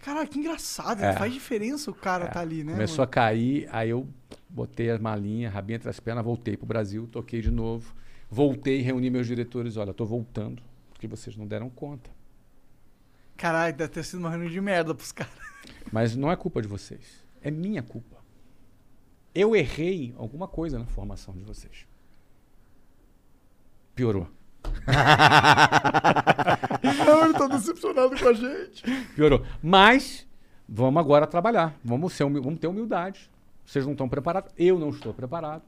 B: Caralho, que engraçado.
C: É.
B: Faz diferença o cara tá ali, né?
C: Começou a cair, aí eu botei a malinha, rabinha entre as pernas, voltei pro Brasil, toquei de novo. Voltei, reuni meus diretores, olha, tô voltando, porque vocês não deram conta.
B: a... Caralho, deve ter sido uma reunião de merda pros caras.
C: Mas não é culpa de vocês. É minha culpa. Eu errei alguma coisa na formação de vocês. Piorou.
G: Não, ele tá decepcionado com a gente.
C: Piorou. Mas vamos agora trabalhar. Vamos, ser humil- vamos ter humildade. Vocês não estão preparados. Eu não estou preparado.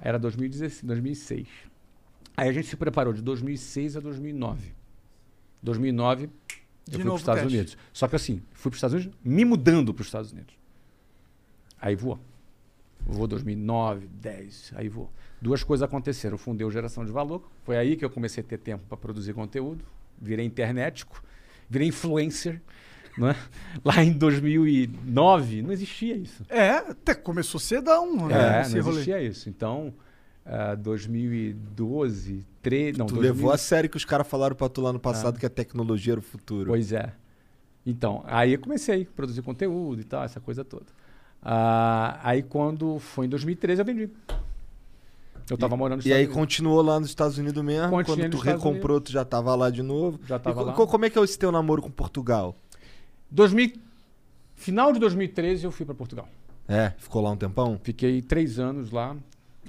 C: Era 2016, 2006. Aí a gente se preparou de 2006 a 2009.
B: De
C: 2009, eu fui para
B: novo
C: os Estados
B: teste.
C: Unidos. Só que assim, fui para os Estados Unidos me mudando para os Estados Unidos. Aí voou. Voou 2009, 10, aí voou. Duas coisas aconteceram. Eu fundei o Geração de Valor. Foi aí que eu comecei a ter tempo para produzir conteúdo. Virei internetico. Virei influencer. Né? Lá em 2009, não existia isso.
B: É, até começou cedão, né?
C: É,
B: esse
C: não
B: rolê.
C: existia isso. Então, ah, 2012, 13... Não,
A: Tu
C: 2000
A: levou a sério que os caras falaram pra tu lá no
B: Ah.
A: passado que a tecnologia era o futuro.
C: Pois é. Então, aí eu comecei a produzir conteúdo e tal, essa coisa toda. Ah, aí quando foi em 2013, eu vendi. Eu tava morando nos
A: E aí
C: Estados Unidos.
A: continuou lá nos Estados Unidos mesmo?
C: Continuei
A: Quando tu
C: nos Estados
A: recomprou, tu já tava lá de novo?
C: Já
A: E
C: tava
A: co-
C: lá.
A: co- Como é que é esse teu namoro com Portugal?
C: 2000 Final de 2013, eu fui para Portugal.
A: É, ficou lá um tempão?
C: Fiquei três anos lá.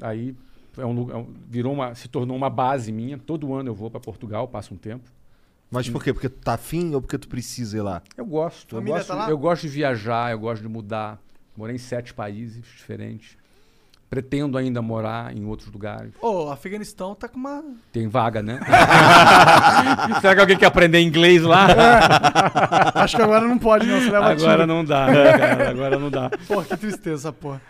C: Aí é um lugar, é um- virou uma, se tornou uma base minha. Todo ano eu vou para Portugal, passo um tempo.
A: Mas por quê? Porque tu tá afim ou porque tu precisa ir lá?
C: Eu gosto. Eu
B: Família
C: gosto,
B: tá lá?
C: eu gosto de viajar, eu gosto de mudar. Morei em sete países diferentes. Pretendo ainda morar em outros lugares.
B: Ô, o Afeganistão tá com uma.
C: Tem vaga, né? Será que alguém quer aprender inglês lá?
B: Acho que agora não pode, não. Você leva
C: Agora
B: tiro.
C: não dá, né, cara? Agora não dá.
B: Porra, que tristeza, porra.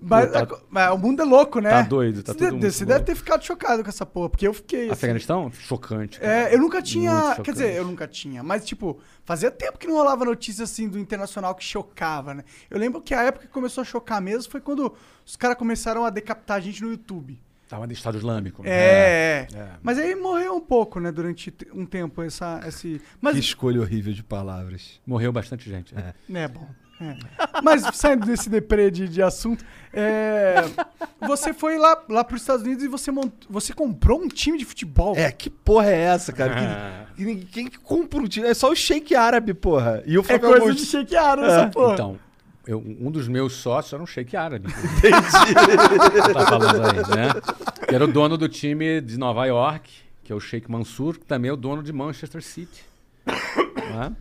B: Mas,
C: Tá-
B: a- mas o mundo é louco, né?
C: tá doido, tá
B: Você,
C: todo
B: deve-
C: mundo
B: você
C: louco.
B: deve ter ficado chocado com essa porra, porque eu fiquei. assim,
C: Afeganistão? Chocante. cara.
B: É, eu nunca
C: Muito
B: tinha. Quer
C: chocante.
B: dizer, eu nunca tinha, mas, tipo, fazia tempo que não rolava notícia assim do internacional que chocava, né? Eu lembro que a época que começou a chocar mesmo foi quando os caras começaram a decapitar a gente no YouTube.
C: Tava de Estado Islâmico. né?
B: É, é. Mas aí morreu um pouco, né, durante te- um tempo essa, esse.
A: Que
B: Mas.
A: escolha horrível de palavras.
C: Morreu bastante gente. né?
B: É bom. é. Mas saindo desse deprê de, de assunto, é, você foi lá, lá para os Estados Unidos e você, mont, você comprou um time de futebol.
A: É, que porra é essa, cara? Que- que- Quem que compra um time? É só o shake árabe, porra. E o
B: É
A: Flamengo
B: coisa
A: Augusto. É.
B: de shake Arab, essa porra.
C: Então, eu- um dos meus sócios era um sheik árabe. Entendi. tá falando aí, né? Que era o dono do time de Nova York, que é o Sheikh Mansour, que também é o dono de Manchester City. né?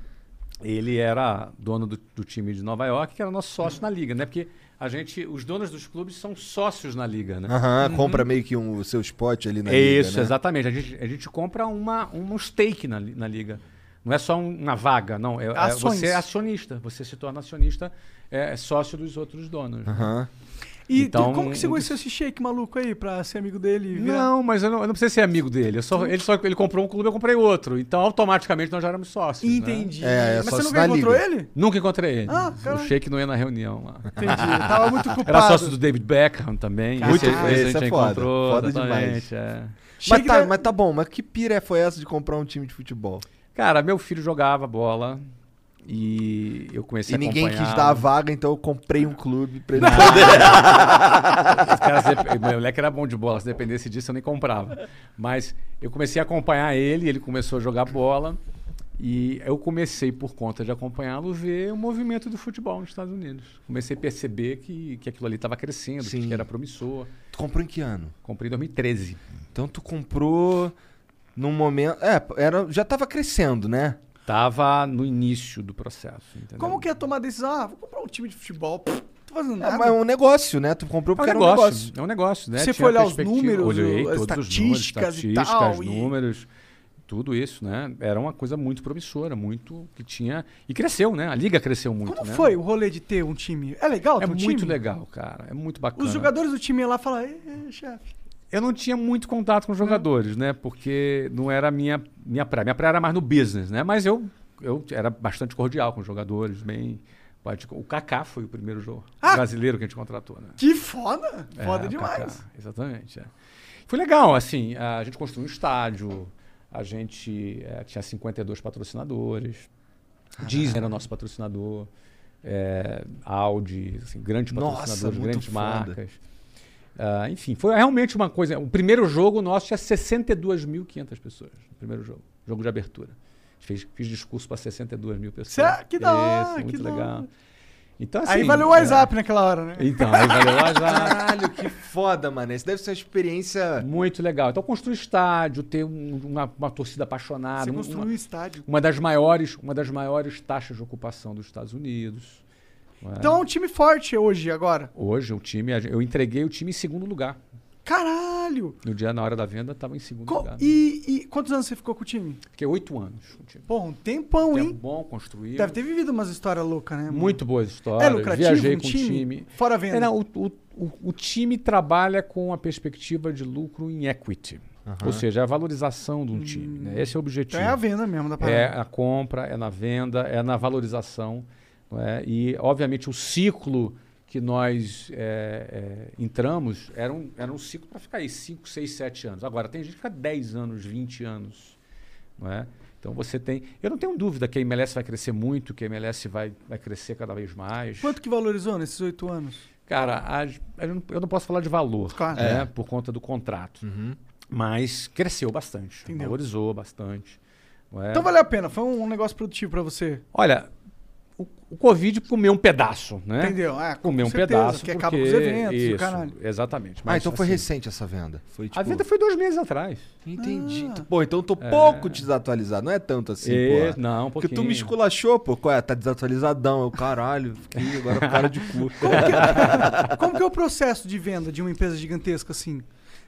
C: Ele era dono do, do time de Nova York, que era nosso sócio na liga, né? Porque a gente, os donos dos clubes são sócios na liga, né?
A: Aham, compra meio que um, o seu spot ali na
C: É
A: liga,
C: Isso,
A: né?
C: exatamente. A gente, a gente compra uma, um um stake na, li- na liga. Não é só um- uma vaga, não. É, é-
B: Ações.
C: você é acionista. Você se torna acionista, é, é sócio dos outros donos. né?
A: Aham.
B: E
C: Então,
B: como que você
C: um
B: conheceu esse shake maluco aí pra ser amigo dele? e virar-
C: Não, mas eu não, eu não preciso ser amigo dele. Eu só, ele, só, ele comprou um clube, eu comprei outro. Então, automaticamente, nós já éramos sócios. né?
B: Entendi.
A: É, é
B: Mas
A: sócio
B: você
A: da
B: nunca encontrou
A: liga.
B: ele?
C: Nunca encontrei ele.
B: Ah,
C: o
B: caralho.
C: Sheik não ia na reunião lá.
B: Entendi. Eu tava muito ocupado.
C: Era sócio do David Beckham também.
A: Muito-
C: É esse- esse
A: esse
C: a gente
A: é foda.
C: encontrou.
A: Foda
C: exatamente, é.
A: Mas,
B: Shake
A: tá,
B: da-
A: mas tá bom, mas que pira foi essa de comprar um time de futebol?
C: Cara, meu filho jogava bola e eu comecei
A: e
C: a
A: ninguém quis
C: acompanhá-lo.
A: dar a vaga, então eu comprei um clube pra ele.
C: Os caras dep- meu moleque era bom de bola, se dependesse disso eu nem comprava. Mas eu comecei a acompanhar ele, ele começou a jogar bola. E eu comecei, por conta de acompanhá-lo, ver o movimento do futebol nos Estados Unidos. Comecei a perceber que, que aquilo ali estava crescendo,
A: Sim.
C: que era promissor.
A: Tu comprou em que ano?
C: Comprei em 2013.
A: Então tu comprou num momento. É, era, já tava crescendo, né?
C: Tava no início do processo, entendeu?
B: Como que ia tomar a decisão? Ah, vou comprar um time de futebol. Pff, não tô fazendo
A: É,
B: nada.
A: mas é um negócio, né? Tu
C: É
A: comprou
C: um
A: porque era um negócio.
C: negócio, é um negócio, né?
B: Você
C: Tinha
B: foi olhar os
C: perspectiva.
B: números,
C: Olhei
B: o- as
C: todos
B: estatísticas
C: os números,
B: e
C: estatísticas,
B: tal, e-
C: números, tudo isso, né? Era uma coisa muito promissora, muito que tinha e cresceu, né? A liga cresceu muito,
B: Como
C: né?
B: foi o rolê de ter um time? É legal ter
C: É
B: um
C: muito
B: time?
C: legal, cara. É muito bacana.
B: Os jogadores do time iam lá falam, "Ê, ê, chefe.
C: Eu não tinha muito contato com os jogadores, né? Porque não era a minha, minha praia. Minha praia era mais no business, né? Mas eu, eu era bastante cordial com os jogadores, bem... pode- O Kaká foi o primeiro jogo
B: Ah!
C: brasileiro que a gente contratou, né?
B: Que foda!
C: É,
B: Foda
C: o
B: demais.
C: Kaká, Exatamente. é. Foi legal, assim, a gente construiu um estádio, a gente eh, tinha 52 patrocinadores, Disney era nosso patrocinador, eh, Audi, assim, grandes
A: Nossa,
C: patrocinadores,
A: muito
C: grandes
A: foda.
C: marcas. Ah, enfim, foi realmente uma coisa. O primeiro jogo nosso tinha 62.500 pessoas. O primeiro jogo, jogo de abertura. Fiz, fiz discurso para 62 mil pessoas.
B: Cê- que da hora,
C: Isso, muito
B: que da
C: legal.
B: hora.
C: Então,
B: aí
C: assim,
B: valeu o
C: é.
B: WhatsApp naquela hora, né?
C: Então, aí valeu o WhatsApp.
A: Caralho, que foda, mano. Isso deve ser uma experiência.
C: Muito legal. Então construir estádio, ter um- uma, uma torcida apaixonada,
B: Você
C: um-
B: construiu um
C: uma,
B: estádio.
C: uma das maiores, uma das maiores taxas de ocupação dos Estados Unidos. né?
B: Então é um time forte hoje, agora.
C: hoje o time, a gen- eu entreguei o time em segundo lugar.
B: Caralho!
C: No dia na hora da venda estava em segundo
B: Co-
C: lugar.
B: e, e quantos anos você ficou com o time?
C: Fiquei oito anos com o time.
B: Porra, um tempão,
C: Tempo
B: hein?
C: bom, construímos.
B: Deve ter vivido umas histórias loucas, né? mano?
C: Muito boas histórias.
B: É lucrativo
C: Viajei
B: um
C: com
B: time?
C: o time.
B: Fora a venda.
C: É, não, o, o, o- o time trabalha com a perspectiva de lucro em equity. Ou seja, a valorização de um time. né? Esse é o objetivo.
B: Então é a venda mesmo da
C: É
B: parada.
C: na compra, é na venda, é na valorização. não é? E, obviamente, o ciclo que nós é, é, entramos era um, era um ciclo para ficar aí 5, 6, 7 anos. Agora, tem gente que fica 10 anos, 20 anos. Não é? Então você tem. Eu não tenho dúvida que a MLS vai crescer muito, que a MLS vai, vai crescer cada vez mais.
B: Quanto que valorizou nesses oito
C: É.
B: anos?
C: Cara, as- eu não- eu não posso falar de valor,
B: Claro.
C: né, por conta do contrato. Mas cresceu bastante,
B: Entendeu.
C: valorizou bastante. não é?
B: Então valeu a pena, foi um um negócio produtivo pra você.
C: Olha, o, o Covid comeu um pedaço, né?
B: Entendeu? É, com
C: Comeu um
B: certeza,
C: pedaço.
B: que
C: porque...
B: acaba com os eventos, o
C: Isso,
B: caralho.
C: Exatamente.
A: Ah, então foi
C: assim,
A: recente essa venda. Foi tipo.
C: A venda foi dois meses atrás.
A: Entendi. Pô, então eu tô pouco desatualizado. Não é tanto assim,
C: É,
A: pô.
C: não, um
A: Porque tu
C: pouquinho.
A: me esculachou, pô. Qual é? Tá desatualizadão. Eu, caralho, fiquei agora com cara de cu.
B: Como que é o processo de venda de uma empresa gigantesca assim?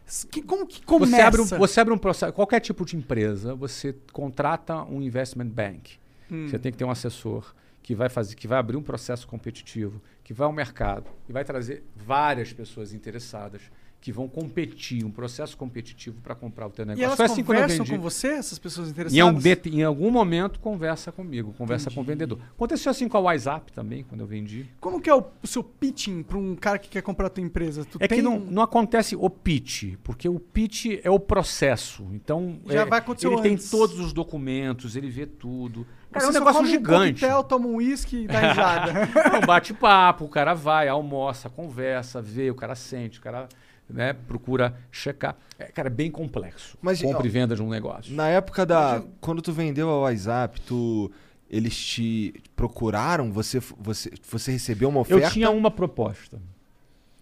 B: S- que- como que começa?
C: Você abre, um, você abre um processo, qualquer tipo de empresa, você contrata um investment bank.
B: Hum.
C: Você tem que ter um assessor que vai fazer, que vai abrir um processo competitivo, que vai ao mercado e vai trazer várias pessoas interessadas que vão competir, um processo competitivo para comprar o teu negócio.
B: E elas
C: Foi assim quando eu
B: conversam
C: vendi.
B: com você, essas pessoas interessadas?
C: Em, algum det- em algum momento conversa comigo, conversa com o vendedor. Aconteceu assim com a WhatsApp também, quando eu vendi.
B: Como que é o, o seu pitching pra um cara que quer comprar a tua empresa? Tu
C: É
B: tem
C: que não,
B: um-
C: não acontece o pitch, porque o pitch é o processo. Então,
B: Já
C: é,
B: vai acontecer
C: ele tem
B: antes.
C: todos os documentos, ele vê tudo. Cara, é um
B: Você só
C: negócio
B: toma
C: gigante.
B: Um coquetel, toma um uísque e dá risada.
C: É um bate-papo, o cara vai, almoça, conversa, vê, o cara sente, o cara né, procura checar. É, cara, é bem complexo.
A: Mas,
C: compra
A: ó,
C: e venda de um negócio.
A: Na época da. Quando tu vendeu a WhatsApp, tu. Eles te procuraram? Você, você, você recebeu uma oferta?
C: Eu tinha uma proposta.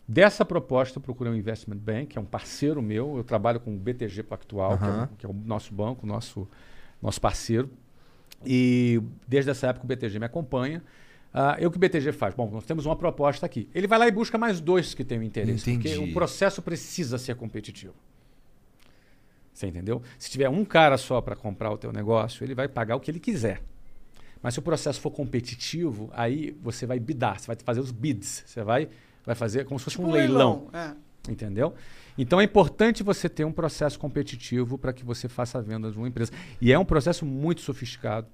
C: Dessa proposta, eu procurei um investment bank, que é um parceiro meu. Eu trabalho com o BTG Pactual, que é o-
A: Aham.
C: que, é, o nosso banco, nosso, nosso parceiro. E desde essa época o BTG me acompanha. Ah, e o que o BTG faz? Bom, nós temos uma proposta aqui. Ele vai lá e busca mais dois que tenham interesse. Porque
A: Entendi.
C: o processo precisa ser competitivo. Você entendeu? Se tiver um cara só para comprar o teu negócio, ele vai pagar o que ele quiser. Mas se o processo for competitivo, aí você vai bidar, você vai fazer os bids, você vai, vai fazer como se fosse um leilão, entendeu? Então é importante você ter um processo competitivo para que você faça a venda de uma empresa. E é um processo muito sofisticado.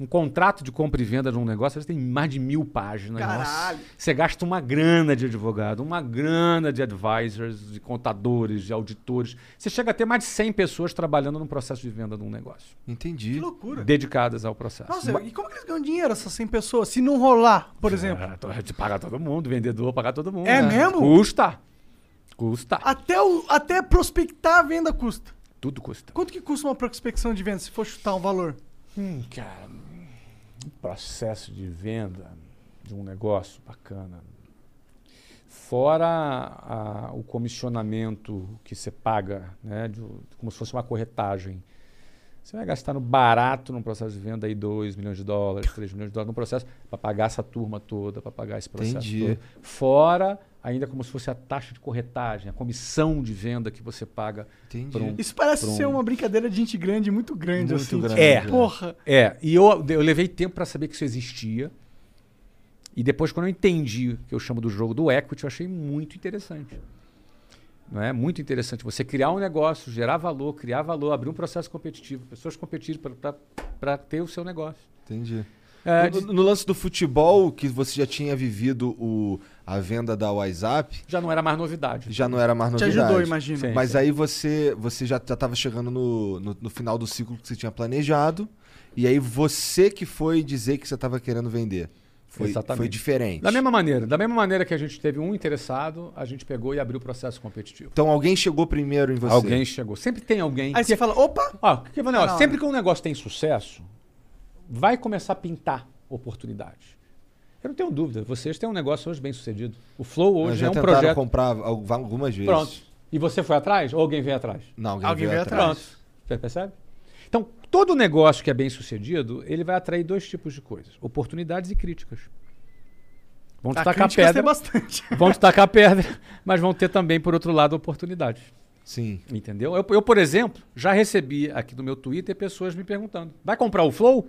C: Um contrato de compra e venda de um negócio, às vezes tem mais de mil páginas. nossa.
B: Caralho.
C: Você gasta uma grana de advogado, uma grana de advisors, de contadores, de auditores. Você chega a ter mais de 100 pessoas trabalhando no processo de venda de um negócio,
A: Entendi.
B: Que loucura.
C: dedicadas ao processo.
B: É. Nossa,
C: Ma-
B: e como que eles ganham dinheiro, essas 100 pessoas, se não rolar, por exemplo?
C: É, to- de pagar todo mundo, vendedor, pagar todo mundo. né?
B: É mesmo?
C: Custa. Custa.
B: Até, o, até prospectar a venda custa.
C: Tudo custa.
B: Quanto que custa uma prospecção de venda, se for chutar um valor?
C: Hum, cara, um processo de venda de um negócio bacana. Fora a- o comissionamento que você paga, né, de o- como se fosse uma corretagem. Você vai gastar no barato num processo de venda aí 2 milhões de dólares, 3 milhões de dólares no processo, para pagar essa turma toda, para pagar esse processo
A: Entendi.
C: todo. Fora ainda como se fosse a taxa de corretagem, a comissão de venda que você paga
A: Entendi.
C: pra um-
B: Isso parece
C: Pra um-
B: ser uma brincadeira de gente grande, muito grande,
A: Muito
B: assim.
A: grande,
B: tipo,
C: É. né?
B: Porra.
C: É, e eu, eu levei tempo pra saber que isso existia. E depois, quando eu entendi o que eu chamo do jogo do equity, eu achei muito interessante. Não é muito interessante você criar um negócio, gerar valor, criar valor, abrir um processo competitivo, pessoas competirem para ter o seu negócio.
A: Entendi.
C: É,
A: no, no lance do futebol, que você já tinha vivido o, a venda da WhatsApp,
C: Já não era mais novidade.
A: já não era mais
B: Te
A: novidade.
B: ajudou, imagino.
C: Sim.
A: Mas aí você, você já estava chegando no, no, no final do ciclo que você tinha planejado, e aí você que foi dizer que você estava querendo vender. Foi,
C: Exatamente.
A: foi diferente.
C: Da mesma maneira, da mesma maneira que a gente teve um interessado, a gente pegou e abriu o processo competitivo.
A: Então alguém chegou primeiro em você.
C: Alguém chegou. Sempre tem alguém. é
B: Aí você fala, opa,
C: Ó, que que é o negócio?
B: Tá na
C: sempre que um negócio tem sucesso, vai começar a pintar oportunidades. Eu não tenho dúvida, vocês têm um negócio hoje bem sucedido. O Flow
A: Mas
C: hoje
A: Então, já
C: é um
A: tentaram
C: projeto.
A: comprar al- algumas vezes.
C: Pronto. E você foi atrás ou alguém veio atrás?
A: Não, alguém,
B: Alguém
A: veio,
B: veio
A: atrás.
C: Pronto. Você percebe? Então, todo negócio que é bem sucedido, ele vai atrair dois tipos de coisas: oportunidades e críticas. Vão te
B: a
C: tacar
B: crítica Ah, tem
C: pedra.
B: bastante.
C: Vão te tacar pedra, mas vão ter também, por outro lado, oportunidades.
A: Sim.
C: Entendeu? Eu, eu, por exemplo, já recebi aqui no meu Twitter pessoas me perguntando: vai comprar o Flow?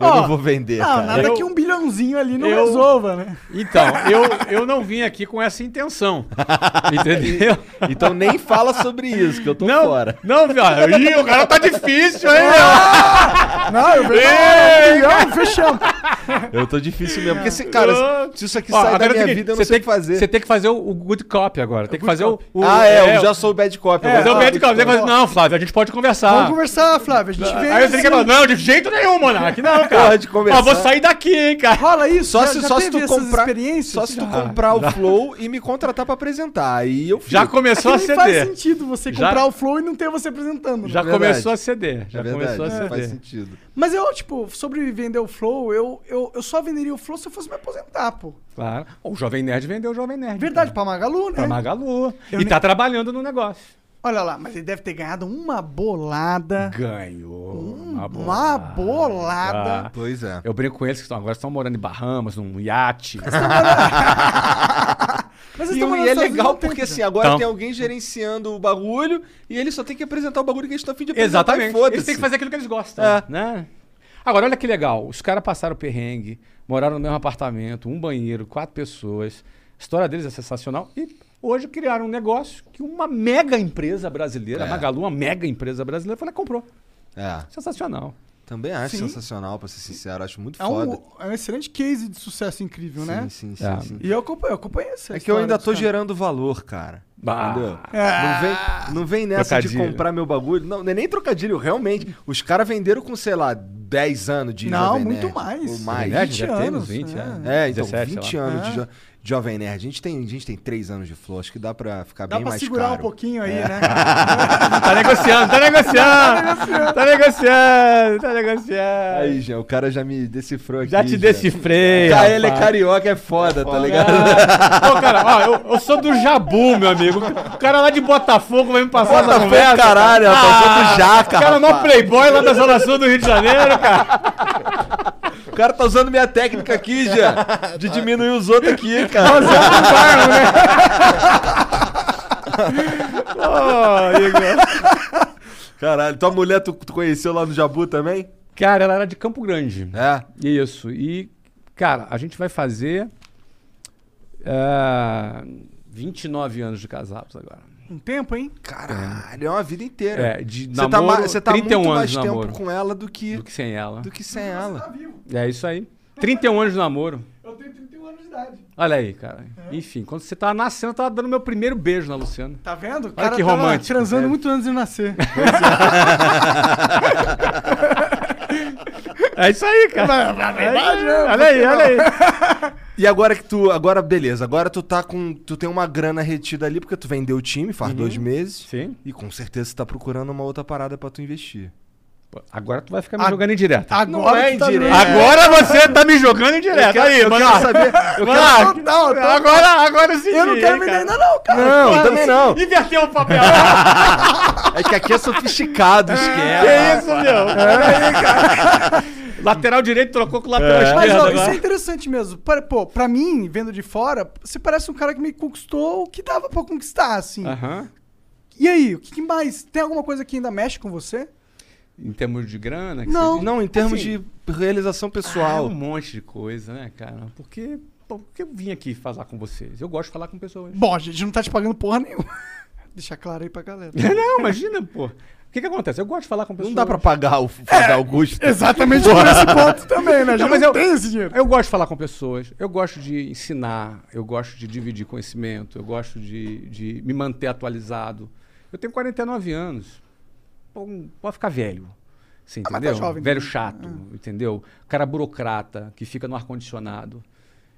A: Eu
B: Ó,
A: não vou vender,
B: Não,
A: cara.
B: nada
C: Eu-
B: que um bilhãozinho ali não
C: eu-
B: resolva, né?
C: Então, eu, eu não vim aqui com essa intenção. Entendeu?
A: Então nem fala sobre isso, que eu tô
C: Não,
A: fora.
C: não, velho. Ih, o cara tá difícil, hein?
B: Não, eu vejo.
C: Ei,
B: Não, fechamos.
A: Eu tô difícil mesmo. Porque, se, cara, se se isso aqui
C: Ó,
A: sair da
C: agora
A: minha
C: tem que-
A: vida, eu
C: você
A: não sei é
C: tem
A: o que fazer.
C: Você tem que fazer o, o good cop agora. Tem que fazer o, o-
A: ah, é, eu
C: o-
A: já sou o bad cop. assim,
C: É,
A: agora.
C: o bad cop. Você fala, não, Flávio, a gente pode conversar.
B: Vamos conversar, Flávio. A
A: Ah,
B: gente vê.
C: Aí você
B: assim.
C: tem que falar, não, de jeito nenhum, Monark. Não, cara.
A: Porra de conversar.
C: Ó, vou sair daqui, hein, cara.
B: Rola isso,
A: Só
B: já-
A: se,
B: já
A: só se
B: teve assim,
A: tu
B: essas
A: comprar,
B: experiências? Ah.
A: só se tu comprar o Flow e me contratar pra apresentar. Aí eu fico.
C: Já começou a
B: É Nem faz
C: É ceder.
B: sentido você
C: Já-
B: comprar o Flow e não ter você apresentando. né?
C: Já
A: É verdade.
C: começou a ceder. Já
A: é verdade,
C: começou a
A: não faz
C: ceder.
A: sentido.
B: Mas eu, tipo, sobre vender o Flow, eu, eu, eu só venderia o Flow se eu fosse me aposentar, pô.
C: Claro. O Jovem Nerd vendeu o Jovem Nerd.
B: Verdade, pra
C: cara.
B: Magalu, né?
C: Pra Magalu.
B: Eu
C: e
B: nem-
C: tá trabalhando no negócio.
B: Olha lá, mas ele deve ter ganhado uma bolada.
C: Ganhou.
B: Hum,
C: Uma Ah,
B: Uma bolada.
A: Pois é.
C: Eu brinco com eles que estão, agora estão morando em Bahamas, num iate.
B: Mas tão morando nos Estados Unidos
A: E, o- e é
B: há um
A: legal
B: tempo
A: porque
B: já.
A: assim, agora
C: Então.
A: tem alguém gerenciando o bagulho e ele só tem que apresentar o bagulho que a gente tá a fim de apresentar. e
C: Exatamente.
A: foda-se.
C: Eles têm que fazer aquilo que eles gostam.
A: É.
C: Né? Agora, olha que legal. Os caras passaram perrengue, moraram no mesmo apartamento, um banheiro, quatro pessoas. A história deles é sensacional. E hoje criaram um negócio que uma mega empresa brasileira,
A: É.
C: a Magalu, uma mega empresa brasileira, foi lá e comprou.
A: É,
C: Sensacional.
A: também acho
B: Sim.
A: sensacional, pra ser sincero. Acho muito
B: É
A: foda.
B: um, é um excelente case de sucesso incrível, né?
A: Sim, sim,
C: É.
A: sim. sim.
B: E eu acompanho, eu acompanho essa
A: É que eu
B: história
A: ainda
B: dos
A: tô
B: caras.
A: gerando valor, cara.
C: Bah.
A: Entendeu?
B: É.
A: Não, vem, não vem nessa
C: Trocadilho.
A: de comprar meu bagulho. Não, não é nem trocadilho, realmente. Os caras venderam com, sei lá, 10 anos de
B: Não,
A: Jovem
B: muito
A: Nerd,
B: mais.
A: Ou mais.
B: Jovem
C: 20
B: 20
C: já temos
B: anos,
C: 20
B: é.
C: anos.
A: É, então,
C: 17, sei
A: 20
C: lá.
A: anos
B: É.
A: de jo Jovem Nerd. A gente, tem, a gente tem 3 anos de flow. Acho que dá pra ficar
B: Dá
A: bem
B: pra
A: mais
B: segurar
A: caro.
B: um pouquinho aí,
C: É.
B: né?
C: Tá negociando, tá negociando. tá negociando, tá negociando.
A: Aí, já, o cara já me decifrou aqui.
C: Já te
A: já.
C: decifrei.
A: Já ele é
C: rapaz.
A: carioca, é foda, tá ligado?
C: Ah, Ô, cara, ó, eu, eu sou do Jabu, meu amigo. O cara lá de Botafogo vai me passar essa
A: Botafogo,
C: conversa.
A: caralho, rapaz, eu sou do Jaca,
C: O cara é o maior
A: rapaz.
C: playboy lá da Zona Sul do Rio de Janeiro, cara.
A: O cara tá usando minha técnica aqui, já. De diminuir os outros aqui, cara.
C: Ô, Igor.
A: Caralho, tua mulher tu, tu conheceu lá no Jabu também?
C: Cara, ela era de Campo Grande. né?
A: É.
C: Isso. E, cara, a gente vai fazer ah, 29 anos de casados agora.
B: um tempo, hein?
A: Caralho, é uma vida inteira.
C: É, de
A: Você tá,
C: namoro,
A: ma- você tá
C: 31
A: muito
C: anos
A: mais
C: de
A: tempo
C: namoro.
A: com ela do que,
C: Do que sem ela.
A: do que sem ela.
C: É isso aí. 31 anos de namoro.
B: Eu tenho 31 anos de idade.
C: Olha aí, cara. Enfim, quando você tava nascendo, eu tava dando meu primeiro beijo na Luciana.
B: Tá vendo? O
C: que
B: tava
C: romântico, né?
B: transando
C: velho.
B: muito antes de eu nascer.
C: É isso aí, cara.
B: É,
C: olha aí, olha aí.
A: E agora que tu. Agora, beleza. Agora tu tá com. Tu tem uma grana retida ali, porque tu vendeu o time faz dois meses.
C: Uhum. Sim.
A: E com certeza você tá procurando uma outra parada pra tu investir.
C: Pô, Agora tu vai ficar me jogando em direto.
B: Agora
A: é
B: que tá
A: indireto.
B: no-
C: Agora você tá me jogando em direto. Aí,
A: eu
C: mano.
A: quero saber. Eu quero...
B: Total, total.
C: Agora, agora sim.
B: Eu não quero vender ainda não, né, cara.
A: Não, também não.
C: Inverteu o papel.
A: É que aqui é sofisticado,
B: É,
C: que
A: esquece.
C: isso, meu? Olha aí, cara. Lateral direito trocou com o lateral
B: Mas
C: esquerdo
B: ó, isso é
C: agora.
B: interessante mesmo. Pra- Pô, pra mim, vendo de fora, você parece um cara que me conquistou o que dava pra conquistar, assim.
C: Aham.
B: E aí, o que que mais? Tem alguma coisa que ainda mexe com você?
C: Em termos de grana? que
B: Não.
C: você diz?
A: Não, em termos
C: Assim,
A: de realização
C: Ah, é
A: pessoal.
C: um monte de coisa, né, cara? Porque Pô, por que eu vim aqui falar com vocês? Eu gosto de falar com pessoas.
B: Bom, a gente não tá te pagando porra nenhuma. Deixa claro aí pra galera.
C: Não, imagina, pô. O que, que acontece? Eu gosto de falar com pessoas.
A: Não dá pra pagar o Fábio Augusto.
B: Exatamente por esse ponto também, né? A gente
C: Não,
B: Não,
C: mas eu-
B: tem esse dinheiro.
C: Eu gosto de falar com pessoas, eu gosto de ensinar, eu gosto de dividir conhecimento, eu gosto de, de me manter atualizado. Eu tenho 49 anos. Pô, pode ficar velho. Você
B: mas tá
C: entendeu?
B: jovem,
C: velho
B: né?
C: chato, entendeu? Cara burocrata que fica no ar-condicionado.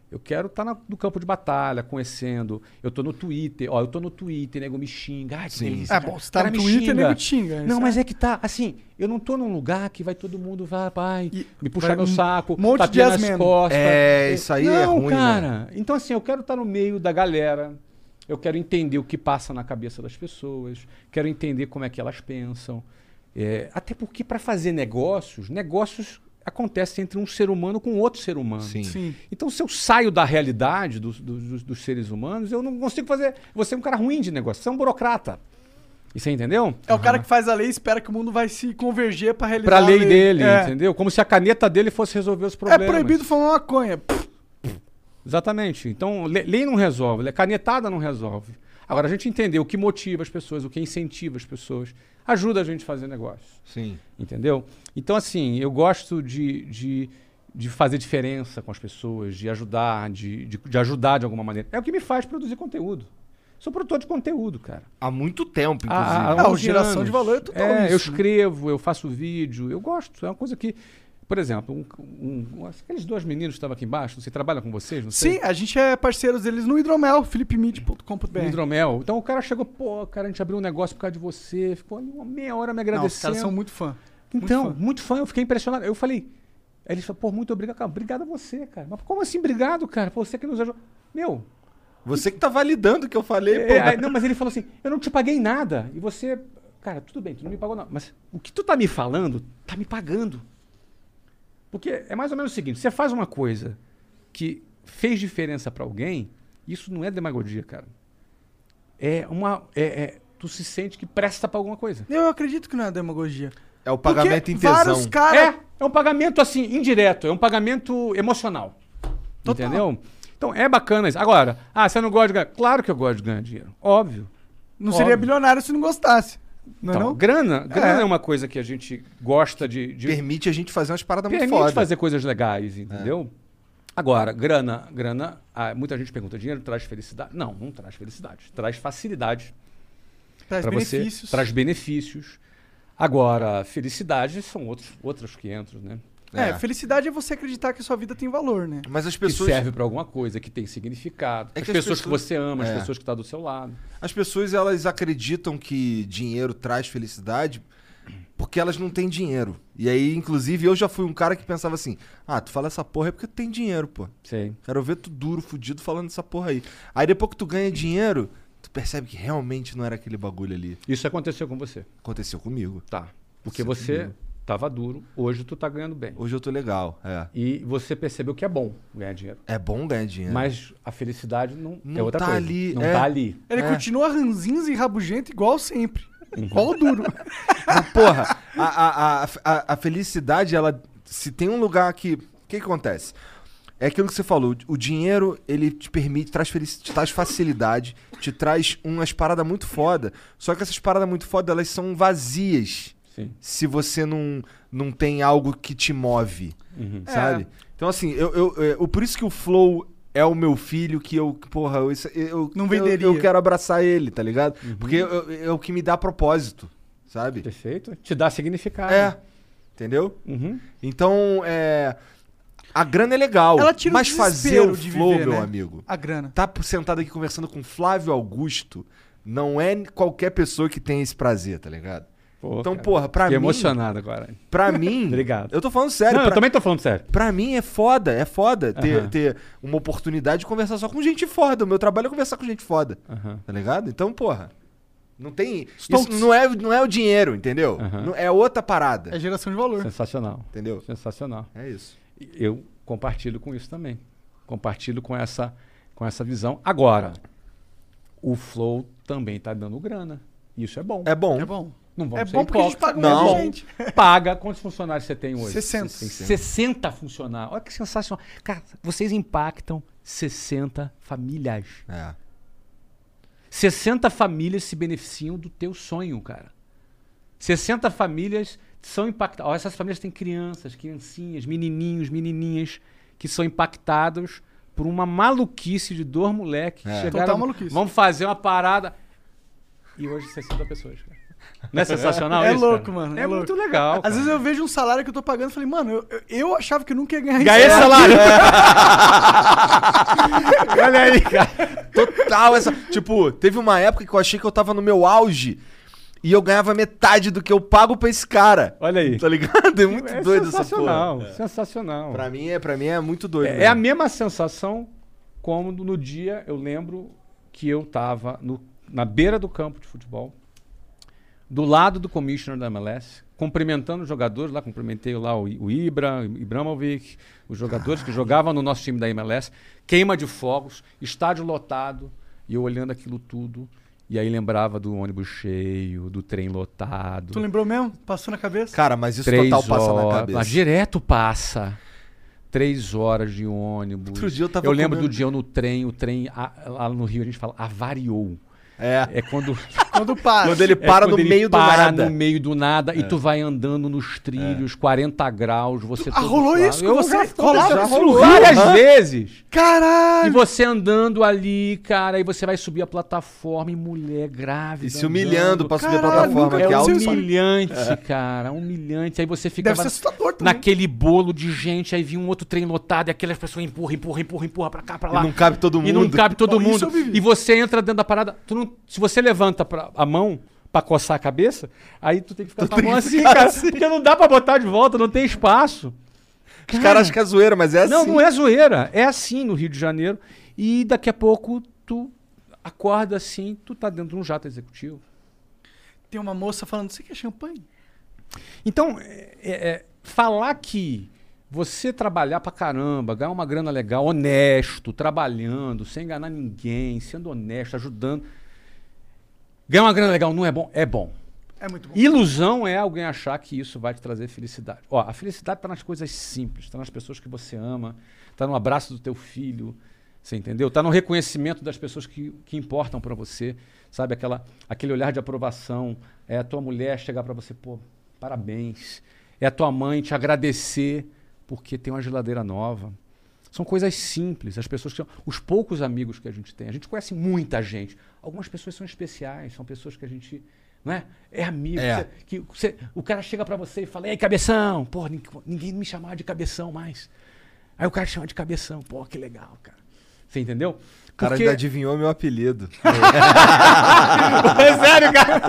C: Eu quero estar no campo de batalha, conhecendo. Eu tô no Twitter, ó, eu tô no Twitter, nego me xinga. Ai, que delícia,
B: É
C: cara.
B: bom, você tá
C: Cara,
B: no
C: me
B: Twitter,
C: xinga.
B: nego te xinga.
C: Não,
B: Isso
C: mas
B: é-
C: é que tá, assim, eu não tô num lugar que vai todo mundo, vai, pai,
B: E
C: me puxar
B: vai
C: meu
B: um
C: saco,
B: monte de
C: tapinha nas
B: yes men.
C: costas.
A: É, isso aí é
C: não,
A: ruim,
B: né?
C: cara. Então, assim, eu quero estar no meio da galera, eu quero entender o que passa na cabeça das pessoas, quero entender como é que elas pensam. É, até porque para fazer negócios, negócios acontecem entre um ser humano com outro ser humano.
A: Sim.
B: Sim.
C: Então, se eu saio da realidade dos, dos- dos- dos seres humanos, eu não consigo fazer. Você é um cara ruim de negócio, você é um burocrata. E você entendeu?
B: É o cara que faz a lei e espera que o mundo vai se converger pra realizar
C: Pra lei dele,
B: É.
C: entendeu? Como se a caneta dele fosse resolver os
B: É
C: problemas.
B: proibido fumar maconha. Pff,
C: Exatamente. Então, le- lei não resolve, le- canetada não resolve. Agora, a gente entender o que motiva as pessoas, o que incentiva as pessoas, ajuda a gente a fazer negócio.
A: Sim.
C: Entendeu? Então, assim, eu gosto de, de, de fazer diferença com as pessoas, de ajudar, de, de, de ajudar de alguma maneira. É o que me faz produzir conteúdo. Sou produtor de conteúdo, cara.
A: Há muito tempo, inclusive.
C: Há- há
B: Ah, o
C: 11
B: geração
C: anos.
B: de valor é total isso,
C: Eu
B: né?
C: escrevo, eu faço vídeo, eu gosto. É uma coisa que. Por exemplo, um- um- um- aqueles dois meninos que estavam aqui embaixo, você trabalha com vocês? Não sei?
B: Sim, a gente é parceiros deles no hidromel, philipmid.com.br.
C: Hidromel. Então o cara chegou, pô, cara, a gente abriu um negócio por causa de você. Ficou ali uma meia hora me
B: Não, os
C: agradecendo.
B: caras são muito fã.
C: então,
B: muito
C: muito
B: fã.
C: fã. eu fiquei impressionado. Eu falei, aí eles falaram, pô, muito obrigado, cara. Obrigado a você, cara. Mas como assim, obrigado, cara? Pô, Você que nos ajudou. Meu,
A: Você que tá validando o que eu falei, pô.
C: é, aí- não, mas ele falou assim, eu não te paguei nada. E você, cara, tudo bem, tu não me pagou nada. Mas o que tu tá me falando, tá me pagando. Porque é mais ou menos o seguinte, você faz uma coisa que fez diferença pra alguém, isso não é demagogia, cara. É uma... É, é- tu se sente que presta pra alguma coisa.
B: Eu acredito que não é demagogia.
A: É o pagamento
B: Porque
A: em tesão.
B: vários caras...
C: É, é um pagamento assim, indireto, é um pagamento emocional.
B: Total.
C: Entendeu? Então é bacana isso. Agora, ah, você não gosta de ganhar. Claro que eu gosto de ganhar dinheiro. Óbvio.
B: Não seria
C: Óbvio.
B: bilionário se não gostasse. Não é
C: Então,
B: não?
C: grana, grana
B: É.
C: é. uma coisa que a gente gosta de, de
A: Permite a gente fazer umas paradas muito
C: permite
A: foda.
C: fazer coisas legais, entendeu? Agora, grana, grana, ah, muita gente pergunta, dinheiro traz felicidade? Não, não traz felicidade, traz facilidade
B: Traz
C: para você,
B: benefícios.
C: traz benefícios. Agora, felicidade são outros outros 500, né?
B: É,
A: É.
B: felicidade é você acreditar que a sua vida tem valor, né?
A: Mas as
C: Que
A: pessoas,
C: serve para alguma coisa, que tem significado.
A: É
C: as,
A: que as
C: pessoas que
A: pessoas-
C: você ama,
A: É.
C: as pessoas que estão do seu lado.
A: as pessoas elas acreditam que dinheiro traz felicidade porque elas não têm dinheiro. E aí, inclusive, eu já fui um cara que pensava assim: "Ah, tu fala essa porra é porque tu tem dinheiro, pô.
C: Sei.
A: Quero ver tu duro, fudido falando essa porra aí". Aí depois que tu ganha dinheiro, tu percebe que realmente não era aquele bagulho ali.
C: Isso aconteceu com você.
A: Aconteceu comigo.
C: Tá. Porque
A: Isso
C: você
A: comigo.
C: tava duro, hoje tu tá ganhando bem.
A: Hoje eu tô legal, é.
C: E você percebeu que é bom ganhar dinheiro.
A: É bom ganhar dinheiro.
C: Mas a felicidade não, é
A: Não
C: outra
A: tá
C: coisa.
A: ali,
C: não
A: é.
C: tá ali.
B: Ele
A: É. Uhum.
B: continua ranzinza e rabugento igual sempre. Igual o duro.
A: Mas, porra, a, a, a, a- a felicidade, ela. Se tem um lugar que. O que, que acontece? É aquilo que você falou, o dinheiro, ele te permite, traz felici- te traz facilidade, te traz umas paradas muito foda. Só que essas paradas muito foda, elas são vazias
C: Sim.
A: se você não, não tem algo que te move,
C: Uhum.
B: É.
A: sabe? Então, assim, eu, eu, eu- por isso que o Flow é o meu filho que eu, porra, eu, isso- eu,
B: Não
A: eu-
B: venderia.
A: Eu, quero abraçar ele, tá ligado?
C: Uhum.
A: Porque eu- eu- é o que me dá propósito, sabe?
C: Perfeito. Te dá significado.
A: É. Entendeu?
C: Uhum.
A: Então, é. A grana é legal.
B: Ela tira o
A: mas fazer o
B: desespero de
A: flow,
B: viver,
A: meu
B: né?
A: amigo.
B: A grana.
A: Tá sentado aqui conversando com Flávio Augusto. Não é qualquer pessoa que tem esse prazer, tá ligado?
C: Pô,
A: então,
C: cara,
A: porra, pra
C: Fiquei
A: mim.
C: emocionado agora.
A: Pra mim.
C: Obrigado.
A: Eu tô falando sério.
C: não, eu
A: pra,
C: também tô falando sério.
A: pra mim é foda, é foda ter,
C: Aham.
A: ter uma oportunidade de conversar só com gente foda. O meu trabalho é conversar com gente foda.
C: Aham.
A: Tá ligado? Então, porra. Não tem.
B: Stoltz.
A: Isso não é, não é o dinheiro, entendeu?
C: Aham.
A: Não- É outra parada.
B: É geração de valor.
C: Sensacional.
A: Entendeu?
C: Sensacional.
A: É isso.
C: eu compartilho com isso também. Compartilho com essa, com essa visão. Agora, o Flow também está dando grana. Isso é bom.
A: É bom.
B: É bom.
C: Não vamos
B: É
C: ser
B: bom porque a gente
C: hipócritas.
B: paga
A: Não.
B: muita gente.
C: Paga. Quantos funcionários você tem hoje?
B: 60.
C: 60 funcionários. Olha que sensacional. Cara, vocês impactam 60 famílias.
A: É.
C: 60 famílias se beneficiam do teu sonho, cara. 60 famílias são impactadas. Ó, essas famílias têm crianças, criancinhas, menininhos, menininhas que são impactados por uma maluquice de dois moleques. que
A: É.
C: Chegaram,
B: Total maluquice.
C: Vamos fazer uma parada. E hoje 60 pessoas, cara. Não é sensacional
B: É
C: isso?
B: louco,
C: cara?
B: mano.
C: É,
B: É, louco.
C: muito legal.
B: Às vezes eu vejo um salário que eu tô pagando e falei, mano, eu, eu- eu achava que eu nunca ia ganhar isso.
C: Ganhei esse salário. Olha aí, cara.
A: Total essa. tipo, teve uma época que eu achei que eu tava no meu auge e eu ganhava metade do que eu pago pra esse cara.
C: Olha aí.
A: Tá ligado? É muito
C: É
A: doido essa porra.
C: sensacional, É. sensacional.
A: Pra mim, é, pra mim é muito doido.
C: É,
A: mesmo.
C: a mesma sensação como no no dia, eu lembro que eu estava na beira do campo de futebol, do lado do commissioner da MLS, cumprimentando os jogadores lá, cumprimentei lá o, I- o Ibra, o Ibramovic, os jogadores que jogavam no nosso time da MLS, queima de fogos, estádio lotado, e eu olhando aquilo tudo, e aí lembrava do ônibus cheio, do trem lotado.
B: Tu lembrou mesmo? Passou na cabeça?
A: Cara, mas isso
C: Três
A: total passa
C: horas,
A: na cabeça.
C: mas direto passa. Três horas de ônibus.
A: Outro dia eu tava
C: lembro
A: comendo-
C: do dia eu no trem, o trem a- lá no Rio a gente fala avariou.
A: É.
C: É quando
B: Quando passa.
A: Quando ele para
C: é quando
A: no
C: ele
A: meio
C: para
A: do nada. É.
C: no meio do nada e tu vai andando nos trilhos, 40 graus, você
B: Ah, rolou isso com
C: Eu
B: você?
C: já
B: Rolava
C: já
B: isso no
C: rolou
B: Rio?
C: várias vezes. E
B: Caralho!
C: você andando ali, cara, e você vai subir a plataforma e mulher grávida.
A: E se humilhando
C: andando.
A: pra subir a
B: Caralho,
A: plataforma,
B: Ah, nunca
A: que é
C: É
A: alto.
B: aconteceu isso. né?
C: humilhante, cara. Humilhante. Aí você
B: Deve
C: ficava
B: ser assustador também.
C: naquele bolo de gente, aí vinha um outro trem lotado, e aquelas pessoas empurra, empurra, empurra, empurra pra cá, pra lá.
A: E não cabe todo
C: E não
A: mundo.
C: cabe todo
B: Bom, isso
C: mundo.
B: eu vivi.
C: E você entra dentro da parada. tu não- se você levanta pra- a mão pra coçar a cabeça, aí tu tem que ficar com a mão assim, cara. Porque não dá pra botar de volta, não tem espaço.
A: Os caras acham que é zoeira, mas é assim.
C: Não, não é zoeira. É assim no Rio de Janeiro. E daqui a pouco tu acorda assim, tu tá dentro de um jato executivo.
B: Tem uma moça falando, você quer champanhe?
C: Então, é- é- é, falar que você trabalhar pra caramba, ganhar uma grana legal, honesto, trabalhando, sem enganar ninguém, sendo honesto, ajudando. Ganhar uma grana legal não é bom? É bom.
B: É muito bom.
C: Ilusão é alguém achar que isso vai te trazer felicidade. Ó, a felicidade tá nas coisas simples, tá nas pessoas que você ama, tá no abraço do teu filho, você entendeu? Tá no reconhecimento das pessoas que, que importam pra você, sabe? Aquela, aquele olhar de aprovação, é a tua mulher chegar pra você, pô, parabéns. É a tua mãe te agradecer porque tem uma geladeira nova. São coisas simples, as pessoas que são, os poucos amigos que a gente tem. A gente conhece muita gente. Algumas pessoas são especiais, são pessoas que a gente, não é? É amigo,
A: É.
C: você- que você- o cara chega pra você e fala: "Ei, cabeção, pô, nin- ninguém me chamava de cabeção mais". Aí o cara chama de cabeção, pô, que legal, cara. Você entendeu?
A: O cara
C: Porque-
A: ainda adivinhou meu apelido.
C: É sério, cara.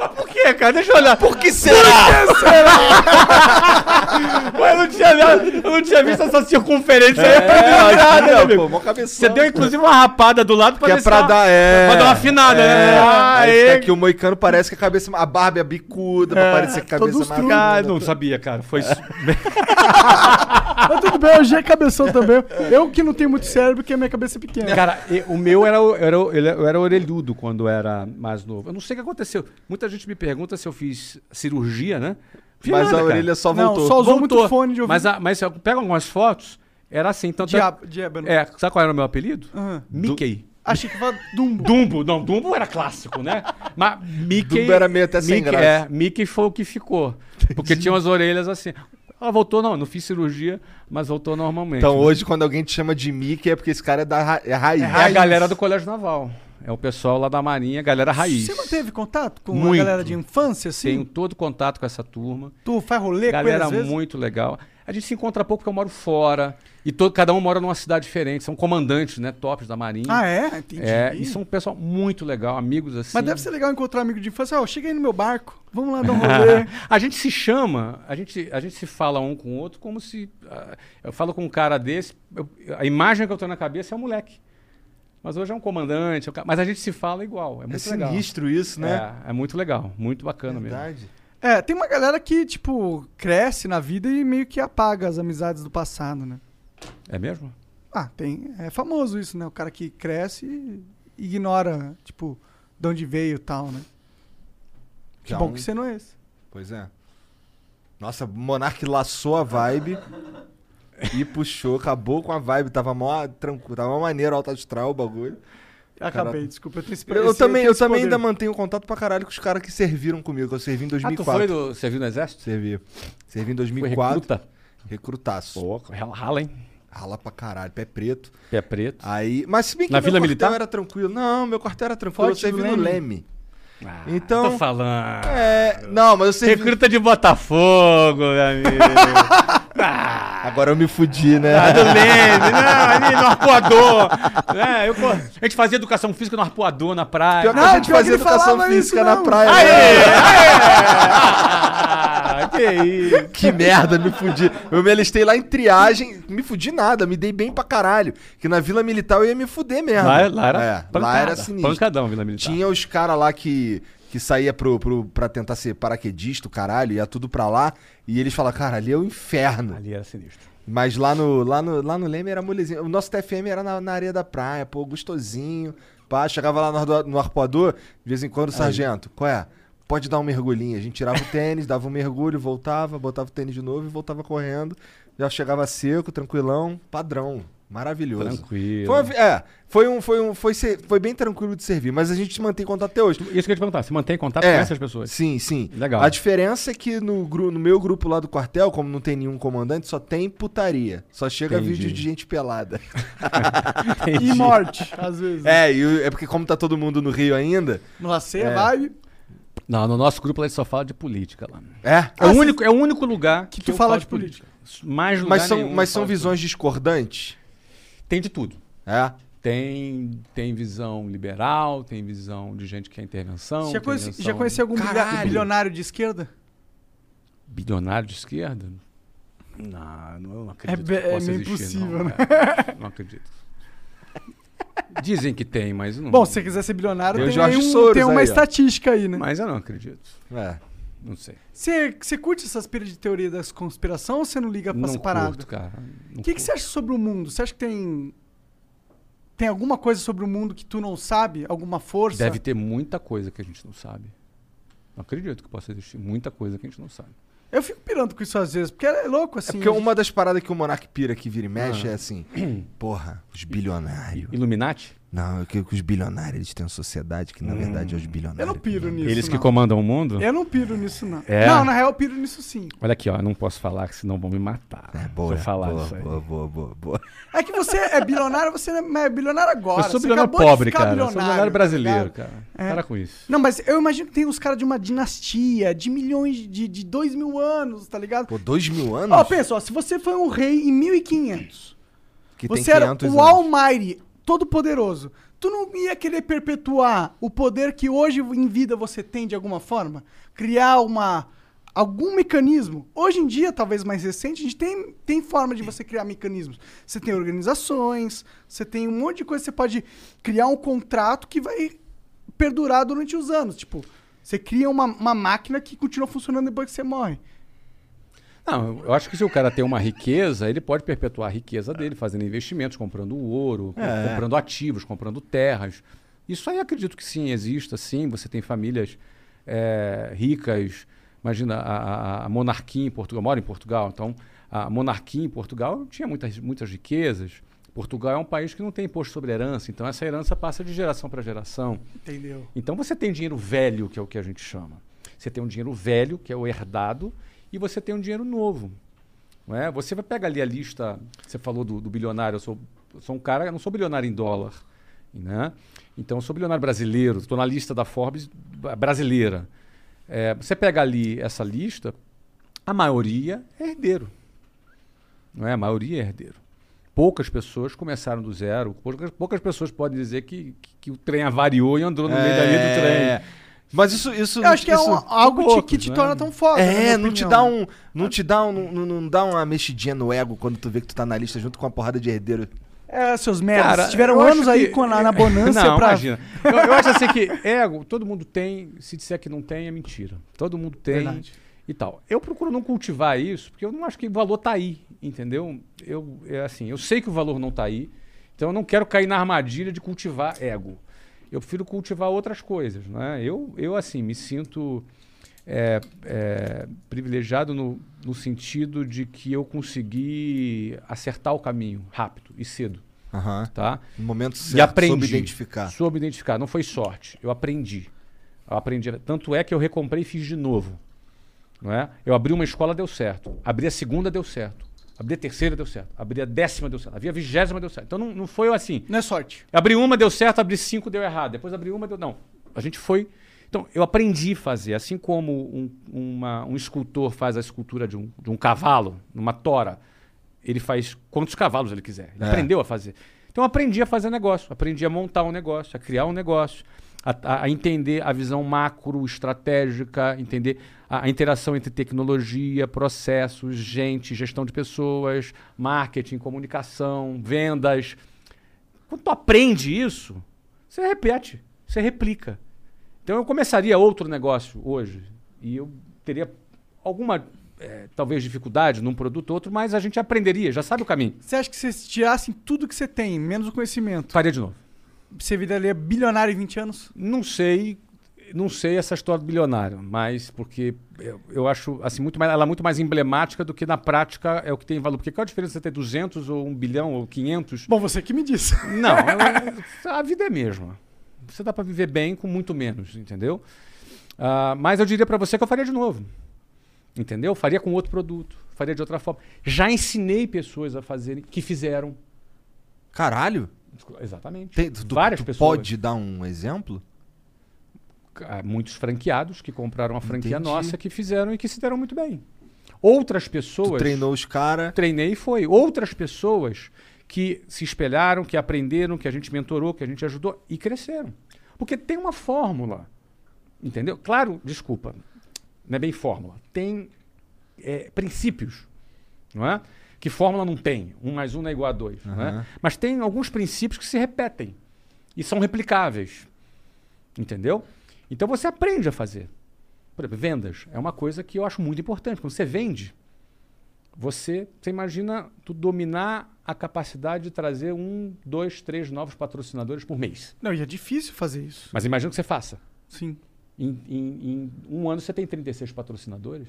C: Mas por que, cara? Deixa eu olhar. Por que será? Ué, eu não tinha, eu não tinha visto essa circunferência aí.
A: olha,
C: Nada, né, amigo?
A: pô, mó cabeção.
C: É, Você deu inclusive uma rapada do lado pra
A: Que é
C: ver se
A: pra
C: tá-
A: dar, é.
C: pra dar uma afinada,
A: é.
C: né? Ah,
A: Aí
C: é.
A: fica aqui o moicano parece que a cabeça. A barba é bicuda, pra parecer que a cabeça
B: todos
A: é marcada.
C: Cara, Ah, não sabia, cara. Foi isso.
B: Mas tudo bem, o G é cabeção também. Eu que não tenho muito cérebro, porque a minha cabeça é pequena.
C: Cara, e- o meu era, o- era, o- ele- eu era orelhudo quando era mais novo. Eu não sei o que aconteceu. Muita gente me pergunta se eu fiz cirurgia, né? Fiz
A: Mas
C: nada,
A: a
C: cara.
A: orelha só
B: Não,
A: voltou.
B: só usou muito fone de ouvido.
C: Mas, a- mas se eu pego algumas fotos, era assim. Tanto
B: Diabo, diabo.
C: É, é, sabe qual era o meu apelido?
B: Aham.
C: Mickey.
B: Achei que um- falava Dumbo.
C: Dumbo. Não, Dumbo era clássico, né? Mas Mickey...
A: Dumbo era meio até sem
C: Mickey,
A: graça.
C: É, Mickey foi o que ficou. Porque tinha umas orelhas assim. Ela voltou, não, não fiz cirurgia, mas voltou normalmente.
A: Então
C: né?
A: hoje, quando alguém te chama de Mickey, é porque esse cara é da ra- é raiz.
C: É a galera do Colégio Naval. É o pessoal lá da Marinha, galera raiz.
B: Você manteve contato com
C: Muito.
B: a galera de infância, assim?
C: Tenho todo contato com essa turma.
B: Tu faz rolê
C: galera
B: com ele às vezes?
C: muito legal. A gente se encontra pouco porque eu moro fora. E todo, cada um mora numa cidade diferente. São comandantes, né? Tops da Marinha.
B: Ah, é? Entendi.
C: É, e são um pessoal muito legal, amigos assim.
B: Mas deve ser legal encontrar amigo de infância. Ó, chega aí no meu barco, vamos lá dar um rolê.
C: A gente se chama, a gente, a gente se fala um com o outro como se. ah, eu falo com um cara desse, eu- a imagem que eu tenho na cabeça é um moleque. Mas hoje é um comandante, é um ca- mas a gente se fala igual. É muito
A: É
C: legal.
A: sinistro isso, né?
C: É, é muito legal, muito bacana mesmo.
A: Verdade.
B: é, tem uma galera que, tipo, cresce na vida e meio que apaga as amizades do passado, né?
C: É mesmo?
B: Ah, tem. É famoso isso, né? O cara que cresce e ignora, tipo, de onde veio e tal, né? Que
A: Já
B: bom
A: um-
B: que você não é esse.
A: Pois é. Nossa, Monark laçou a vibe. E puxou, acabou com a vibe. Tava mó tranquilo, tava mó maneiro, alto astral o bagulho.
B: Acabei,
A: Cara-
B: desculpa. Eu, tenho esse-
A: Eu,
B: esse-
A: também,
B: tenho
A: eu
B: esse
A: também
B: poder.
A: ainda mantenho contato pra caralho com os caras que serviram comigo. Eu servi em
C: Ah, tu
A: 2004.
C: foi do, serviu no exército?
A: Servi. Servi
C: Foi
A: em 2004.
C: recruta?
A: Recrutaço.
C: Pô, rala, hein? Ah,
A: Rala pra caralho, pé preto.
C: Pé preto.
A: Aí, mas se bem que
C: Na
A: meu
C: Vila
A: quartel
C: Militar?
A: era tranquilo. Não, meu quartel era tranquilo,
B: Forte
A: eu servi
B: do
A: no
B: Leme.
A: Leme.
C: Ah,
A: Então-
C: Tô falando.
A: É, não, mas eu servi...
C: Recruta de Botafogo, meu amigo.
A: Agora eu me fudi, né?
C: Ah, do Leme, não, ali no arpoador. É, eu, pô, a gente fazia educação física no arpoador na praia.
A: Pior que a
B: pior
A: gente
B: que
A: fazia
B: ele
A: educação
B: falava
A: física
B: isso,
A: na
B: não.
A: praia.
C: Aê!
A: né?
C: Aê! Ah, que isso?
A: Que merda, me fudi. Eu me alistei lá em triagem, me fudi nada, me dei bem pra caralho. Que na Vila Militar eu ia me fuder mesmo.
C: Lá, lá era,
A: É, lá era sinistro.
C: Pancadão, tá. Vila Militar.
A: Tinha os caras lá que, que saía pro, pro, pra tentar ser paraquedista, o caralho, ia tudo pra lá. E eles falavam, cara, ali é o inferno.
C: Ali era sinistro.
A: Mas lá no, lá no, lá no Leme era molezinho. O nosso TFM era na, na areia da praia, pô, gostosinho. Pá, chegava lá no, ardo- no arpoador, de vez em quando o sargento, qual é? Pode dar um mergulhinho. A gente tirava o tênis, dava um mergulho, voltava, botava o tênis de novo e voltava correndo. Já chegava seco, tranquilão, padrão. Maravilhoso.
C: Tranquilo.
A: Foi, uma vi- é, foi um, foi um, foi, ser- foi bem tranquilo de servir, mas a gente mantém contato até hoje.
C: Isso que eu ia te perguntar, você mantém contato
A: É,
C: com essas pessoas?
A: Sim, sim.
C: Legal.
A: A diferença é que no, gru- no meu grupo lá do quartel, como não tem nenhum comandante, só tem putaria. Só chega
C: Entendi.
A: vídeo de gente pelada.
B: E morte, às vezes.
A: É, e o- é porque como tá todo mundo no Rio ainda.
B: No lacer,
C: É.
B: vibe.
C: Não, no nosso grupo a gente só fala de política lá.
A: É.
C: É, o, único, é o único lugar
B: Que tu
C: eu
B: fala
C: falo
B: de política.
C: Mais lugar
A: mas são,
C: nenhum eu
A: mas são
C: falo de
A: visões discordantes.
C: política. Tem de tudo.
A: É.
C: Tem, tem visão liberal, tem visão de gente que é intervenção.
B: já,
C: tem
B: conheci, já
C: visão-
B: conheci algum bilha-
A: Caralho.
B: bilionário de esquerda?
C: Bilionário de esquerda? Não, não acredito.
B: be-
C: que
B: é
C: possa
B: meio
C: existir,
B: impossível,
C: não,
B: né?
C: cara. Não acredito. Dizem que tem, mas não.
B: Bom, se você quiser ser bilionário,
A: Tem o
B: tem,
A: Jorge
B: aí um-
A: Soros
B: tem uma
A: aí, ó.
B: estatística aí, né?
C: Mas eu não acredito.
A: É.
C: Não sei.
B: Você você curte essas pira de teoria das conspiração ou você não liga pra
C: não
B: essa parada?
C: curto, cara.
B: O que, que você acha sobre o mundo? Você acha que tem. Tem alguma coisa sobre o mundo que tu não sabe? Alguma força?
C: Deve ter muita coisa que a gente não sabe. Não acredito que possa existir muita coisa que a gente não sabe.
B: Eu fico pirando com isso às vezes, porque é louco assim.
A: É porque uma das paradas que o Monark pira que vira e mexe é assim. Porra, os bilionários.
C: Illuminati?
A: Não, é que que os bilionários eles têm uma sociedade que na verdade é os bilionários.
B: Eu não piro nisso.
C: Eles que
B: não.
C: comandam o mundo?
B: Eu não piro nisso, não.
C: É?
B: Não, na real, eu piro nisso sim.
C: Olha aqui, ó. eu Não posso falar, que senão vão me matar.
A: É boa,
C: Se eu falar
A: boa,
C: isso aí.
A: boa, boa, boa, boa.
B: É que você é bilionário, você não é bilionário agora.
C: eu sou
B: Você
C: bilionário
B: acabou de
C: pobre,
B: ficar
C: cara. eu sou bilionário
B: tá
C: brasileiro,
B: ligado?
C: cara.
B: É.
C: Para com isso.
B: Não, mas eu imagino que tem uns caras de uma dinastia, de milhões, de, de dois mil anos, tá ligado?
A: Pô, dois mil anos?
B: Ó, pensa, ó, se você foi um rei em 1500,
A: que
B: você era
A: 500
B: o
A: anos.
B: Almighty, todo poderoso, tu não ia querer perpetuar o poder que hoje em vida você tem de alguma forma? Criar uma algum mecanismo? Hoje em dia, talvez mais recente, a gente tem, tem forma de você criar mecanismos. Você tem organizações, você tem um monte de coisa, você pode criar um contrato que vai perdurar durante os anos, tipo... Você cria uma, uma máquina que continua funcionando depois que você morre.
C: Não, eu acho que se o cara tem uma riqueza, ele pode perpetuar a riqueza dele, fazendo investimentos, comprando ouro, co- comprando ativos, comprando terras. Isso aí eu acredito que sim, exista, sim. Você tem famílias eh, ricas. Imagina, a, a- a monarquia em Portugal, eu moro em Portugal, então a monarquia em Portugal tinha muitas, muitas riquezas. Portugal é um país que não tem imposto sobre herança, então essa herança passa de geração para geração.
B: Entendeu?
C: Então você tem dinheiro velho, que é o que a gente chama. Você tem um dinheiro velho, que é o herdado, e você tem um dinheiro novo. Não é? Você vai pegar ali a lista, você falou do, do bilionário, eu sou, eu sou um cara, eu não sou bilionário em dólar. Né? Então eu sou bilionário brasileiro, estou na lista da Forbes ba- brasileira. É, você pega ali essa lista, a maioria é herdeiro. Não é? A maioria é herdeiro. Poucas pessoas começaram do zero. Poucas, poucas pessoas podem dizer que, que, que o trem avariou e andou no meio da linha do
A: É.
C: trem.
A: Mas isso, isso,
B: Eu acho que é
A: Hum, isso-
B: um- algo
C: poucos,
B: te- que te
C: né?
B: torna tão foda. na
A: É,
B: minha
A: não te
B: opinião.
A: dá um, não te dá um, não, não dá uma mexidinha no ego quando tu vê que tu tá na lista junto com uma porrada de herdeiro.
B: É, seus merdas.
C: Cara,
B: Vocês tiveram
C: eu
B: anos
C: acho
B: aí
C: que-
B: com, na, na bonança
C: Não,
B: pra.
C: imagina. Eu, eu acho assim que ego, todo mundo tem. Se disser que não tem, é mentira. Todo mundo tem
B: Verdade.
C: e tal. Eu procuro não cultivar isso, porque eu não acho que o valor tá aí, entendeu? Eu, é assim, eu sei que o valor não tá aí, então eu não quero cair na armadilha de cultivar ego. Eu prefiro cultivar outras coisas, né? Eu, eu assim, me sinto é, é, privilegiado no, no sentido de que eu consegui acertar o caminho rápido e cedo.
A: Aham.
C: Tá?
A: No Um momento certo,
C: e aprendi.
A: soube identificar.
C: Soube identificar. Não foi sorte. Eu aprendi. Eu aprendi. Tanto é que eu recomprei e fiz de novo. Não é? Eu abri uma escola, deu certo. Abri a segunda, deu certo. Abri a terceira, deu certo. Abri a décima, deu certo. Abri a vigésima, deu certo. Então não, não foi assim.
B: Não é sorte.
C: Abri uma, deu certo. Abri cinco, deu errado. Depois abri uma, deu... Não. A gente foi... Então, eu aprendi a fazer. Assim como um, uma- um escultor faz a escultura de um, de um cavalo, numa tora, ele faz quantos cavalos ele quiser. Ele
A: É.
C: aprendeu a fazer. Então, eu aprendi a fazer negócio. Aprendi a montar um negócio, a criar um negócio, a, a- a entender a visão macro, estratégica, entender a, a interação entre tecnologia, processos, gente, gestão de pessoas, marketing, comunicação, vendas. Quando tu aprende isso, você repete, você replica. Então eu começaria outro negócio hoje e eu teria alguma, eh, talvez, dificuldade num produto ou outro, mas a gente aprenderia, já sabe o caminho.
B: Você acha que se vocês tirassem tudo que você tem, menos o conhecimento,
C: Faria de novo.
B: você viraria bilionário em 20 anos?
C: Não sei, não sei essa história do bilionário, mas porque eu, eu acho assim muito mais, ela é muito mais emblemática do que na prática é o que tem valor. Porque qual a diferença de você ter 200 ou 1 bilhão ou 500?
B: Bom, você que me disse.
C: Não, ela- a vida é a mesma. Você dá para viver bem com muito menos, entendeu? Ah, mas eu diria para você que eu faria de novo. Entendeu? Faria com outro produto, faria de outra forma. Já ensinei pessoas a fazerem, que fizeram.
A: Caralho.
C: Exatamente.
A: Tem, tu, tu-
C: Várias
A: tu
C: pessoas.
A: pode dar um exemplo?
C: Ah, Muitos franqueados que compraram a franquia
A: Entendi.
C: nossa, que fizeram e que se deram muito bem. Outras pessoas.
A: Tu treinou os caras.
C: né? treinei e foi. Outras pessoas que se espelharam, que aprenderam, que a gente mentorou, que a gente ajudou e cresceram. Porque tem uma fórmula. Entendeu? Claro, desculpa. Não é bem fórmula. Tem é, princípios. Não é? Que fórmula não tem. Um mais um não é igual a dois. não é?
A: Aham.
C: Mas tem alguns princípios que se repetem e são replicáveis. Entendeu? Então você aprende a fazer. Por exemplo, vendas é uma coisa que eu acho muito importante. Quando você vende, você, você imagina tu dominar a capacidade de trazer um, dois, três novos patrocinadores por mês.
B: Não, e é difícil fazer isso.
C: Mas imagina que você faça.
B: Sim.
C: Em, em- em um ano você tem 36 patrocinadores.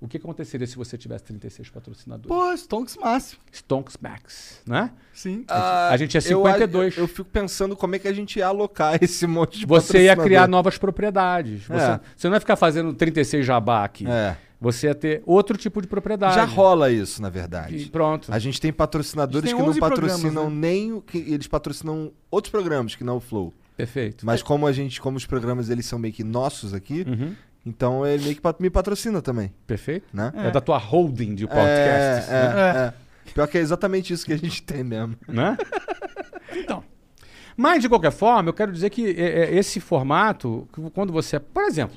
C: O que aconteceria se você tivesse 36 patrocinadores?
B: Pô, Stonks máximo. Ah,
C: Stonks Max, né?
B: Sim.
C: a gente é
A: Ah, eu-
C: 52.
A: Eu, eu fico pensando como é que a gente ia alocar esse monte de
C: Você ia criar
A: patrocinador.
C: novas propriedades. Você,
A: É.
C: você não ia ficar fazendo 36 jabá aqui.
A: É.
C: Você ia ter outro tipo de propriedade.
A: Já rola isso, na
C: E
A: verdade.
C: pronto.
A: A gente tem patrocinadores
B: A gente
A: que
B: tem
A: não
B: 11 programas,
A: patrocinam
B: né?
A: nem o que eles patrocinam outros programas que não o Flow.
C: Perfeito.
A: Mas como a gente, como os programas eles são meio que nossos aqui,
C: Uhum.
A: então ele meio que pat- me patrocina também,
C: Perfeito?
A: né?
C: É. da tua holding de podcasts.
A: É, é, é. Pior que é exatamente isso que a gente tem mesmo.
C: né? então. Mas, de qualquer forma, eu quero dizer que é, é, esse formato, que quando você. Por exemplo,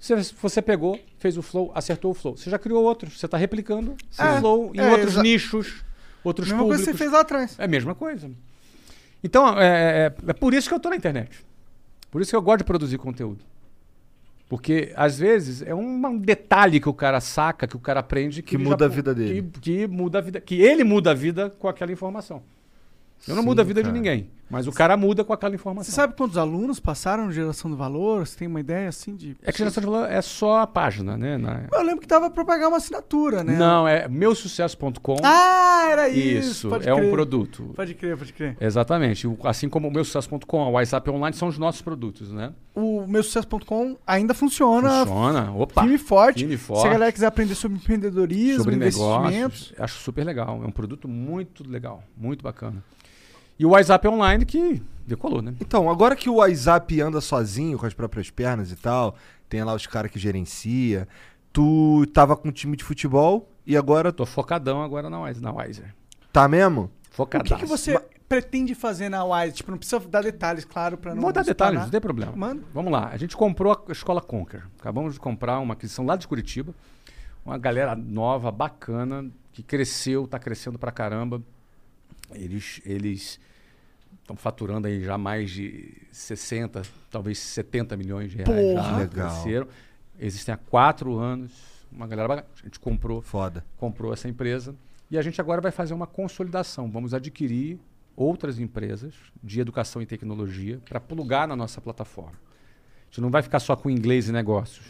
C: você, você pegou, fez o flow, acertou o flow. Você já criou outro, você está replicando o
B: É,
C: flow em
B: é,
C: outros
B: exa-
C: nichos, outros
B: Mesma coisa que
C: públicos.
B: você fez lá atrás.
C: É a mesma coisa. Então, é, é- é por isso que eu estou na internet. Por isso que eu gosto de produzir conteúdo. Porque, às vezes, é um, um detalhe que o cara saca, que o cara aprende. Que,
A: Que
C: ele
A: muda a
C: pô-
A: vida dele.
C: Que, que muda a vida. Que ele muda a vida com aquela informação. Eu não
A: Sim,
C: mudo a vida
A: cara.
C: de ninguém, mas o cara muda com aquela
B: Você
C: informação.
B: sabe quantos alunos passaram no Geração do Valor? Você tem uma ideia assim de.
C: É que geração de valor é só a página, né? Na-
B: Eu lembro que dava pra pagar uma assinatura, Ah, né?
C: Não, é meusucesso.com.
B: Ah, era isso.
C: isso,
B: pode
C: é um
B: crer.
C: produto.
B: Pode crer, pode crer.
C: Exatamente. O- Assim como o meusucesso.com, a WhatsApp Online são os nossos produtos, né?
B: O meu sucesso.com ainda funciona.
C: Funciona. Opa.
B: Firme e forte.
C: Firme e
B: Se
C: forte.
B: a galera quiser aprender sobre empreendedorismo,
C: sobre
B: investimentos.
C: negócios. Acho super legal. É um produto muito legal, muito bacana. E o WhatsApp é Online que decolou, né?
A: Então, agora que o WhatsApp anda sozinho com as próprias pernas e tal, tem lá os caras que gerencia, tu tava com um time de futebol e agora
C: Tô focadão agora na Wise, na Wiser.
A: tá mesmo?
B: O
C: Focadaço.
B: que, que você pretende fazer na Wise? Tipo, não precisa dar detalhes, claro, pra não.
C: Vou dar
B: espanar.
C: detalhes, não tem problema.
B: Manda.
C: Vamos lá. A gente comprou a escola Conquer. Acabamos de comprar uma aquisição lá de Curitiba. Uma galera nova, bacana, que cresceu, tá crescendo pra caramba. Eles eles estão faturando aí já mais de 60, talvez 70 milhões de reais. já,
A: Porra! Legal.
C: Cresceram. Existem há quatro anos. Uma galera bacana. A gente comprou
A: Foda.
C: comprou essa empresa e a gente agora vai fazer uma consolidação. Vamos adquirir outras empresas de educação e tecnologia para plugar na nossa plataforma. gente não vai ficar só com inglês e negócios.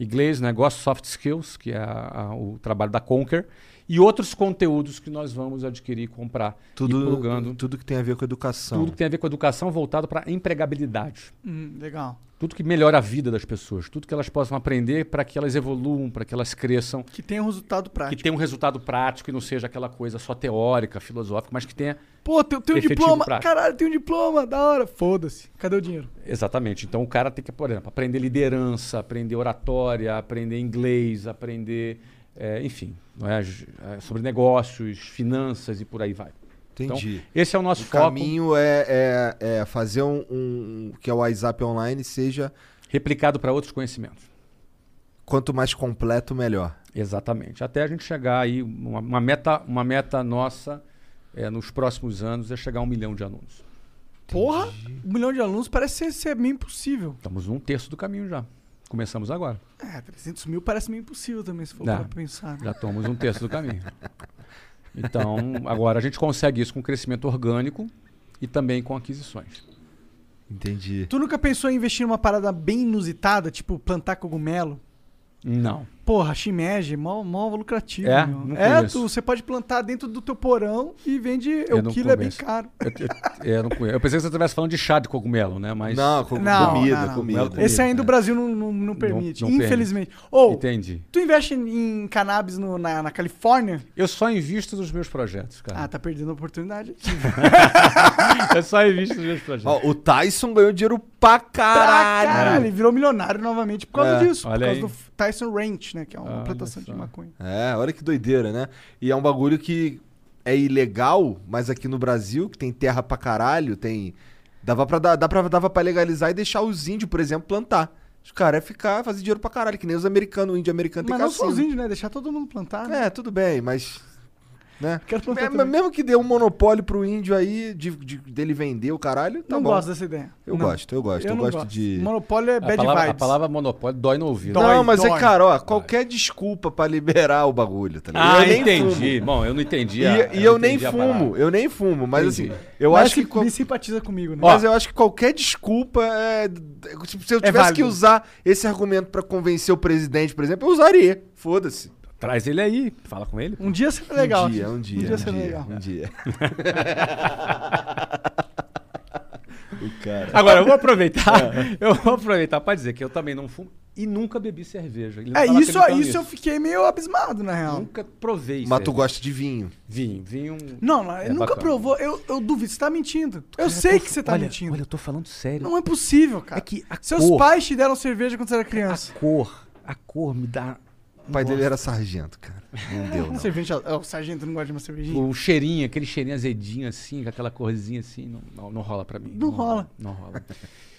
C: Inglês, negócio, soft skills, que é a- a- o trabalho da Conquer, e outros conteúdos que nós vamos adquirir e comprar. E
A: Tudo,
C: plugando.
A: tudo que tem a ver com educação.
C: Tudo que tem a ver com educação voltado para empregabilidade.
B: Hum, legal.
C: Tudo que melhora a vida das pessoas, tudo que elas possam aprender para que elas evoluam, para que elas cresçam,
B: Que tem um resultado
C: que
B: prático.
C: tenha um resultado prático e não seja aquela coisa só teórica, filosófica, mas que tenha
B: Pô, eu tenho um
C: Efetivo
B: diploma.
C: prático.
B: Caralho, tenho um diploma. Da hora. Foda-se. Cadê o dinheiro?
C: Exatamente. Então o cara tem que, por exemplo, aprender liderança, aprender oratória, aprender inglês, aprender, eh, enfim, não é? J- eh, sobre negócios, finanças e por aí vai.
A: Entendi.
C: Então, esse é o nosso
A: o
C: foco.
A: caminho é, é- é fazer um, um- que o WhatsApp online seja
C: Replicado para outros conhecimentos.
A: quanto mais completo, melhor.
C: Exatamente. Até a gente chegar aí, uma, uma meta, uma meta nossa eh, nos próximos anos é chegar a um milhão de alunos.
B: Porra, um milhão de alunos parece ser, ser meio impossível.
C: Estamos um terço do caminho já. Começamos agora.
B: É, 300 mil parece meio impossível também, se for
C: Dá.
B: pra pensar. né?
C: Já estamos um terço do caminho. Então, agora a gente consegue isso com crescimento orgânico e também com aquisições.
A: Entendi.
B: Tu nunca pensou em investir numa parada bem inusitada, tipo plantar cogumelo?
C: Não.
B: Porra, shimeji, mó, mó lucrativo.
C: É?
B: meu.
C: Não
B: é
C: conheço.
B: tu, você pode plantar dentro do teu porão e vende.
C: Eu
B: o
C: não
B: quilo é bem
C: conheço.
B: caro.
C: Eu, eu- eu não conheço. Eu pensei que você estivesse falando de chá de cogumelo, né? Mas.
A: Não, com
B: Não,
A: comida,
B: não, não.
A: comida.
C: Comida.
B: Esse ainda o
C: é.
B: Brasil não, não, não permite,
C: não permite.
B: infelizmente. Ou,
C: Entendi.
B: tu investe em cannabis no- na, na Califórnia?
C: Eu só invisto nos meus projetos,
B: Ah,
C: cara.
B: tá perdendo a oportunidade.
A: tá.
C: eu só invisto nos meus projetos.
A: Ó, o Tyson ganhou dinheiro pra caralho.
B: Ah, Caralho, ele virou milionário novamente por causa
A: É,
B: disso. Por
C: olha
B: causa
C: aí.
B: do Tyson Ranch, né? Que é uma
C: Olha
B: plantação
C: só.
B: de maconha.
A: É, olha que doideira, né? E é um bagulho que é ilegal, mas aqui no Brasil, que tem terra pra caralho, tem. Dava pra, dar- dá pra, dava pra legalizar e deixar os índios, por exemplo, plantar. Os caras iam ficar, fazer dinheiro pra caralho, que nem os americanos, o índio americano tem
B: Mas não
A: cassino.
B: só os índios, né? Deixar todo mundo plantar. né?
C: tá
A: É, tudo bem, mas. Né?
B: Quero plantar
A: Me-
B: também.
A: mesmo que dê um monopólio pro índio aí, de, de- dele vender o caralho, tá
B: não
A: bom.
B: gosto dessa ideia.
A: Eu
B: Não.
A: gosto, eu gosto. Eu,
B: não
A: gosto, de.
B: Monopólio é bad
C: a, palavra, a
B: vibes.
C: palavra monopólio dói no ouvido.
B: Dói.
A: não, mas é,
B: dói.
A: cara, ó, qualquer desculpa pra liberar o bagulho, tá ligado?
C: Ah,
A: Eu nem fumo.
C: entendi. Bom, eu não entendi.
A: E,
C: a-
A: e eu
C: não
A: nem
C: entendi a parada.
A: fumo, eu nem fumo, mas
C: Entendi.
A: assim, eu
B: Mas
A: acho que.
B: se-
A: qual-
B: me simpatiza comigo, né?
A: Mas eu acho que qualquer desculpa é. tipo, Se eu tivesse
B: válido.
A: que usar esse argumento pra convencer o presidente, por exemplo, eu usaria. Foda-se.
C: Traz ele aí, fala com ele.
B: Um dia será legal.
A: Um dia, um dia.
B: Um dia será legal.
A: Um dia. o cara.
C: Agora, eu vou aproveitar. Eu vou aproveitar pra dizer que eu também não fumo e nunca bebi cerveja. Ele Hum?
B: É,
C: tava
B: isso,
C: acreditando
B: isso eu
C: nisso.
B: fiquei meio abismado, na real.
C: Nunca provei
A: Mas tu
C: cerveja.
A: gosta de vinho.
C: Vinho, vinho. um-
B: Não, não ele nunca
C: É bacana.
B: provou. Eu, eu duvido, você tá mentindo. Eu sei que você tá
C: olha,
B: mentindo.
C: Olha, eu tô falando sério.
B: Não é possível, cara.
C: É que a
B: Seus
C: cor-
B: pais te deram cerveja quando você era criança.
C: A cor, a cor me dá
A: O pai dele era sargento, cara. Não deu,
B: Uma
A: não.
B: cerveja. ó, O sargento não gosta de uma cervejinha.
C: o cheirinho, aquele cheirinho azedinho assim, com aquela corzinha assim, não, não, não rola pra mim.
B: Não rola.
C: Não rola.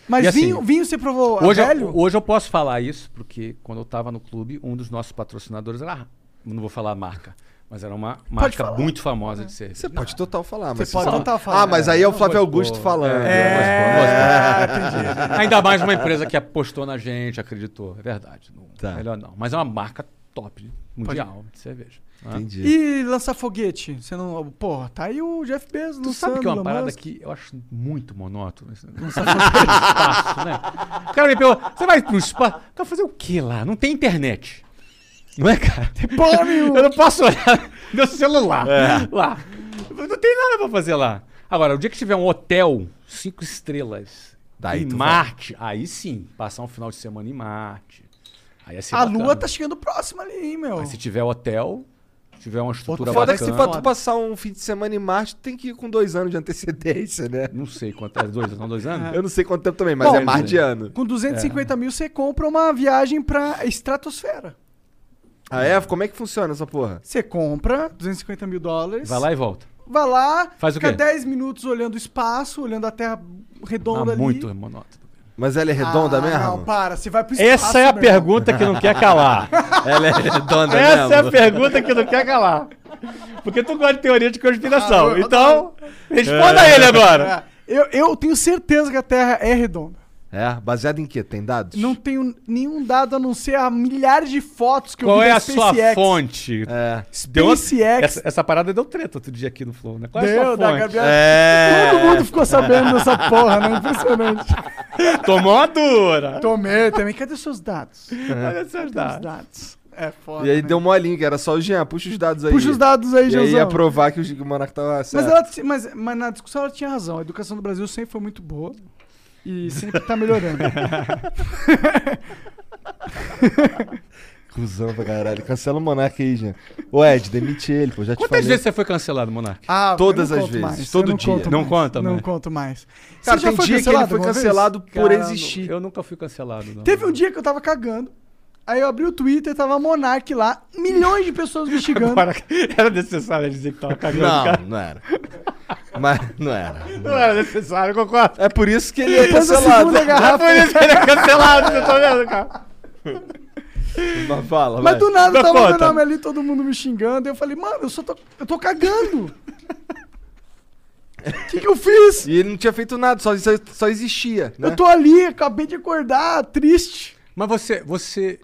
B: Mas
C: E assim,
B: vinho, vinho você provou
C: Hoje,
B: a velho?
C: eu, hoje eu posso falar isso, porque quando eu tava no clube, um dos nossos patrocinadores era. Não vou falar a marca, mas era uma marca
B: falar. Uhum.
C: muito famosa de cerveja.
A: Você pode total falar, mas.
B: Você
A: se
B: pode total falar.
A: Ah, mas aí é o Flávio
C: Não,
A: Augusto
C: pô.
A: falando.
C: É, entendi. Ainda mais uma empresa que apostou na gente, acreditou. É verdade. Não,
A: Tá.
C: Melhor não. Mas é uma marca top, mundial de cerveja. né?
A: Entendi.
B: E lançar foguete? Você não. Porra, tá aí o Jeff Bezos
C: Tu
B: lançando,
C: sabe que é uma
B: Elon
C: parada
B: Musk.
C: que eu acho muito monótona. isso, né? Não sabe fazer espaço, né? O cara me pergunta, você vai pro espaço? Cara, fazer o que lá? Não tem internet. Não é, cara? Eu não posso olhar meu celular
A: É.
C: lá. Não tem nada pra fazer lá. Agora, o dia que tiver um hotel, cinco estrelas,
A: Daí
C: em
A: tu
C: Marte, aí sim, passar um final de semana em Marte. Aí ia ser
B: A
C: é bacana.
B: lua tá chegando próxima ali, hein, meu.
C: Mas se tiver hotel, se tiver uma estrutura
A: Tá Foda é
C: bacana...
A: que se pra tu passar um fim de semana em Marte, tu tem que ir com dois anos de antecedência, né?
C: Não sei quanto é, dois, são dois anos?
A: Eu não sei quanto tempo também, mas
C: Bom,
A: é mais de ano.
B: Com 250
C: É.
B: mil você compra uma viagem pra estratosfera. Hum.
A: Ah, é? Como é que funciona essa porra?
B: Você compra 250 mil
A: É.
B: dólares.
C: Vai lá e volta.
B: Vai lá,
C: Faz o
B: fica
C: quê?
B: 10 minutos olhando o espaço, olhando a terra redonda
C: Ah,
B: ali.
C: muito monótono.
A: Mas ela é redonda
B: ah,
A: mesmo?
B: Não, para, você vai pro espaço.
C: Essa é a
B: meu irmão.
C: pergunta que não quer calar.
A: Ela é redonda
C: Essa é a pergunta que não quer calar. Porque tu gosta de teoria de conspiração. então, responda ele
B: É.
C: agora.
B: Eu, eu tenho certeza que a terra é redonda.
A: É? Baseada em quê? Tem dados?
B: Não tenho nenhum dado a não ser a milhares de fotos que eu
C: Qual
B: vi
C: é
B: da
C: a sua
B: SpaceX.
C: fonte?
A: É.
C: Deu outra-
B: SpaceX.
C: Essa, essa parada deu treta outro dia aqui no Flow, né? Qual é a
B: Deu,
C: sua
B: da
C: fonte?
B: Gabriela.
A: É.
B: Todo mundo ficou sabendo dessa porra, né? Impressionante.
C: Tomou uma dura. É.
B: Tomei também. Cadê os seus dados?
C: Olha os
B: Cadê
C: seus dados.
B: os dados? É foda.
A: E aí
B: né?
A: deu molinho, que era só o Jean, puxa os dados aí.
B: Puxa os dados aí,
A: E aí ia
B: Jeanzão.
A: provar que o Gui- o Monark tava certo.
B: Mas, ela, ti- mas, mas na discussão ela tinha razão. A educação do Brasil sempre foi muito boa e sempre tá melhorando.
A: Cusão pra caralho. Cancela o Monark aí, Jean. Ô, Ed, demite ele, pô. Já te
C: Quantas
A: falei.
C: vezes você foi cancelado, Monark?
B: Ah, eu
A: Todas
B: não
A: as
B: conto
A: vezes,
B: mais,
A: todo
B: eu não
A: dia.
B: conto
C: Não
B: mais,
C: conta
B: Não
C: mais.
B: conto mais.
A: Cara,
B: Você já
A: tem dia que ele
B: cancelado
A: foi
B: alguma vez?
A: cancelado por
B: Cara, eu não-
A: existir.
C: Eu nunca fui cancelado, não.
B: Teve um dia que eu tava cagando. Aí eu abri o Twitter, tava Monark lá, milhões de pessoas me xingando.
C: Agora, era necessário dizer que tava cagando,
A: Não,
C: cara.
A: não era. Mas não era.
C: Não era necessário, concordo.
A: É por isso que ele é
B: Depois da
A: cancelado.
B: segunda garrafa.
C: Por isso que ele é cancelado, você tá vendo, cara?
A: Mas fala,
B: Mas
A: vai.
B: do nada
C: Dá
B: tava meu
C: conta.
B: nome ali, todo mundo me xingando. Eu falei, mano, eu só tô. Eu tô cagando. O que, que eu fiz?
A: E ele não tinha feito nada, só, só- só existia, né?
B: Eu tô ali, acabei de acordar, triste.
C: Mas você, você...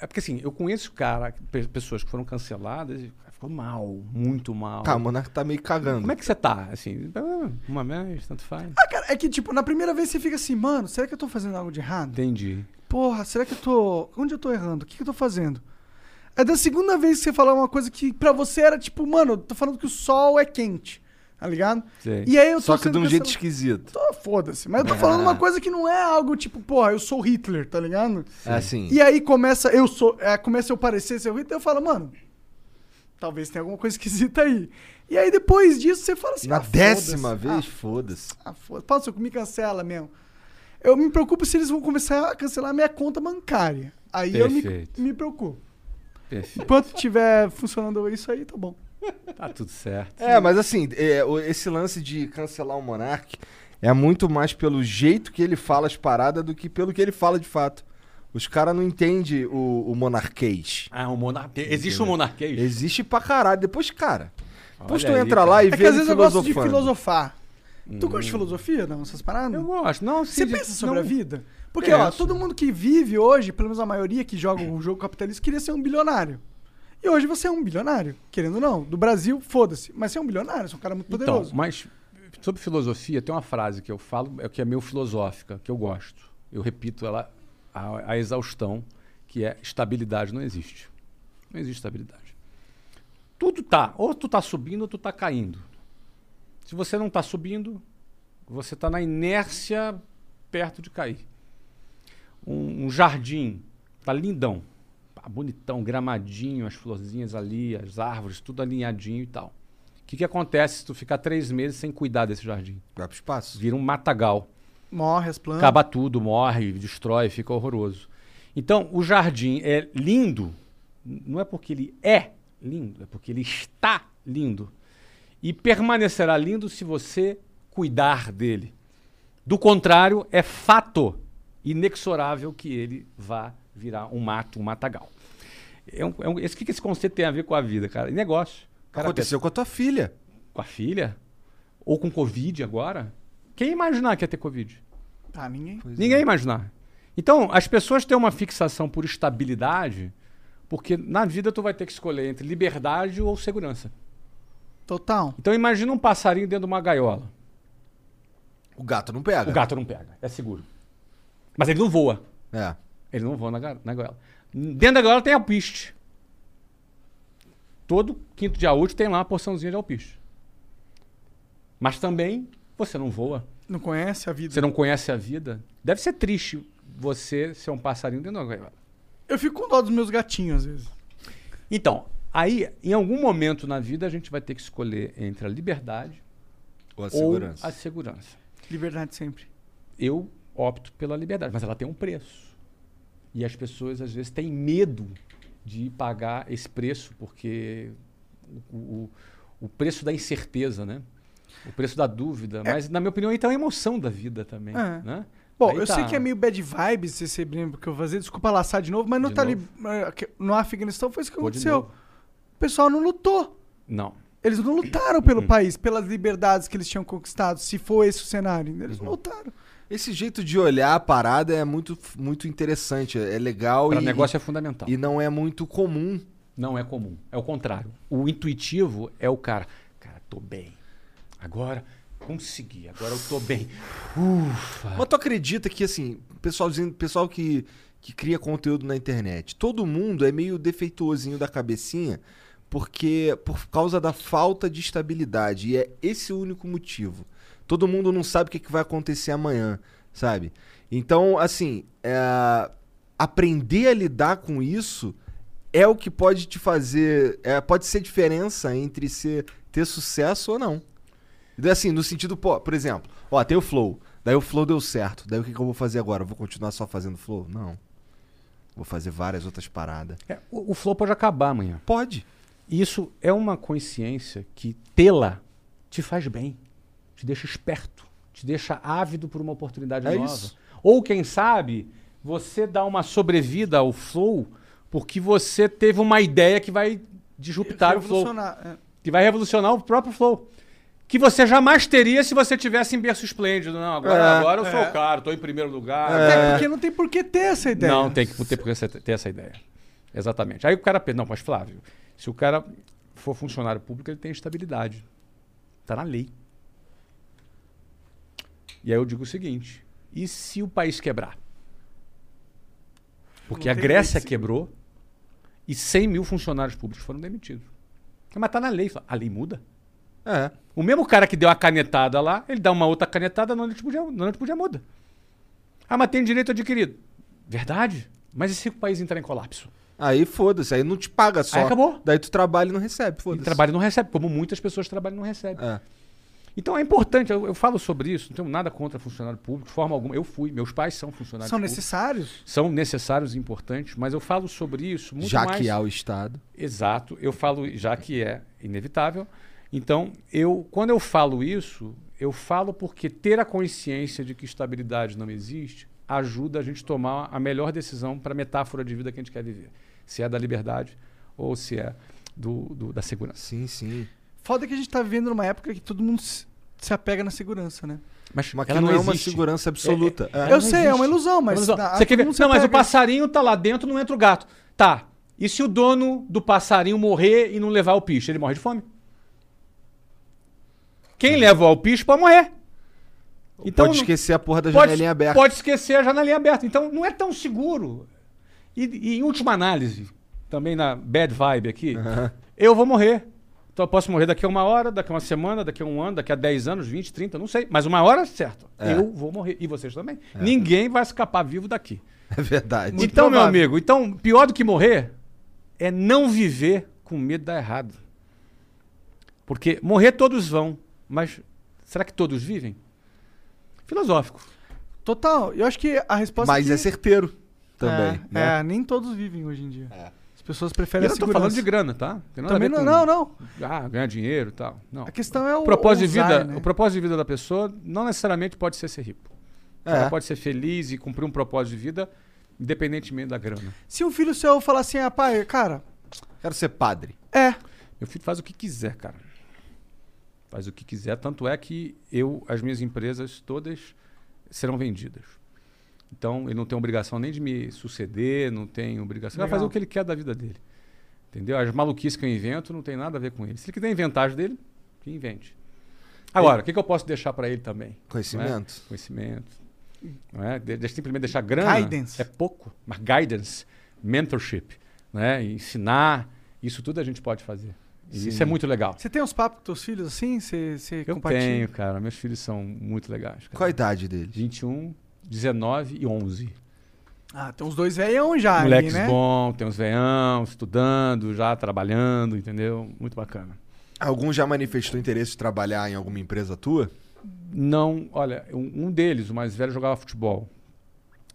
C: É porque assim, eu conheço cara, pe- pessoas que foram canceladas e ficou mal, muito mal.
A: Tá, o Monark tá meio cagando.
C: Como é que você tá? Assim, ah, uma vez, tanto faz.
B: Ah, cara, é que, tipo, na primeira vez você fica assim, mano, será que eu tô fazendo algo de errado?
C: Entendi.
B: Porra, será que eu tô. Onde eu tô errando? O que, que eu tô fazendo? É da segunda vez que você falar uma coisa que pra você era tipo, mano, eu tô falando que o sol é quente, tá ligado?
C: Sei.
B: E aí eu tô
A: Só que de
B: sendo
A: um jeito
B: cancela-
A: esquisito.
B: Tô, foda-se. Mas eu tô falando uma coisa que não é algo tipo, porra, eu sou Hitler, tá ligado?
A: É assim.
B: E aí começa, eu sou. é, começa eu parecer ser o Hitler, eu falo, mano, talvez tenha alguma coisa esquisita aí. E aí depois disso você fala assim,
A: Na
B: ah,
A: décima
B: foda-se.
A: vez, foda-se.
B: Ah, foda Fala, seu, me cancela mesmo. Eu me preocupo se eles vão começar a cancelar minha conta bancária. Aí
C: Perfeito.
B: eu me, me preocupo.
C: Perfeito.
B: Enquanto tiver funcionando isso aí, tá bom.
C: Tá tudo certo.
A: É, mas assim, é, o- esse lance de cancelar o Monark é muito mais pelo jeito que ele fala as paradas do que pelo que ele fala de fato. Os caras não entendem o, o monarquês.
C: Ah, um monarquia. Existe um monarquês?
A: Existe pra caralho. Depois, cara. Depois
C: Olha
A: tu
C: aí,
A: entra
C: cara.
A: lá e
B: É
A: vê
B: que às
A: ele
B: vezes eu gosto de
A: filosofando.
B: filosofar. Tu gosta
C: Hum.
B: de filosofia, não? Essas paradas?
C: Eu gosto. Não,
B: Você
C: sim, de-
B: pensa sobre
C: não.
B: a vida? Porque, ó,
C: Penso.
B: todo mundo que vive hoje, pelo menos a maioria que joga um jogo capitalista, queria ser um bilionário. E hoje você é um bilionário, querendo ou não. Do Brasil, foda-se. Mas você é um bilionário, você é um cara muito
C: Então,
B: poderoso.
C: mas sobre filosofia, tem uma frase que eu falo, é que é meio filosófica, que eu gosto. Eu repito ela a, a exaustão, que é estabilidade não existe. Não existe estabilidade. Tudo tá, ou tu tá subindo ou tu tá caindo. Se você não tá subindo, você tá na inércia perto de cair. Um, um jardim, tá lindão, pá, bonitão, gramadinho, as florzinhas ali, as árvores, tudo alinhadinho e tal. O que, que acontece se tu ficar três meses sem cuidar desse jardim?
A: Vai pro espaço.
C: Vira um matagal.
B: Morre as plantas.
C: Acaba tudo, morre, destrói, fica horroroso. Então, o jardim é lindo, n- não é porque ele é lindo, é porque ele está lindo. E permanecerá lindo se você cuidar dele. Do contrário, é fato inexorável que ele vá virar um mato, um matagal. É um, é um- esse, o que que esse conceito tem a ver com a vida, cara? É Negócio. O cara
A: Aconteceu com a tua filha.
C: com a filha? Ou com Covid agora? Quem ia imaginar que ia ter Covid?
B: Tá, ninguém.
C: Ninguém ia imaginar. Então, as pessoas têm uma fixação por estabilidade, porque na vida tu vai ter que escolher entre liberdade ou segurança.
B: Total.
C: Então imagina um passarinho dentro de uma gaiola.
A: O gato não pega.
C: O gato não pega, é seguro. Mas ele não voa.
A: É.
C: Ele não voa na, ga- na gaiola. Dentro da gaiola tem alpiste. Todo quinto dia útil tem lá uma porçãozinha de alpiste. Mas também você não voa.
B: Não conhece a vida.
C: Você não conhece a vida? Deve ser triste você ser um passarinho dentro da gaiola.
B: Eu fico com dó dos meus gatinhos, às vezes.
C: Então, aí, em algum momento na vida, a gente vai ter que escolher entre a liberdade
A: Ou a
C: ou
A: segurança.
C: a segurança.
B: Liberdade sempre.
C: Eu opto pela liberdade, mas ela tem um preço. E as pessoas, às vezes, têm medo de pagar esse preço, porque o, o- o preço da incerteza, né? O preço da dúvida. Mas, na minha opinião, então é a emoção da vida também.
B: É.
C: Né?
B: Bom,
C: Aí
B: eu
C: tá.
B: sei que é meio bad vibes esse brinco que eu vou fazer. Desculpa laçar de novo, mas no,
C: De
B: Talib... eh, que- no Afeganistão foi isso que
C: Pô, de
B: aconteceu.
C: novo.
B: O pessoal não lutou.
C: Não.
B: Eles não lutaram
C: Hum.
B: pelo país, pelas liberdades que eles tinham conquistado, se for esse o cenário. Eles
C: Uhum.
B: não lutaram.
A: Esse jeito de olhar a parada é muito, muito interessante. É legal
C: Para
A: e,
C: negócio é fundamental.
A: e não é muito comum.
C: Não é comum. É o contrário. O intuitivo é o cara. Cara, tô bem. Agora Consegui, agora eu tô bem.
A: Mas tu acredita que, assim, pessoalzinho, pessoal que, que cria conteúdo na internet, todo mundo é meio defeituosinho da cabecinha porque por causa da falta de estabilidade. E é esse o único motivo. Todo mundo não sabe o que, é que vai acontecer amanhã, sabe? Então, assim, é, aprender a lidar com isso é o que pode te fazer. é, pode ser diferença entre ser, ter sucesso ou não. E daí, Assim, no sentido, pô, por exemplo, ó, tem o flow. Daí o flow deu certo. Daí o que, que eu vou fazer agora? Eu vou continuar só fazendo flow? Não. Vou fazer várias outras paradas.
C: É, o, o flow pode acabar amanhã.
A: Pode.
C: Isso é uma consciência que tê-la te faz bem, te deixa esperto, te deixa ávido por uma oportunidade
A: É
C: nova.
A: isso.
C: Ou quem sabe você dá uma sobrevida ao flow porque você teve uma ideia que vai disruptar o flow,
B: Revolucionar, é.
C: que vai revolucionar o próprio flow. Que você jamais teria se você tivesse em berço esplêndido. Não, agora,
A: É,
C: agora eu sou o cara, estou em primeiro lugar.
B: Até porque não É. tem por que ter essa ideia.
C: É. Não, tem que ter, porque você ter essa ideia. Exatamente. Aí o cara pensa, não, mas Flávio, se o cara for funcionário público, ele tem estabilidade. Está na lei. E aí eu digo o seguinte: e se o país quebrar? Porque
B: Não
C: a
B: tem
C: Grécia
B: lei, sim.
C: quebrou e 100 mil funcionários públicos foram demitidos. Mas está na lei. A lei muda.
A: É.
C: O mesmo cara que deu a canetada lá, ele dá uma outra canetada no tipo de, no tipo de muda. Ah, mas tem direito adquirido. Verdade. Mas e se o país entrar em colapso?
A: Aí foda-se, aí não te paga só.
C: Aí acabou.
A: Daí tu trabalha e não recebe,
C: E
A: foda-se.
C: trabalho não recebe, como muitas pessoas trabalham e não recebem.
A: É.
C: Então é importante, eu, eu falo sobre isso, não tenho nada contra funcionário público, de forma alguma. Eu fui, meus pais são funcionários
B: São
C: públicos.
B: necessários?
C: São necessários e importantes, mas eu falo sobre isso muito
A: Já
C: mais...
A: que há o Estado.
C: Exato, eu falo, já que é inevitável. Então, eu, quando eu falo isso, eu falo porque ter a consciência de que estabilidade não existe ajuda a gente a tomar a melhor decisão para a metáfora de vida que a gente quer viver. Se é da liberdade ou se é do, do- da segurança.
A: Sim, sim.
B: Foda que a gente tá vivendo numa época que todo mundo se se apega na segurança, né?
C: Mas,
A: Mas que
C: ela
A: não, é uma
C: existe.
A: segurança absoluta. É,
B: eu sei, é uma ilusão, mas.
C: Mas, ó,
B: na-
C: você quer ver?
B: todo mundo se
C: Não, mas o
B: apega.
C: passarinho tá lá dentro, não entra o gato. Tá. E se o dono do passarinho morrer e não levar o picho, ele morre de fome? Quem leva o alpiche pode morrer. Então,
A: É. pode
C: não-
A: esquecer a porra da
C: pode-
A: janelinha aberta.
C: Pode esquecer a janelinha aberta. Então não é tão seguro. E, e em última análise, também na bad vibe aqui, eu vou morrer. Então eu posso morrer daqui a uma hora, daqui a uma semana, daqui a um ano, daqui a 10 anos, 20, 30, não sei. Mas uma hora, é certo.
A: É.
C: Eu vou morrer. E vocês também. Ninguém vai escapar vivo daqui.
A: É verdade.
B: Muito
C: então, meu
B: provável.
C: amigo, então, pior do que morrer é não viver com medo de dar errado. Porque morrer todos vão, mas será que todos vivem? Filosófico.
B: Total, eu acho que a resposta.
A: Mas
B: que...
A: é certeiro
B: É,
A: também. né?
B: é, nem todos vivem hoje em dia. As pessoas
C: É. E eu
B: preferem a
C: não estou
B: segurança.
C: falando de grana, tá? Tem nada a
B: Também
C: ver
B: não, não,
C: com-
B: não.
C: Ah, ganhar dinheiro e tal. Não.
B: A questão é o.
C: O propósito, de
B: o usar,
C: vida,
B: né?
C: o propósito de vida da pessoa não necessariamente pode ser ser rico. Ela
A: É.
C: pode ser feliz e cumprir um propósito de vida independentemente da grana.
B: Se um filho seu falar assim, ah, pai, cara,
A: Quero ser padre.
B: é.
C: Meu filho faz o que quiser, cara. Faz o que quiser. Tanto é que eu, as minhas empresas todas serão vendidas. Então, ele não tem obrigação nem de me suceder, não tem obrigação. Ele vai fazer
B: Legal.
C: o que ele quer da vida dele. Entendeu? As maluquices que eu invento não tem nada a ver com ele. Se ele quiser inventar as dele, que invente. Agora, o que, que eu posso deixar para ele também?
A: Conhecimento.
C: Não é? Conhecimento. Não é? De, de- simplesmente deixar grana.
B: Guidance.
C: É pouco. Mas guidance, mentorship, né? E ensinar, isso tudo a gente pode fazer. E isso é muito legal.
B: Você tem uns papos com teus filhos assim? Você, você
C: Eu
B: compartilha?
C: tenho, cara. Meus filhos são muito legais. Cara.
A: Qual a idade dele?
C: 21, 19 e 11.
B: Ah, tem uns dois velhão já
C: Moleques
B: ali, né?
C: bom, tem uns veião, estudando, já trabalhando, entendeu? Muito bacana.
A: Algum já manifestou interesse de trabalhar em alguma empresa tua?
C: Não, olha, um, um deles, o mais velho, jogava futebol.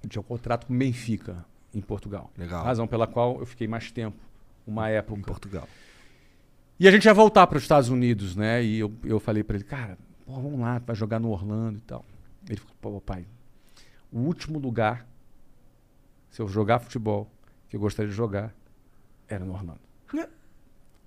C: Eu tinha um contrato com o Benfica, em Portugal.
A: Legal.
C: Razão pela qual eu fiquei mais tempo, uma época.
A: Em Portugal.
C: E a gente ia voltar para os Estados Unidos, né? E eu, eu falei para ele, cara, pô, vamos lá, tu vai jogar no Orlando e tal. Ele falou, pô, pai, o último lugar, se eu jogar futebol, que eu gostaria de jogar, era no Orlando.
B: É.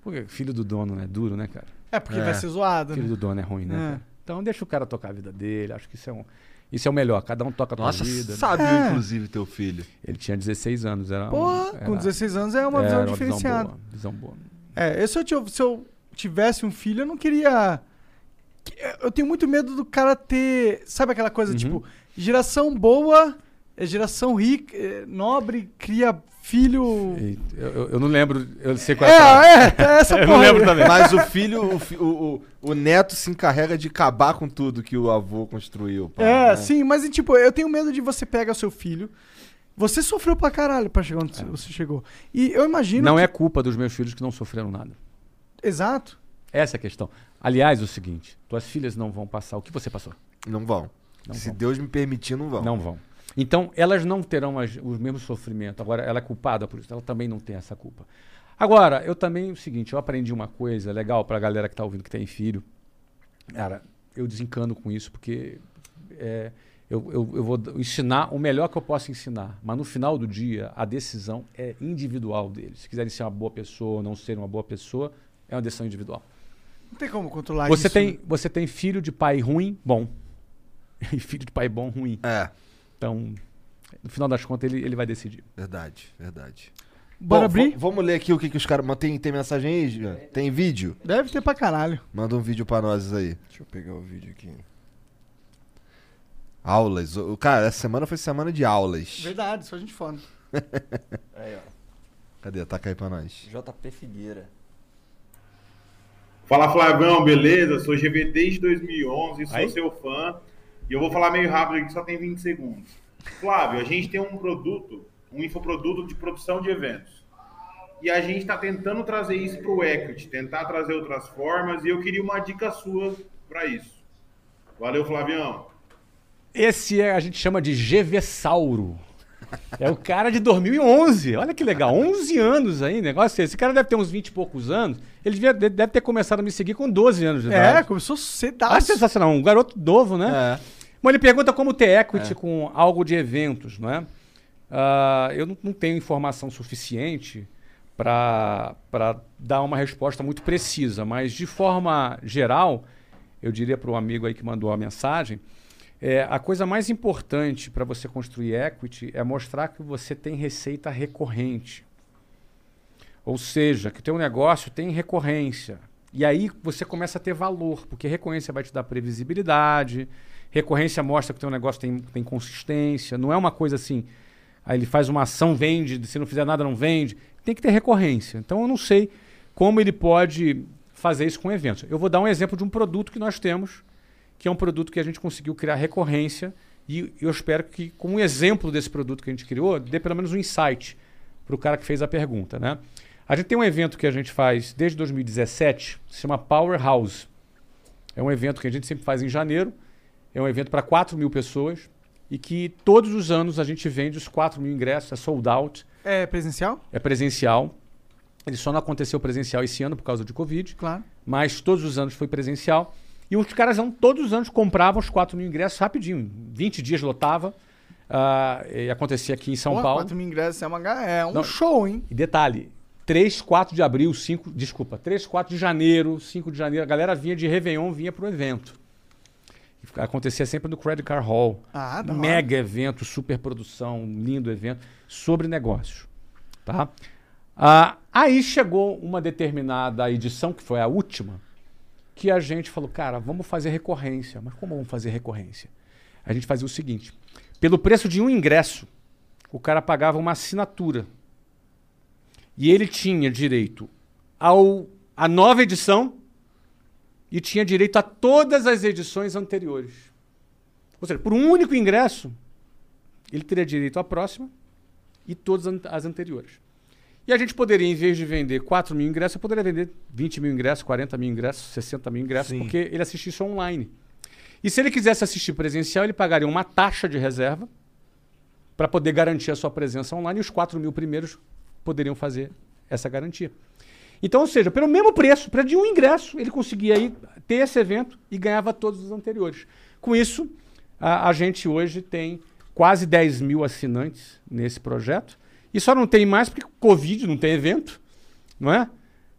C: Porque filho do dono, né? Duro, né, cara?
B: É, porque
A: É.
B: vai ser zoado,
C: Filho
B: né?
C: do dono é ruim, né?
B: É.
C: cara? Então deixa o cara tocar a vida dele, acho que isso é um. Isso é o melhor, cada um toca a
A: Nossa,
C: sua vida. né?
A: sábio,
B: É.
A: inclusive, teu filho.
C: Ele tinha 16 anos, era um-
B: Porra,
C: era-
B: com 16 anos é uma
C: era
B: visão
C: uma
B: diferenciada.
C: Visão boa, visão boa.
B: É, eu, se, eu, tive- se eu tivesse um filho, eu não queria Eu tenho muito medo do cara ter. Sabe aquela coisa,
C: Uhum.
B: tipo, geração boa, é geração rica, é, nobre, cria filho.
C: E Eu, eu- eu não lembro, eu sei qual
B: É,
C: a
B: é,
C: frase.
B: é essa
C: Eu não
B: porra aí.
C: lembro também.
A: Mas o filho, o, fi- o, o, o neto se encarrega de acabar com tudo que o avô construiu. pá,
B: É,
A: né?
B: sim, mas e, tipo, eu tenho medo de você pegar seu filho. Você sofreu pra caralho pra chegar onde você chegou. E eu imagino.
C: É. Não
B: que-
C: é culpa dos meus filhos que não sofreram nada.
B: Exato.
C: Essa é a questão. Aliás, é o seguinte: tuas filhas não vão passar o que você passou.
A: Não vão.
C: Não
A: Se
C: vão.
A: Deus me permitir, não vão.
C: Não vão. Então, elas não terão as, os mesmos sofrimentos. Agora, ela é culpada por isso. Ela também não tem essa culpa. Agora, eu também, o seguinte, eu aprendi uma coisa legal pra galera que tá ouvindo que tem filho. Cara, eu desencano com isso porque é, eu, eu, eu vou d- ensinar o melhor que eu posso ensinar. Mas no final do dia, a decisão é individual deles. Se quiserem ser uma boa pessoa ou não serem uma boa pessoa, é uma decisão individual.
B: Não tem como controlar
C: Você
B: isso. né?
C: tem, você tem filho de pai ruim, bom. E filho de pai bom, ruim.
A: É,
C: Então, no final das contas, ele, ele vai decidir.
A: verdade, verdade.
B: Bora
A: Bom,
B: abrir?
A: va- vamos ler aqui o que, que os caras. Mas Tem, tem mensagem aí, Jean? Tem vídeo?
B: Deve ter pra caralho.
A: Manda um vídeo pra nós aí.
G: Deixa eu pegar o vídeo aqui.
A: Aulas. O, cara, essa semana foi semana de aulas.
B: Verdade, só a gente fora.
G: Aí, ó.
A: Cadê? Taca aí pra nós.
G: JP Figueira.
I: Fala Flavão, beleza? Sou GV desde 2011, sou
C: Aí.
I: seu fã. E eu vou falar meio rápido aqui, só tem 20 segundos. Flávio, a gente tem um produto, um infoproduto de produção de eventos. E a gente está tentando trazer isso para o equity, tentar trazer outras formas. E eu queria uma dica sua para isso. Valeu, Flavião.
C: Esse é, a gente chama de GVSauro. É o cara de 2011. Olha que legal. 11 anos aí, negócio. Esse cara deve ter uns 20 e poucos anos. Ele devia- de- deve ter começado a me seguir com 12 anos de
B: É,
C: idade.
B: começou
C: Ah,
B: cedaço.
C: sensacional. Um garoto novo, né?
A: É.
C: Bom, ele pergunta como ter equity com algo de eventos, não é? Ah, eu não, não tenho informação suficiente para dar uma resposta muito precisa, mas de forma geral, eu diria para o amigo aí que mandou a mensagem, é, a coisa mais importante para você construir equity é mostrar que você tem receita recorrente. Ou seja, que o teu negócio tem recorrência. E aí você começa a ter valor, porque recorrência vai te dar previsibilidade, recorrência mostra que o teu negócio tem, tem consistência, não é uma coisa assim, aí ele faz uma ação, vende, se não fizer nada não vende. Tem que ter recorrência. Então eu não sei como ele pode fazer isso com eventos. Eu vou dar um exemplo de um produto que nós temos, que é um produto que a gente conseguiu criar recorrência e eu espero que com um exemplo desse produto que a gente criou, dê pelo menos um insight para o cara que fez a pergunta, né? A gente tem um evento que a gente faz desde 2017, se chama Powerhouse. É um evento que a gente sempre faz em janeiro. É um evento para 4 mil pessoas e que todos os anos a gente vende os 4 mil ingressos, é sold out,
B: É presencial?
C: é presencial. Ele só não aconteceu presencial esse ano por causa de Covid,
B: Claro.
C: mas todos os anos foi presencial. E os caras não, todos os anos compravam os 4 mil ingressos rapidinho. Em 20 dias lotava. ah, e acontecia aqui em São
B: Porra,
C: Paulo.
B: 4 mil ingressos é, uma... ga- é um
C: Não.
B: show, hein?
C: E detalhe, 3, 4 de abril, 5, desculpa, 3, 4 de janeiro, 5 de janeiro, a galera vinha de Réveillon, vinha pro evento. E fica- Acontecia sempre no Credit Card Hall.
B: Ah, da hora.
C: Mega evento, super produção, lindo evento, sobre negócios. Tá? Ah, aí chegou uma determinada edição, que foi a última, que a gente falou, cara, vamos fazer recorrência. Mas como vamos fazer recorrência? A gente fazia o seguinte: pelo preço de um ingresso, o cara pagava uma assinatura. E ele tinha direito ao, à nova edição e tinha direito a todas as edições anteriores. Ou seja, por um único ingresso, ele teria direito à próxima e todas an- as anteriores. E a gente poderia, em vez de vender 4 mil ingressos, eu poderia vender 20 mil ingressos, 40 mil ingressos, 60 mil ingressos, porque ele assistia isso online. E se ele quisesse assistir presencial, ele pagaria uma taxa de reserva para poder garantir a sua presença online e os 4 mil primeiros poderiam fazer essa garantia. Então, ou seja, pelo mesmo preço, para de um ingresso, ele conseguia aí ter esse evento e ganhava todos os anteriores. Com isso, a, a gente hoje tem quase 10 mil assinantes nesse projeto. E só não tem mais porque Covid não tem evento, não é?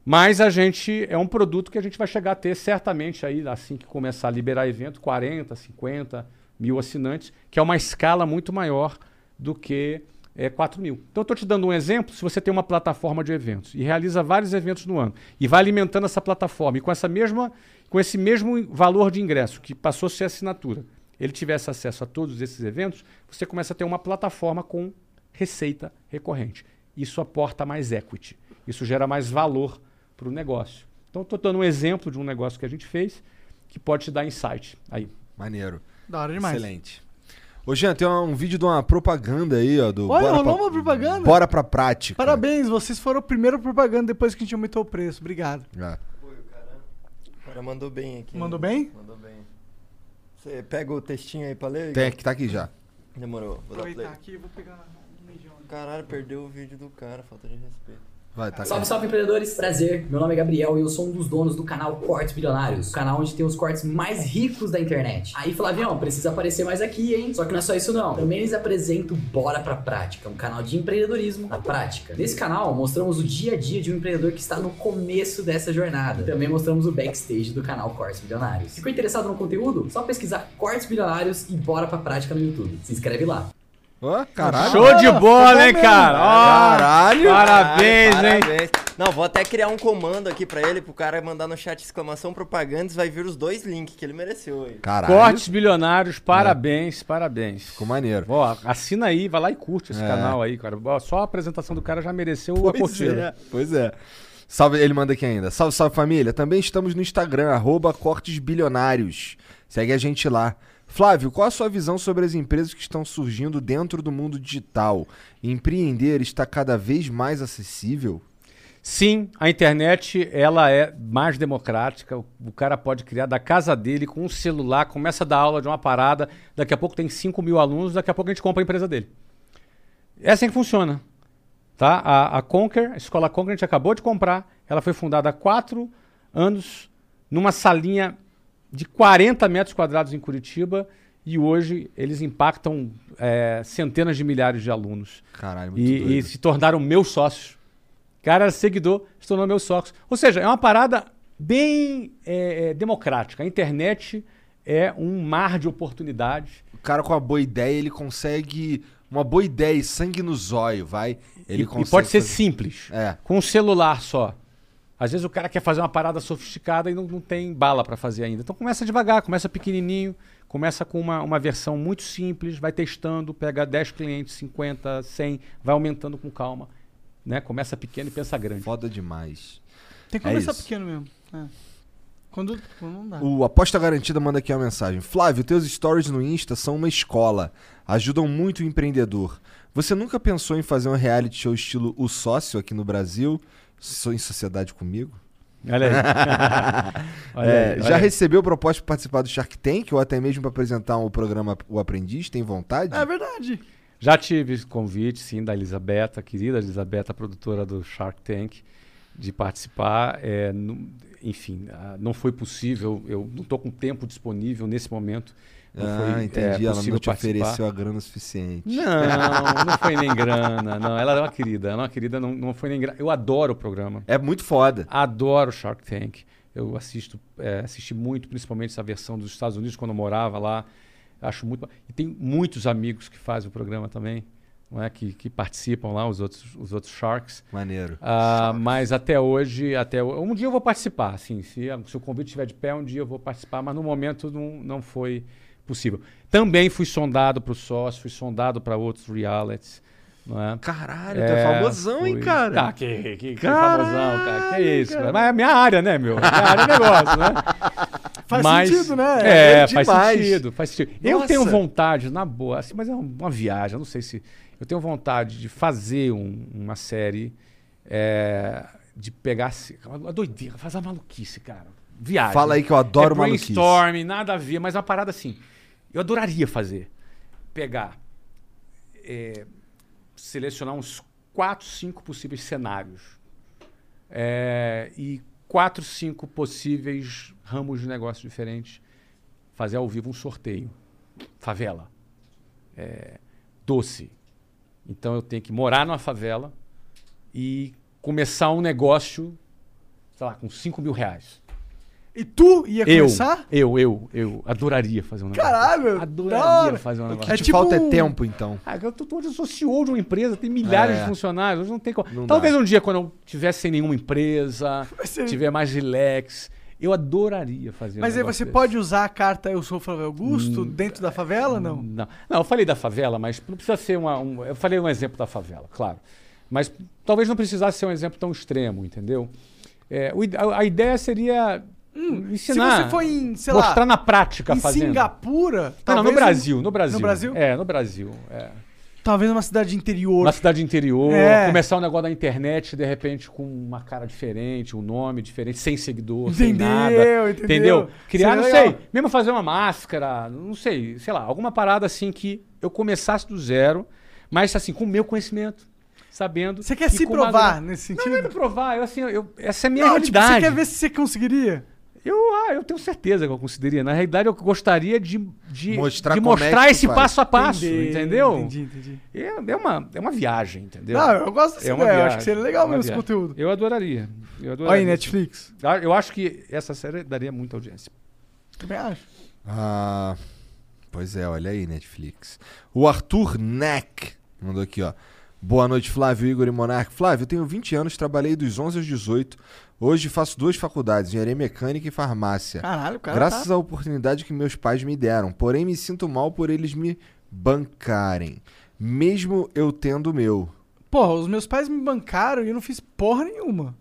C: Mas a gente é um produto que a gente vai chegar a ter certamente aí, assim que começar a liberar evento, 40, 50 mil assinantes, que é uma escala muito maior do que é, 4 mil. Então, eu estou te dando um exemplo. Se você tem uma plataforma de eventos e realiza vários eventos no ano e vai alimentando essa plataforma e com essa mesma com esse mesmo valor de ingresso, que passou a ser assinatura, ele tivesse acesso a todos esses eventos, você começa a ter uma plataforma com receita recorrente. Isso aporta mais equity, isso gera mais valor para o negócio. Então, estou dando um exemplo de um negócio que a gente fez que pode te dar insight aí.
A: Maneiro.
B: Da hora demais.
A: Excelente. Ô, Jean, tem um vídeo de uma propaganda aí, ó. Do
B: Olha,
A: Bora
B: rolou
A: pra-
B: uma propaganda.
A: Bora pra prática.
B: Parabéns, vocês foram a primeira propaganda depois que a gente aumentou o preço. Obrigado.
A: Já.
G: O cara mandou bem aqui.
B: Mandou
G: né?
B: bem?
G: Mandou bem. Você pega o textinho aí pra ler?
A: Tem aqui, tá aqui já.
G: Demorou. Vou dar play.
B: Aproveitar aqui, vou pegar um mijão.
C: É
G: Caralho, perdeu o vídeo do cara, falta de respeito.
A: Vai, tá aqui.
J: Salve, salve empreendedores! Prazer, meu nome é Gabriel e eu sou um dos donos do canal Cortes Bilionários, o canal onde tem os cortes mais ricos da internet. Aí, Flavião, precisa aparecer mais aqui, hein? Só que não é só isso não. Também eles apresentam Bora Pra Prática, um canal de empreendedorismo na prática. Nesse canal, mostramos o dia a dia de um empreendedor que está no começo dessa jornada. E também mostramos o backstage do canal Cortes Bilionários. Ficou interessado no conteúdo? Só pesquisar Cortes Bilionários e Bora Pra Prática no YouTube. Se inscreve lá.
A: Ó, caralho.
C: Show de bola, hein,
A: mesmo.
C: cara? Ó,
A: Caralho.
C: Parabéns, hein?
G: Parabéns. Não, vou até criar um comando aqui pra ele, pro cara mandar no chat exclamação propagandas, vai vir os dois links que ele mereceu aí.
A: Caralho.
C: Cortes bilionários, parabéns, parabéns.
A: É. Ficou maneiro.
C: Ó, assina aí, vai lá e curte esse
A: É.
C: canal aí, cara. Ó, Só a apresentação do cara já mereceu a curtida.
A: é, pois é. Salve, ele manda aqui ainda. Salve, salve família. Também estamos no Instagram, arroba Cortes Bilionários. Segue a gente lá. Flávio, qual a sua visão sobre as empresas que estão surgindo dentro do mundo digital? Empreender está cada vez mais acessível?
C: Sim, a internet ela é mais democrática. O, o cara pode criar da casa dele com um celular, começa a dar aula de uma parada. Daqui a pouco tem 5 mil alunos, daqui a pouco a gente compra a empresa dele. É assim que funciona. Tá? A, a Conquer, a escola Conquer, a gente acabou de comprar. Ela foi fundada há quatro anos numa salinha de 40 metros quadrados em Curitiba. E hoje eles impactam é, centenas de milhares de alunos.
A: Caralho, muito doido.
C: E, e se tornaram meus sócios. Cara, era seguidor, se tornou meu sócio. Ou seja, é uma parada bem é, é, democrática. A internet é um mar de oportunidades.
A: O cara com uma boa ideia, ele consegue... Uma boa ideia e sangue no zóio, vai.
C: e,
A: Ele
C: e
A: consegue
C: pode ser
A: fazer-
C: simples.
A: É.
C: Com um celular só. Às vezes o cara quer fazer uma parada sofisticada e não, não tem bala para fazer ainda. Então começa devagar, começa pequenininho, começa com uma, uma versão muito simples, vai testando, pega 10 clientes, 50, 100, vai aumentando com calma. Né? Começa pequeno e pensa grande.
A: Foda demais.
B: Tem que
A: É
B: começar
A: isso.
B: pequeno mesmo. É. Quando, quando não dá.
A: O Aposta Garantida manda aqui uma mensagem. Flávio, teus stories no Insta são uma escola. Ajudam muito o empreendedor. Você nunca pensou em fazer um reality show estilo O Sócio aqui no Brasil? Sou em sociedade comigo?
C: Olha aí. Olha
A: É,
C: aí,
A: já
C: olha aí.
A: recebeu proposta para participar do Shark Tank ou até mesmo para apresentar o programa O Aprendiz? Tem vontade?
C: Ah,
B: É verdade.
C: Já tive convite, sim, da Elizabeth, a querida Elizabeth, a produtora do Shark Tank, de participar. É, nu- enfim, ah, não foi possível. Eu não estou com tempo disponível nesse momento. Não
A: ah,
C: foi, é,
A: entendi. Ela não
C: possível
A: te
C: participar.
A: ofereceu a grana suficiente.
C: Não, não foi nem grana. Não, ela é uma querida. Ela é uma querida, não, não foi nem grana. Eu adoro o programa.
A: É muito foda.
C: Adoro Shark Tank. Eu assisto, é, assisti muito, principalmente essa versão dos Estados Unidos quando eu morava lá. Acho muito. E tem muitos amigos que fazem o programa também, não é? Que, que participam lá, os outros, os outros Sharks.
A: Maneiro.
C: Ah, mas até hoje, até ho- um dia eu vou participar, assim, se, a- se o convite estiver de pé, um dia eu vou participar, mas no momento não, não foi possível. Também fui sondado para o sócio, fui sondado para outros realities, não é?
A: Caralho, tu é famosão, hein,
C: fui.
A: cara?
C: Tá, que, que, que
A: Caralho,
C: famosão, cara. Que isso,
A: cara.
C: cara. Mas é minha área, né, meu? Minha área é negócio, né?
B: Faz
C: Mas-
B: sentido, né?
C: É,
A: É
C: faz
A: demais.
C: sentido, faz sentido. Eu
A: Nossa.
C: tenho vontade, na boa, assim, mas é um- uma viagem, eu não sei se. Eu tenho vontade de fazer um- uma série, é, de pegar. assim, Uma doideira, fazer uma maluquice, cara. Viagem.
A: Fala aí que eu adoro
C: é
A: maluquice.
C: brainstorm, nada a ver, mas uma parada assim. Eu adoraria fazer. Pegar. é, selecionar uns 4, 5 possíveis cenários. É, e 4, 5 possíveis ramos de negócio diferentes. Fazer ao vivo um sorteio. Favela. É, doce. Então eu tenho que morar numa favela e começar um negócio, sei lá, com 5 mil reais.
B: E tu ia
C: Eu,
B: começar?
C: eu, eu, eu adoraria fazer um negócio.
B: Caralho, da
C: Adoraria
B: hora.
C: fazer um
A: O que
C: negócio.
B: É
A: te
B: tipo
A: falta é
B: um-
A: tempo, então.
C: Ah, eu tô, tô- hoje eu sou CEO de uma empresa, tem milhares
A: É.
C: de funcionários, hoje não tem como.
A: Não
C: Talvez
A: dá.
C: um dia, quando eu tiver sem nenhuma empresa,
B: ser-
C: tiver mais relax, Eu adoraria fazer um
B: Mas aí
C: negócio
B: você
C: desse.
B: pode usar a carta Eu Sou Flávio Augusto
C: Hum.
B: dentro da favela, não?
C: Não. Não, eu falei da favela, mas não precisa ser uma. um- eu falei um exemplo da favela, claro. Mas talvez não precisasse ser um exemplo tão extremo, entendeu? É, o ide- a, a ideia seria ensinar.
B: Hum, se você for em, sei lá,
C: mostrar na prática
B: em
C: fazendo.
B: Singapura,
C: Não, não, no
B: talvez
C: Brasil,
B: um-
C: no Brasil.
B: No Brasil?
C: É, no Brasil. É.
B: Talvez numa cidade de interior.
C: Na cidade interior,
B: É.
C: começar um negócio da internet, de repente, com uma cara diferente, um nome diferente, sem seguidor, sem
B: Entendeu,
C: nada.
B: entendeu?
C: Criar, não
B: Seria
C: sei,
B: legal.
C: mesmo fazer uma máscara, não sei, sei lá, alguma parada assim que eu começasse do zero, mas assim, com o meu conhecimento, sabendo.
B: Você quer
C: e
B: se
C: com uma
B: provar
C: gra-
B: nesse
C: Não,
B: sentido?
C: não é me provar, eu, assim, eu, essa é a minha
B: Não, tipo,
C: realidade.
B: você quer ver se você conseguiria?
C: Eu, ah, eu tenho certeza que eu conseguiria. Na realidade, eu gostaria de, de
A: Mostrar
C: de
A: como é que
C: mostrar
A: tu
C: esse
A: faz.
C: passo a passo,
B: Entendi,
C: entendeu?
B: Entendi, entendi.
C: É, é uma, é uma viagem, entendeu?
B: Não, eu gosto dessa ideia, eu acho que seria Tá legal
C: é uma
B: mesmo esse
C: viagem.
B: conteúdo.
C: Eu adoraria. Eu
B: Olha
C: adoraria.
B: aí, Netflix.
C: Ah, Eu acho que essa série daria muita audiência.
B: Também acho.
A: Ah, pois é, olha aí, Netflix. O Arthur Neck mandou aqui, ó. Boa noite, Flávio, Igor e Monarque. Flávio, eu tenho 20 anos, trabalhei dos 11 aos 18. Hoje faço duas faculdades, engenharia mecânica e farmácia.
B: Caralho, o cara
A: É. Graças
B: tá-
A: à oportunidade que meus pais me deram, porém me sinto mal por eles me bancarem, mesmo eu tendo o meu.
B: Porra, os meus pais me bancaram e eu não fiz porra nenhuma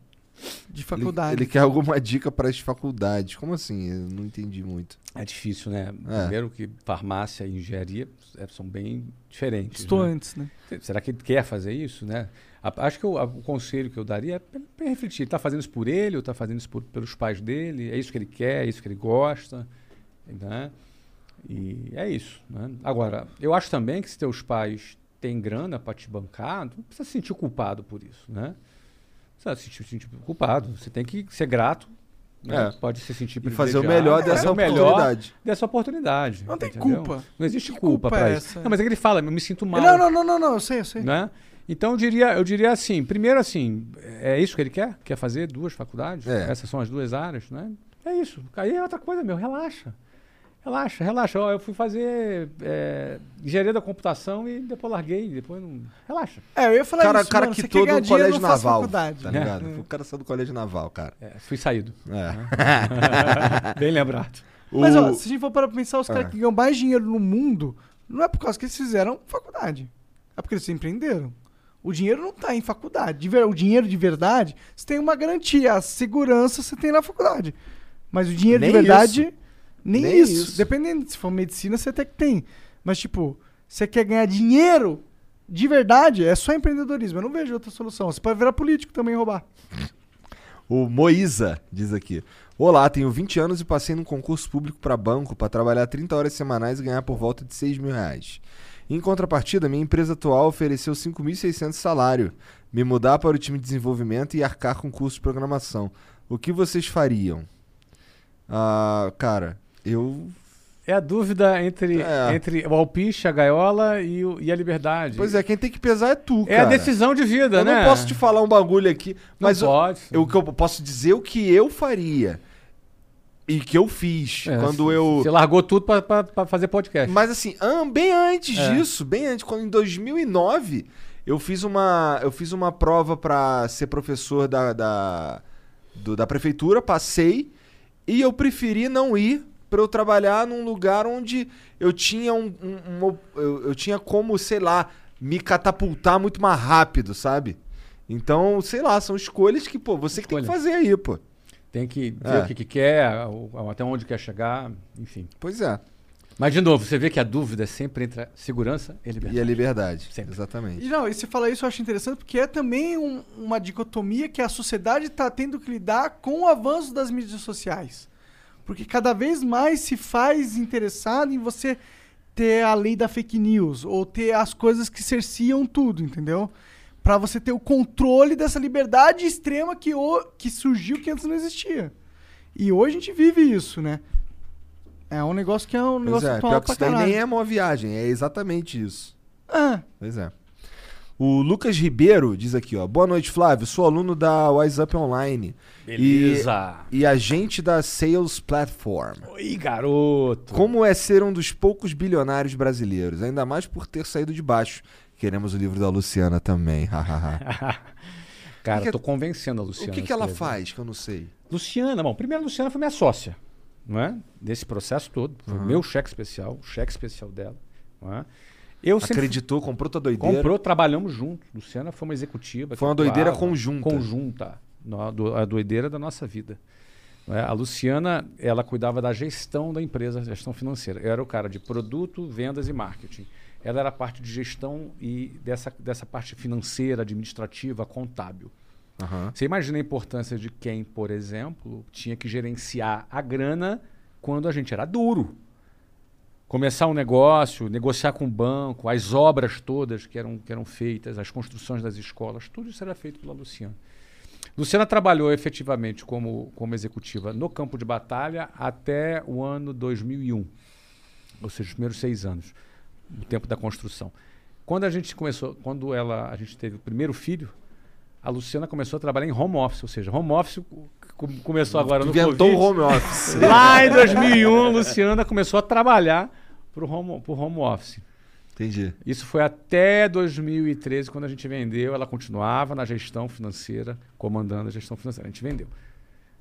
B: de
A: Ele-
B: faculdade.
A: Ele, quer alguma dica para as faculdades. Como assim? Eu não entendi muito.
C: É difícil, né?
A: É.
C: Primeiro que farmácia e engenharia é, são bem diferentes.
B: Estou
C: né?
B: antes, né?
C: Será que ele quer fazer isso, né? A- Acho que o, a- o conselho que eu daria é pra- pra refletir. Ele tá fazendo isso por ele ou tá fazendo isso por- pelos pais dele? É isso que ele quer? É isso que ele gosta? Né? E é isso, né? Agora, eu acho também que se teus pais têm grana para te bancar, tu não precisa se sentir culpado por isso, né? Não precisa se sentir, se sentir culpado. Você tem que ser grato. né?
A: É.
C: Pode se sentir
A: E fazer o
C: privilegiado,
A: melhor
C: fazer
A: dessa
C: o melhor
A: oportunidade.
C: Dessa oportunidade.
B: Não tem
C: entendeu?
B: culpa.
C: Não existe
B: Que culpa
C: culpa, pra
B: é
C: isso.
B: essa?
C: Não, mas é que ele fala, eu me sinto mal
B: Não, não, não, não, não, eu sei, eu sei.
C: né? Então eu diria, eu diria assim, primeiro assim, é isso que ele quer? Quer fazer duas faculdades?
A: É.
C: Essas são as duas áreas, né? É isso. Aí é outra coisa, meu, relaxa. Relaxa, relaxa. Ó, eu fui fazer é, engenharia da computação e depois larguei, depois não. Relaxa.
B: É, eu ia falar
A: cara,
B: isso,
A: cara
B: mano,
A: que
B: você quer
A: todo
B: ganhar
A: no
B: dinheiro,
A: colégio
B: não faça
A: naval,
B: faculdade.
A: tá
C: É.
A: ligado? O cara saiu do colégio naval, cara.
C: É, fui saído.
A: É.
C: Bem lembrado.
B: Mas, ó,
A: O-
B: se a gente for para pensar, os
A: Ah.
B: caras que ganham mais dinheiro no mundo, não é por causa que eles fizeram faculdade. É porque eles empreenderam. O dinheiro não tá em faculdade. De ver- O dinheiro de verdade, você tem uma garantia. A segurança você tem na faculdade. Mas o dinheiro
A: Nem
B: de verdade, nem,
A: Nem
B: isso.
A: isso.
B: Dependendo, se for medicina, você até que tem. Mas, tipo, você quer ganhar dinheiro de verdade, é só empreendedorismo. Eu não vejo outra solução. Você pode virar político também e roubar.
A: O Moisa diz aqui: Olá, tenho 20 anos e passei num concurso público para banco para trabalhar 30 horas semanais e ganhar por volta de 6 mil reais. Em contrapartida, minha empresa atual ofereceu 5.600 salário, me mudar para o time de desenvolvimento e arcar com curso de programação. O que vocês fariam? Ah, cara, eu.
C: É a dúvida entre,
A: É.
C: entre o alpiche, a gaiola e, o- e a liberdade.
A: Pois é, quem tem que pesar é tu,
C: É
A: cara.
C: a decisão de vida,
A: Eu
C: né?
A: não posso te falar um bagulho aqui,
C: Não
A: mas eu-
C: pode.
A: eu, o que eu posso dizer é o que eu faria e que eu fiz
C: É,
A: quando eu
C: Você largou tudo pra- pra pra fazer podcast.
A: Mas assim, an- bem antes
C: É.
A: disso, bem antes, quando em 2009 eu fiz uma, eu fiz uma prova pra ser professor da, da, do- da prefeitura, passei e eu preferi não ir pra eu trabalhar num lugar onde eu tinha um, um- uma op- eu, eu tinha como, sei lá, me catapultar muito mais rápido, sabe? Então, sei lá, são escolhas que, pô, você que tem que
C: Escolha.
A: fazer aí, pô.
C: Tem que ver
A: É.
C: o que, que quer, o- o- até onde quer chegar, enfim.
A: Pois é.
C: Mas, de novo, você vê que a dúvida é sempre entre a segurança e a liberdade.
A: E a liberdade.
C: Sempre.
A: Exatamente.
B: E não, e você fala isso, eu acho interessante, porque é também um- uma dicotomia que a sociedade está tendo que lidar com o avanço das mídias sociais. Porque cada vez mais se faz interessado em você ter a lei da fake news, ou ter as coisas que cerciam tudo, entendeu? Para você ter o controle dessa liberdade extrema que, o, que surgiu que antes não existia. E hoje a gente vive isso, né? É um negócio que é um
A: Pois
B: negócio
A: é,
B: atual
A: pior que
B: pra
A: isso daí nem
B: caralho.
A: é uma viagem, é exatamente isso.
B: Ah,
A: Pois é. O Lucas Ribeiro diz aqui, ó. Boa noite, Flávio. Sou aluno da Wise Up Online.
C: Beleza.
A: E, e agente da Sales Platform.
C: Oi, garoto.
A: Como é ser um dos poucos bilionários brasileiros? Ainda mais por ter saído de baixo. Queremos o livro da Luciana também. hahaha.
C: Cara,
A: Que que-
C: tô convencendo a
A: o
C: Luciana.
A: que, que
C: a
A: ela
C: escrever.
A: faz que eu não sei?
C: Luciana, bom, primeiro a Luciana foi minha sócia, não é? Desse processo todo. Foi meu cheque especial, o cheque especial dela. Não é? Eu sempre-
A: Acreditou, comprou tua doideira.
C: Comprou, trabalhamos juntos. Luciana foi uma executiva.
A: Foi uma
C: que atuava,
A: doideira conjunta.
C: Conjunta. No- a do- A doideira da nossa vida. Não é? A Luciana, ela cuidava da gestão da empresa, gestão financeira. Eu era o cara de produto, vendas e marketing. Ela era a parte de gestão e dessa, dessa parte financeira, administrativa, contábil.
A: Aham.
C: Você imagina a importância de quem, por exemplo, tinha que gerenciar a grana quando a gente era duro. Começar um negócio, negociar com o banco, as obras todas que eram, que eram feitas, as construções das escolas, tudo isso era feito pela Luciana. Luciana trabalhou efetivamente como, como executiva no campo de batalha até o ano 2001, ou seja, os primeiros seis anos, o tempo da construção. Quando a gente começou, quando ela, a gente teve o primeiro filho, a Luciana começou a trabalhar em home office, ou seja, home office co- começou agora no
A: Inventou o
C: Covid.
A: home office.
C: Lá em 2001, a um, Luciana começou a trabalhar para o home, pro home office.
A: Entendi.
C: Isso foi até 2013, quando a gente vendeu. Ela continuava na gestão financeira, comandando a gestão financeira. A gente vendeu.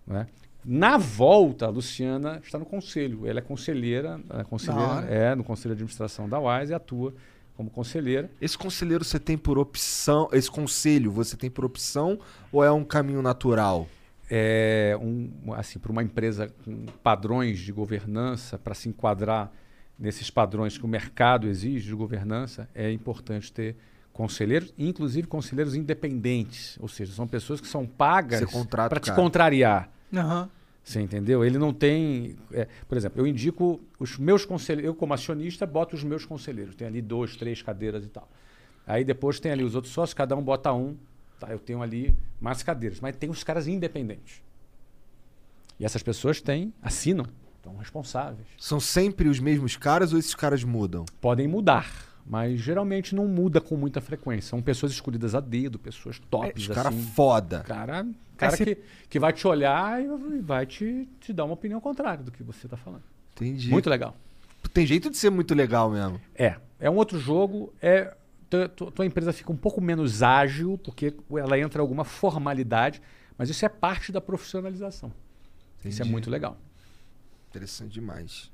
C: né? Na volta, a Luciana está no conselho. Ela é conselheira, é,
A: Da
C: conselheira
A: hora.
C: é no conselho de administração da UAS e atua como conselheira.
A: Esse conselheiro você tem por opção, esse conselho você tem por opção ou é um caminho natural?
C: é, um, assim, para uma empresa com padrões de governança, para se enquadrar nesses padrões que o mercado exige de governança, é importante ter conselheiros, inclusive conselheiros independentes, ou seja, são pessoas que são pagas
A: Você contrata o
C: para te
A: cara.
C: contrariar.
B: Aham.
C: Você entendeu? Ele não tem. é, por exemplo, eu indico os meus conselheiros. Eu, como acionista, boto os meus conselheiros. Tem ali dois, três cadeiras e tal. Aí depois tem ali os outros sócios, cada um bota um. Tá, eu tenho ali mais cadeiras. Mas tem os caras independentes. E essas pessoas têm, assinam, estão responsáveis.
A: São sempre os mesmos caras ou esses caras mudam?
C: Podem mudar, mas geralmente não muda com muita frequência. São pessoas escolhidas a dedo, pessoas tops.
A: Os cara
C: assim.
A: foda.
C: Cara, cara
A: Aí você-
C: que, que vai te olhar e vai te, te dar uma opinião contrária do que você está falando.
A: Entendi.
C: Muito legal.
A: Tem jeito de ser muito legal mesmo.
C: É, é um outro jogo. É tu- tu- tua empresa fica um pouco menos ágil porque ela entra em alguma formalidade, mas isso é parte da profissionalização. Isso é
A: Entendi.
C: muito legal.
A: Interessante demais.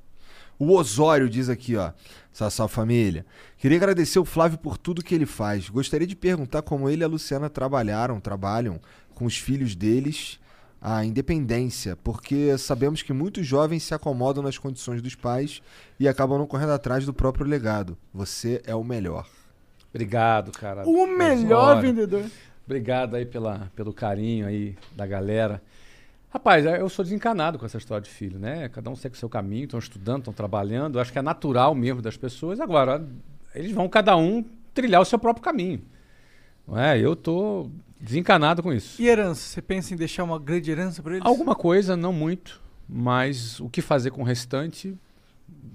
A: O Osório diz aqui, ó. Sassá Família. Queria agradecer o Flávio por tudo que ele faz. Gostaria de perguntar como ele e a Luciana trabalharam, trabalham com os filhos deles a independência, porque sabemos que muitos jovens se acomodam nas condições dos pais e acabam não correndo atrás do próprio legado. Você é o melhor.
C: Obrigado, cara.
B: O
C: Mas,
B: melhor
C: olha,
B: vendedor.
C: Obrigado aí pela, pelo carinho aí da galera. Rapaz, eu sou desencanado com essa história de filho, né? Cada um segue o seu caminho, estão estudando, estão trabalhando. Eu Acho que é natural mesmo das pessoas. Agora, eles vão cada um trilhar o seu próprio caminho. Não é? Eu tô desencanado com isso.
B: E herança? Você pensa em deixar uma grande herança pra eles?
C: Alguma coisa, não muito, mas o que fazer com o restante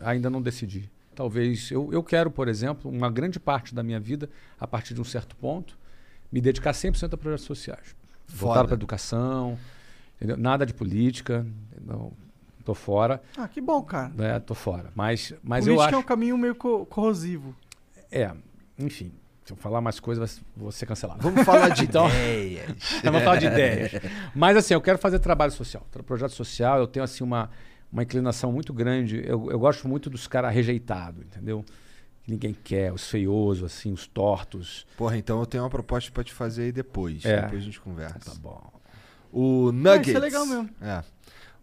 C: ainda não decidi. Talvez eu, eu quero, por exemplo, uma grande parte da minha vida, a partir de um certo ponto, me dedicar 100% a projetos sociais. Voltar
A: Foda.
C: para educação, entendeu? nada de política, não tô fora,
B: Ah, que bom, cara.
C: né? Tô fora. Mas mas eu
B: Política
C: acho
B: é um caminho meio co- corrosivo.
C: é, enfim, se eu falar mais coisas, vou ser cancelado.
A: Vamos falar de
C: Então-
A: ideias.
C: Vamos falar de ideias. Mas assim, eu quero fazer trabalho social, tra- projeto social. Eu tenho assim uma, uma inclinação muito grande. Eu, eu gosto muito dos caras rejeitados, entendeu? Que ninguém quer, os feiosos, assim, os tortos.
A: Porra, então eu tenho uma proposta pra te fazer aí depois.
C: É.
A: Depois a gente conversa. Tá
C: bom.
A: O Nuggets.
B: Ah, isso é legal mesmo.
A: É.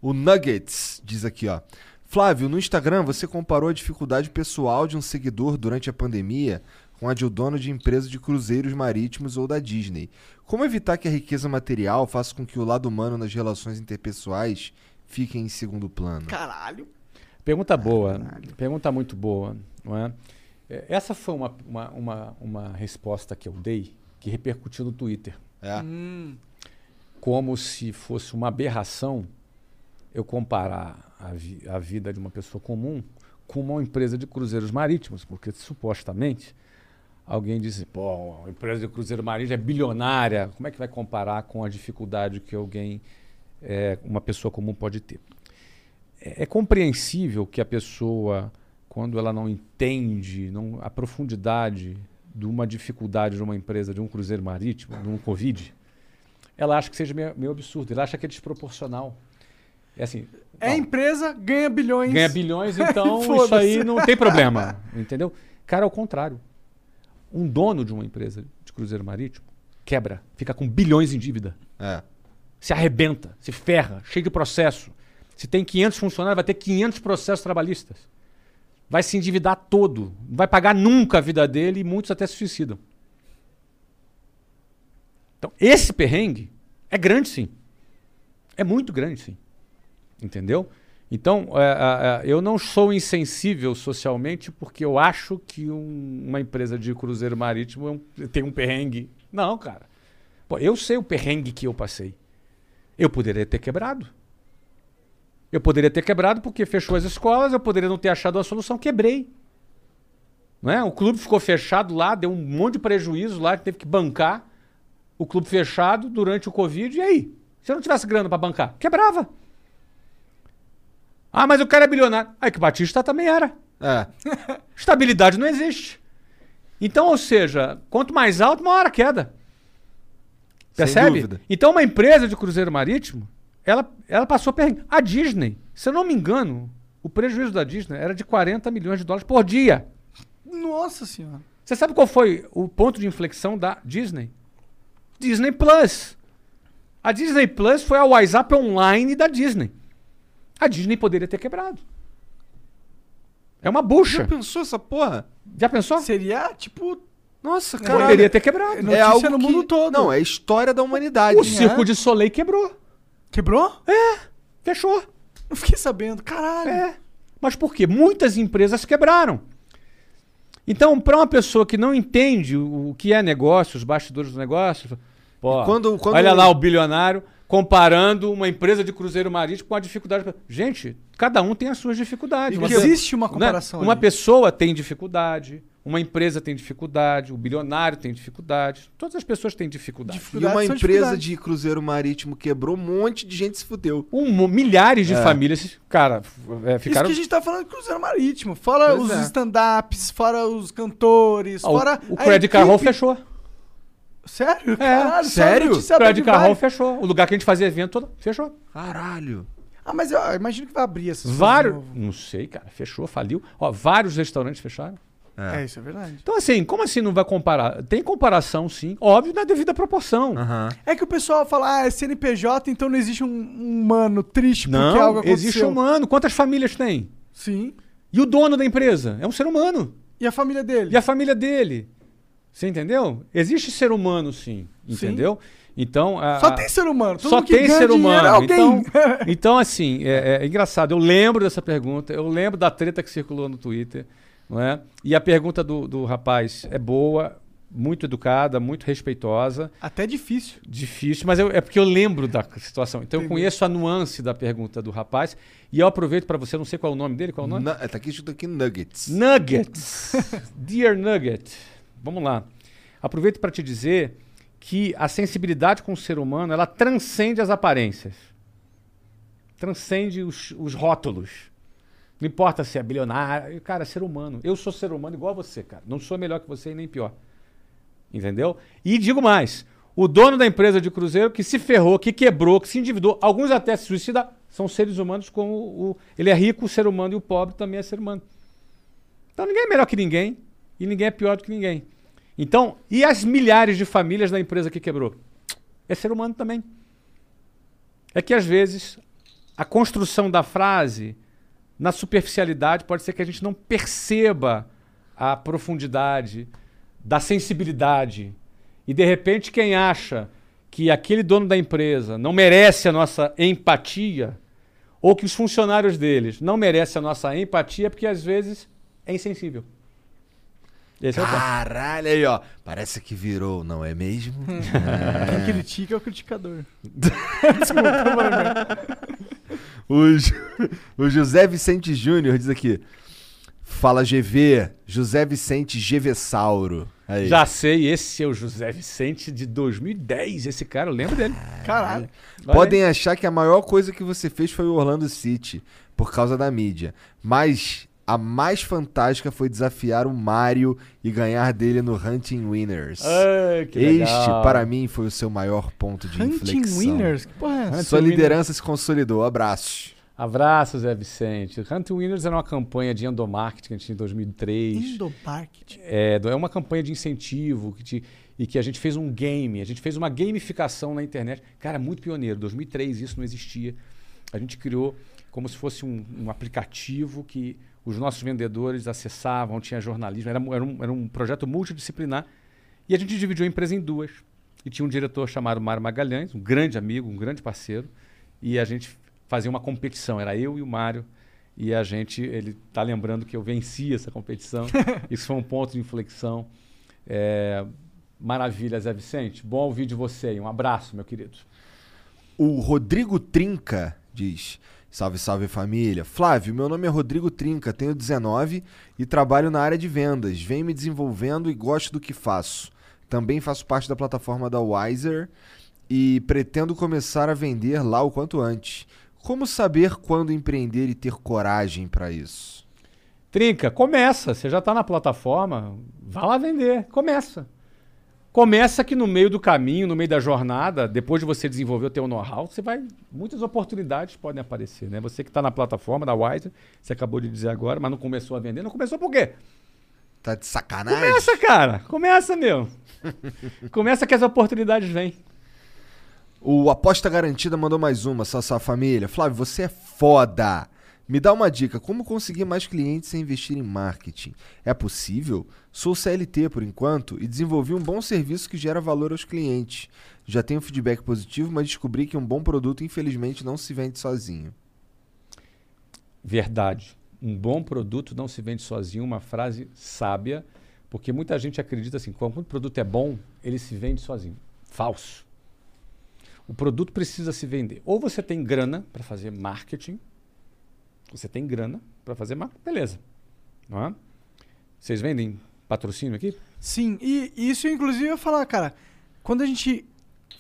A: O Nuggets diz aqui, ó. Flávio, no Instagram você comparou a dificuldade pessoal de um seguidor durante a pandemia com a de um dono de empresa de cruzeiros marítimos ou da Disney. Como evitar que a riqueza material faça com que o lado humano nas relações interpessoais fique em segundo plano?
B: Caralho.
C: Pergunta boa. Pergunta muito boa, não é? É, Essa foi uma, uma, uma, uma resposta que eu dei que repercutiu no Twitter.
A: É.
C: Como se fosse uma aberração eu comparar a, vi- a vida de uma pessoa comum com uma empresa de cruzeiros marítimos, porque supostamente alguém disse, pô, a empresa de cruzeiro marítimo é bilionária, como é que vai comparar com a dificuldade que alguém, é, uma pessoa comum pode ter? é é compreensível que a pessoa, quando ela não entende não- a profundidade de uma dificuldade de uma empresa, de um cruzeiro marítimo, de um Covid, ela acha que seja meio, meio absurdo, ela acha que é desproporcional. É assim,
B: É empresa, ganha bilhões.
C: ganha bilhões, então isso
B: Foda-se.
C: aí não tem problema, entendeu? Cara, ao contrário. Um dono de uma empresa de cruzeiro marítimo quebra, fica com bilhões em dívida.
A: É.
C: Se arrebenta, se ferra, cheio de processo. Se tem 500 funcionários, vai ter 500 processos trabalhistas. Vai se endividar todo, não vai pagar nunca a vida dele e muitos até se suicidam. Então, esse perrengue é grande sim. É muito grande sim. Entendeu? Então, é, é, é, eu não sou insensível socialmente porque eu acho que um- uma empresa de cruzeiro marítimo é um- tem um perrengue. Não, cara. Pô, eu sei o perrengue que eu passei. Eu poderia ter quebrado. Eu poderia ter quebrado porque fechou as escolas, eu poderia não ter achado a solução, quebrei. Não é? O clube ficou fechado lá, deu um monte de prejuízo lá, teve que bancar o clube fechado durante o Covid. E aí? Se eu não tivesse grana pra bancar, quebrava. Ah, mas o cara é bilionário. Aí que o Batista também era.
A: É.
C: Estabilidade não existe. Então, ou seja, quanto mais alto, maior a queda.
A: Sem
C: Percebe?
A: dúvida.
C: Então, uma empresa de cruzeiro marítimo, ela, ela passou perrengue. A Disney, se eu não me engano, o prejuízo da Disney era de 40 milhões de dólares por dia.
B: Nossa senhora.
C: Você sabe qual foi o ponto de inflexão da Disney? Disney Plus. A Disney Plus foi a WhatsApp online da Disney. A Disney poderia ter quebrado. É uma bucha.
A: Já pensou essa porra?
C: Já pensou?
B: Seria, tipo...
A: Nossa,
C: Caralho. Poderia ter quebrado.
A: É algo no mundo todo. Não, é a história da humanidade. É.
C: O circo de Soleil quebrou.
B: Quebrou?
C: É, fechou.
B: Não fiquei sabendo, caralho.
C: É. Mas por quê? Muitas empresas quebraram. Então, para uma pessoa que não entende o o que é negócio, os bastidores do negócio, pô,
A: E quando- quando-
C: olha lá o bilionário comparando uma empresa de cruzeiro marítimo com a dificuldade. Gente, cada um tem as suas dificuldades.
B: E
C: Uma
B: É, que
C: pe-
B: existe uma
C: né?
B: comparação
C: Uma
B: ali.
C: pessoa tem dificuldade, uma empresa tem dificuldade, o bilionário tem dificuldade, todas as pessoas têm dificuldade.
A: E uma empresa de cruzeiro marítimo quebrou um monte de gente se fudeu.
C: Um mo- milhares de
A: É.
C: famílias, cara, f- é, ficaram.
B: Isso que a gente tá falando de Cruzeiro Marítimo. Fora
A: Pois
B: os
A: é.
B: stand-ups, fora os cantores,
C: Ah, o-
B: fora.
C: o
B: a
C: Credit
B: equipe.
C: Carroll fechou.
B: Sério? É,
C: O
A: sério?
C: Credit Carroll fechou. O lugar que a gente fazia evento todo, fechou.
A: Caralho.
B: Ah, mas eu imagino que vai abrir essas coisas de
C: Vários.
B: novo.
C: Não sei, cara. Fechou, faliu. Ó, vários restaurantes fecharam.
B: É. isso é verdade.
C: Então, assim, como assim não vai comparar? Tem comparação, sim. Óbvio, na devida proporção.
B: É que o pessoal fala, ah, é CNPJ, então não existe um, um humano triste porque é algo
C: Não,
B: aconteceu.
C: existe um humano. Quantas famílias tem?
B: Sim.
C: E o dono da empresa? É um ser humano.
B: E a família dele?
C: E a família dele? Você entendeu? Existe ser humano, sim. Entendeu? Então. a-
B: Só tem ser humano. Todo
C: Só
B: mundo que
C: tem
B: ganha
C: ser
B: dinheiro é
C: humano.
B: alguém.
C: Então, então, assim, é, é engraçado. Eu lembro dessa pergunta, eu lembro da treta que circulou no Twitter, não é? E a pergunta do, do rapaz é boa, muito educada, muito respeitosa.
B: Até é difícil.
C: Difícil, mas eu- é porque eu lembro da situação. Então eu
B: Entendi.
C: conheço a nuance da pergunta do rapaz. E eu aproveito para você, não sei qual é o nome dele, qual é o nome?
A: Na- tá aqui escrito aqui Nuggets.
C: Nuggets. Dear Nugget. Vamos lá. Aproveito para te dizer que a sensibilidade com o ser humano, ela transcende as aparências. Transcende os, os rótulos. Não importa se é bilionário. Cara, é ser humano. Eu sou ser humano igual a você, cara. Não sou melhor que você e nem pior. Entendeu? E digo mais. O dono da empresa de cruzeiro que se ferrou, que quebrou, que se endividou, alguns até se suicida, são seres humanos como o, o- ele é rico, o ser humano e o pobre também é ser humano. Então ninguém é melhor que ninguém e ninguém é pior do que ninguém. Então, e as milhares de famílias da empresa que quebrou? É ser humano também. É que às vezes a construção da frase, na superficialidade, pode ser que a gente não perceba a profundidade da sensibilidade. E de repente quem acha que aquele dono da empresa não merece a nossa empatia, ou que os funcionários deles não merecem a nossa empatia, porque às vezes é insensível. Esse é o ponto.
A: Caralho, aí, ó. Parece que virou, não é mesmo?
K: Hum.
B: Quem
A: É.
B: critica é o criticador. Desculpa, mano.
A: O, Ju- o José Vicente Júnior diz aqui. Fala GV, José Vicente GVsauro. Aí.
C: Já sei, esse é o José Vicente de 2010. Esse cara, eu lembro dele.
B: Caralho.
C: Olha aí.
A: Podem achar que a maior coisa que você fez foi o Orlando City, por causa da mídia. Mas A mais fantástica foi desafiar o Mario e ganhar dele no Hunting Winners.
K: Ai, Ah, que
A: este,
K: legal.
A: para mim, foi o seu maior ponto de
K: Hunting
A: É, inflexão.
K: Winners? Que porra é essa?
A: Sua
C: Hunting
A: liderança se consolidou. Abraços.
C: Abraços, Zé Vicente. Hunt Winners era uma campanha de endomarketing que a gente tinha em
A: É
C: 2003.
B: Endomarketing.
C: É, do- é uma campanha de incentivo que te- e que a gente fez um game, a gente fez uma gamificação na internet. Cara, muito pioneiro. 2003 isso não existia. A gente criou como se fosse um, um aplicativo que os nossos vendedores acessavam, tinha jornalismo. Era, mu- era um, era um projeto multidisciplinar. E a gente dividiu a empresa em duas. E tinha um diretor chamado Mário Magalhães, um grande amigo, um grande parceiro. E a gente fazia uma competição. Era eu e o Mário. E a gente, ele tá lembrando que eu venci essa competição. Isso foi um ponto de inflexão. É, maravilha, Zé Vicente. Bom ouvir de você aí. Um abraço, meu querido.
A: O Rodrigo Trinca diz: Salve, salve família. Flávio, meu nome é Rodrigo Trinca, tenho 19 e trabalho na área de vendas. Venho me desenvolvendo e gosto do que faço. Também faço parte da plataforma da Wiser e pretendo começar a vender lá o quanto antes. Como saber quando empreender e ter coragem para isso?
C: Trinca, começa. Você já está na plataforma. Vá lá vender. Começa. Começa que no meio do caminho, no meio da jornada, depois de você desenvolver o teu know-how, você vai. Muitas oportunidades podem aparecer, né? Você que está na plataforma da Wise, você acabou de dizer agora, mas não começou a vender. Não começou por quê?
A: Tá de sacanagem.
C: Começa, cara. Começa, meu. começa que as oportunidades vêm.
A: O Aposta Garantida mandou mais uma, Sassá Família. Flávio, você é foda. Me dá uma dica, como conseguir mais clientes sem investir em marketing? É possível? Sou CLT por enquanto e desenvolvi um bom serviço que gera valor aos clientes. Já tenho feedback positivo, mas descobri que um bom produto infelizmente não se vende sozinho.
C: Verdade. Um bom produto não se vende sozinho, uma frase sábia, porque muita gente acredita assim, quando o produto é bom, ele se vende sozinho. Falso. O produto precisa se vender. Ou você tem grana para fazer marketing, você tem grana para fazer marketing, beleza. Não é? Vocês vendem patrocínio aqui?
B: Sim, e isso inclusive eu ia falar, cara, quando a gente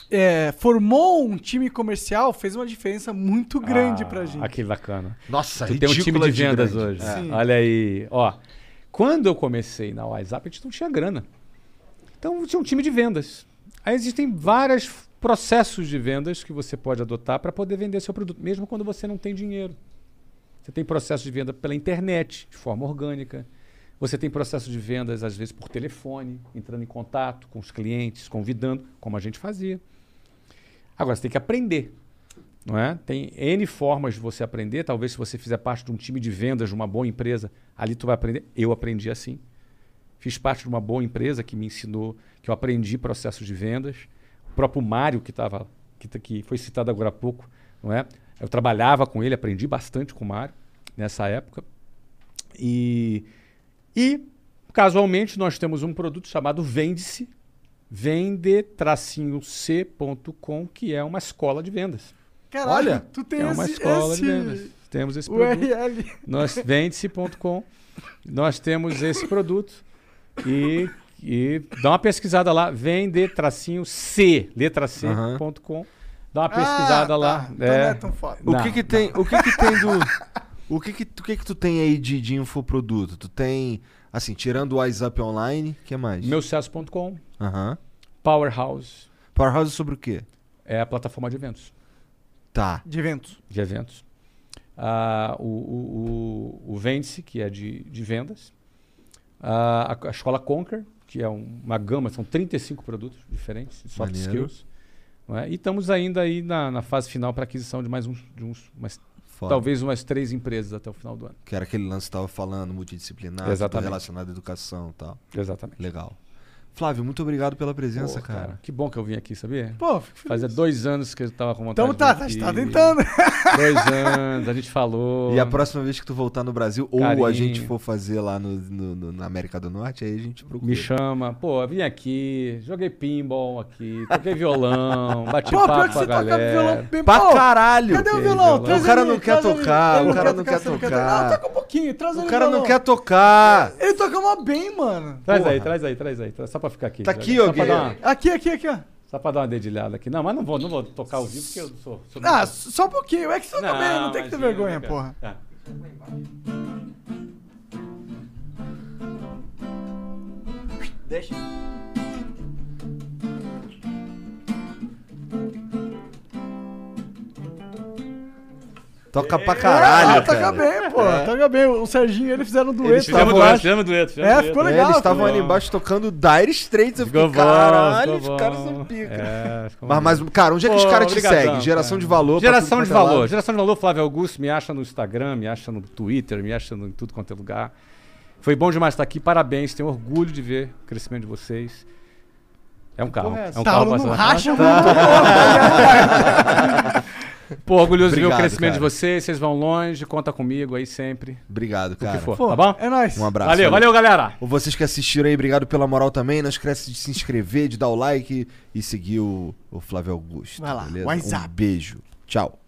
B: é, formou um time comercial, fez uma diferença muito grande
C: Ah,
B: pra gente.
C: Ah, que bacana.
A: Nossa,
C: tu tem um time
A: ridícula
C: de
A: de
C: vendas
A: grande.
C: hoje.
A: É. Sim.
C: Olha aí, ó. Quando eu comecei na WhatsApp, a gente não tinha grana. Então tinha um time de vendas. Aí existem vários processos de vendas que você pode adotar para poder vender seu produto, mesmo quando você não tem dinheiro. Você tem processo de venda pela internet, de forma orgânica. Você tem processo de vendas, às vezes, por telefone, entrando em contato com os clientes, convidando, como a gente fazia. Agora, você tem que aprender. Não é? Tem N formas de você aprender. Talvez se você fizer parte de um time de vendas de uma boa empresa, ali tu vai aprender. Eu aprendi assim. Fiz parte de uma boa empresa que me ensinou, que eu aprendi processos de vendas. O próprio Mário, que, tava, que, tá- que foi citado agora há pouco, não é? eu trabalhava com ele, aprendi bastante com o Mário nessa época. E, e casualmente nós temos um produto chamado Vende-se, vende-c.com, que é uma escola de vendas.
B: Caralho, tu tem
C: é uma
B: esse-
C: escola
B: esse
C: de vendas. Temos esse produto.
B: URL.
C: Nós vende-se.com. Nós temos esse produto e, e dá uma pesquisada lá, vende-c, letra
A: Aham.
C: c.com. Dá uma
B: Ah,
C: pesquisada
B: tá.
C: lá.
B: Então não é tão foda.
A: O
C: Não,
A: que que tem, o que que tem do o que que, o que que tu tem aí de, de infoproduto? Tu tem assim, tirando o WhatsApp online, que é mais?
C: Meucesso.com,
A: Aham.
C: Powerhouse.
A: Powerhouse sobre o quê?
C: É a plataforma de eventos.
A: Tá.
B: De eventos.
C: de eventos. Ah, o o, o, o Vende-se, que é de, de vendas. Ah, a, a escola Conquer, que é um- uma gama, são 35 produtos diferentes, de soft
A: Maneiro.
C: skills. não é? E estamos ainda aí na, na fase final para aquisição de mais uns, de uns umas-
A: Foda.
C: talvez umas três empresas até o final do ano.
A: Que era aquele lance que tava falando, multidisciplinar, tudo
C: Exatamente.
A: relacionado à educação e tal.
C: Exatamente.
A: Legal. Flávio, muito obrigado pela presença,
C: Pô,
A: cara.
C: Que bom que eu vim aqui, sabia?
B: Pô, fico feliz.
C: Fazia dois anos que eu estava com
B: Então
C: vontade de
B: tá,
C: vir
B: tá,
C: aqui.
B: tá tentando.
C: Dois anos, a gente falou.
A: E a próxima vez que tu voltar no Brasil, ou a
C: Carinho.
A: gente for fazer lá no, no- no- na América do Norte, aí a gente procura.
C: Me chama. Pô, eu vim aqui, joguei pinball aqui, toquei violão, bati
B: Pô, pior
C: papo
B: que
C: com a
B: você toca
C: galera.
B: violão bem
A: Pra
B: Pô,
A: caralho!
B: Cadê o
A: Tem
B: violão?
A: violão.
B: Traz
A: O cara
B: ali,
A: não quer
B: traz ali.
A: tocar,
B: Ele
A: o cara não quer
B: você
A: tocar.
B: Ah, toca um pouquinho, traz ali
A: O cara não
B: violão.
A: quer tocar!
B: Ele toca mó bem, mano.
C: Traz aí,
B: Porra.
C: traz aí, traz aí. tra- Só pra ficar aqui.
A: Tá
C: já,
A: aqui,
C: só
A: ô
C: pra
A: Guilherme.
C: dar uma-
B: Aqui, aqui, aqui, ó.
C: Só pra dar uma dedilhada aqui. Não, mas não vou, não vou tocar ao vivo porque eu sou. sou
B: Ah, só um pouquinho. É que você toca
C: Não,
B: bem, não tem que ter
C: imagina,
B: vergonha,
C: cara.
B: porra.
C: Tá.
G: Deixa.
A: Toca pra caralho,
B: Ah, toca
A: cara.
B: bem, pô. Toca bem. O Serginho e ele fizeram um dueto.
A: Eles fizeram
B: lá
A: dueto,
B: embaixo.
A: fizemos
C: dueto,
A: fizemos
B: é,
A: dueto.
B: ficou
A: É,
B: legal.
A: eles estavam ali embaixo tocando Dire Straits. Eu fiquei, caralho, os caras são pica.
C: É.
A: Mas, mas, cara, onde é que os caras te seguem? Geração de valor. pra
C: Geração
A: tudo
C: de
A: quanto é
C: valor.
A: lado.
C: Geração de valor, Flávio Augusto, me acha no Instagram, me acha no Twitter, me acha no- em tudo quanto é lugar. Foi bom demais estar aqui, parabéns, tenho orgulho de ver o crescimento de vocês. É um carro.
B: porra é
C: É
B: essa?
C: um
B: Tá,
C: carro
B: não
C: passando.
B: racha muito,
C: Tá.
B: porra.
C: Pô, orgulhoso de ver o
A: Obrigado,
C: crescimento de
A: cara.
C: vocês, vocês vão longe, conta comigo aí sempre.
A: Obrigado,
C: O
A: cara.
C: que for, tá bom?
B: É nóis.
A: Um abraço.
C: Valeu, valeu, galera.
A: Vocês que assistiram aí, obrigado pela moral também. Não esquece de se inscrever, de dar o like e seguir o, o Flávio Augusto.
B: Vai lá,
A: beleza?
B: what's
A: Um beijo. Tchau.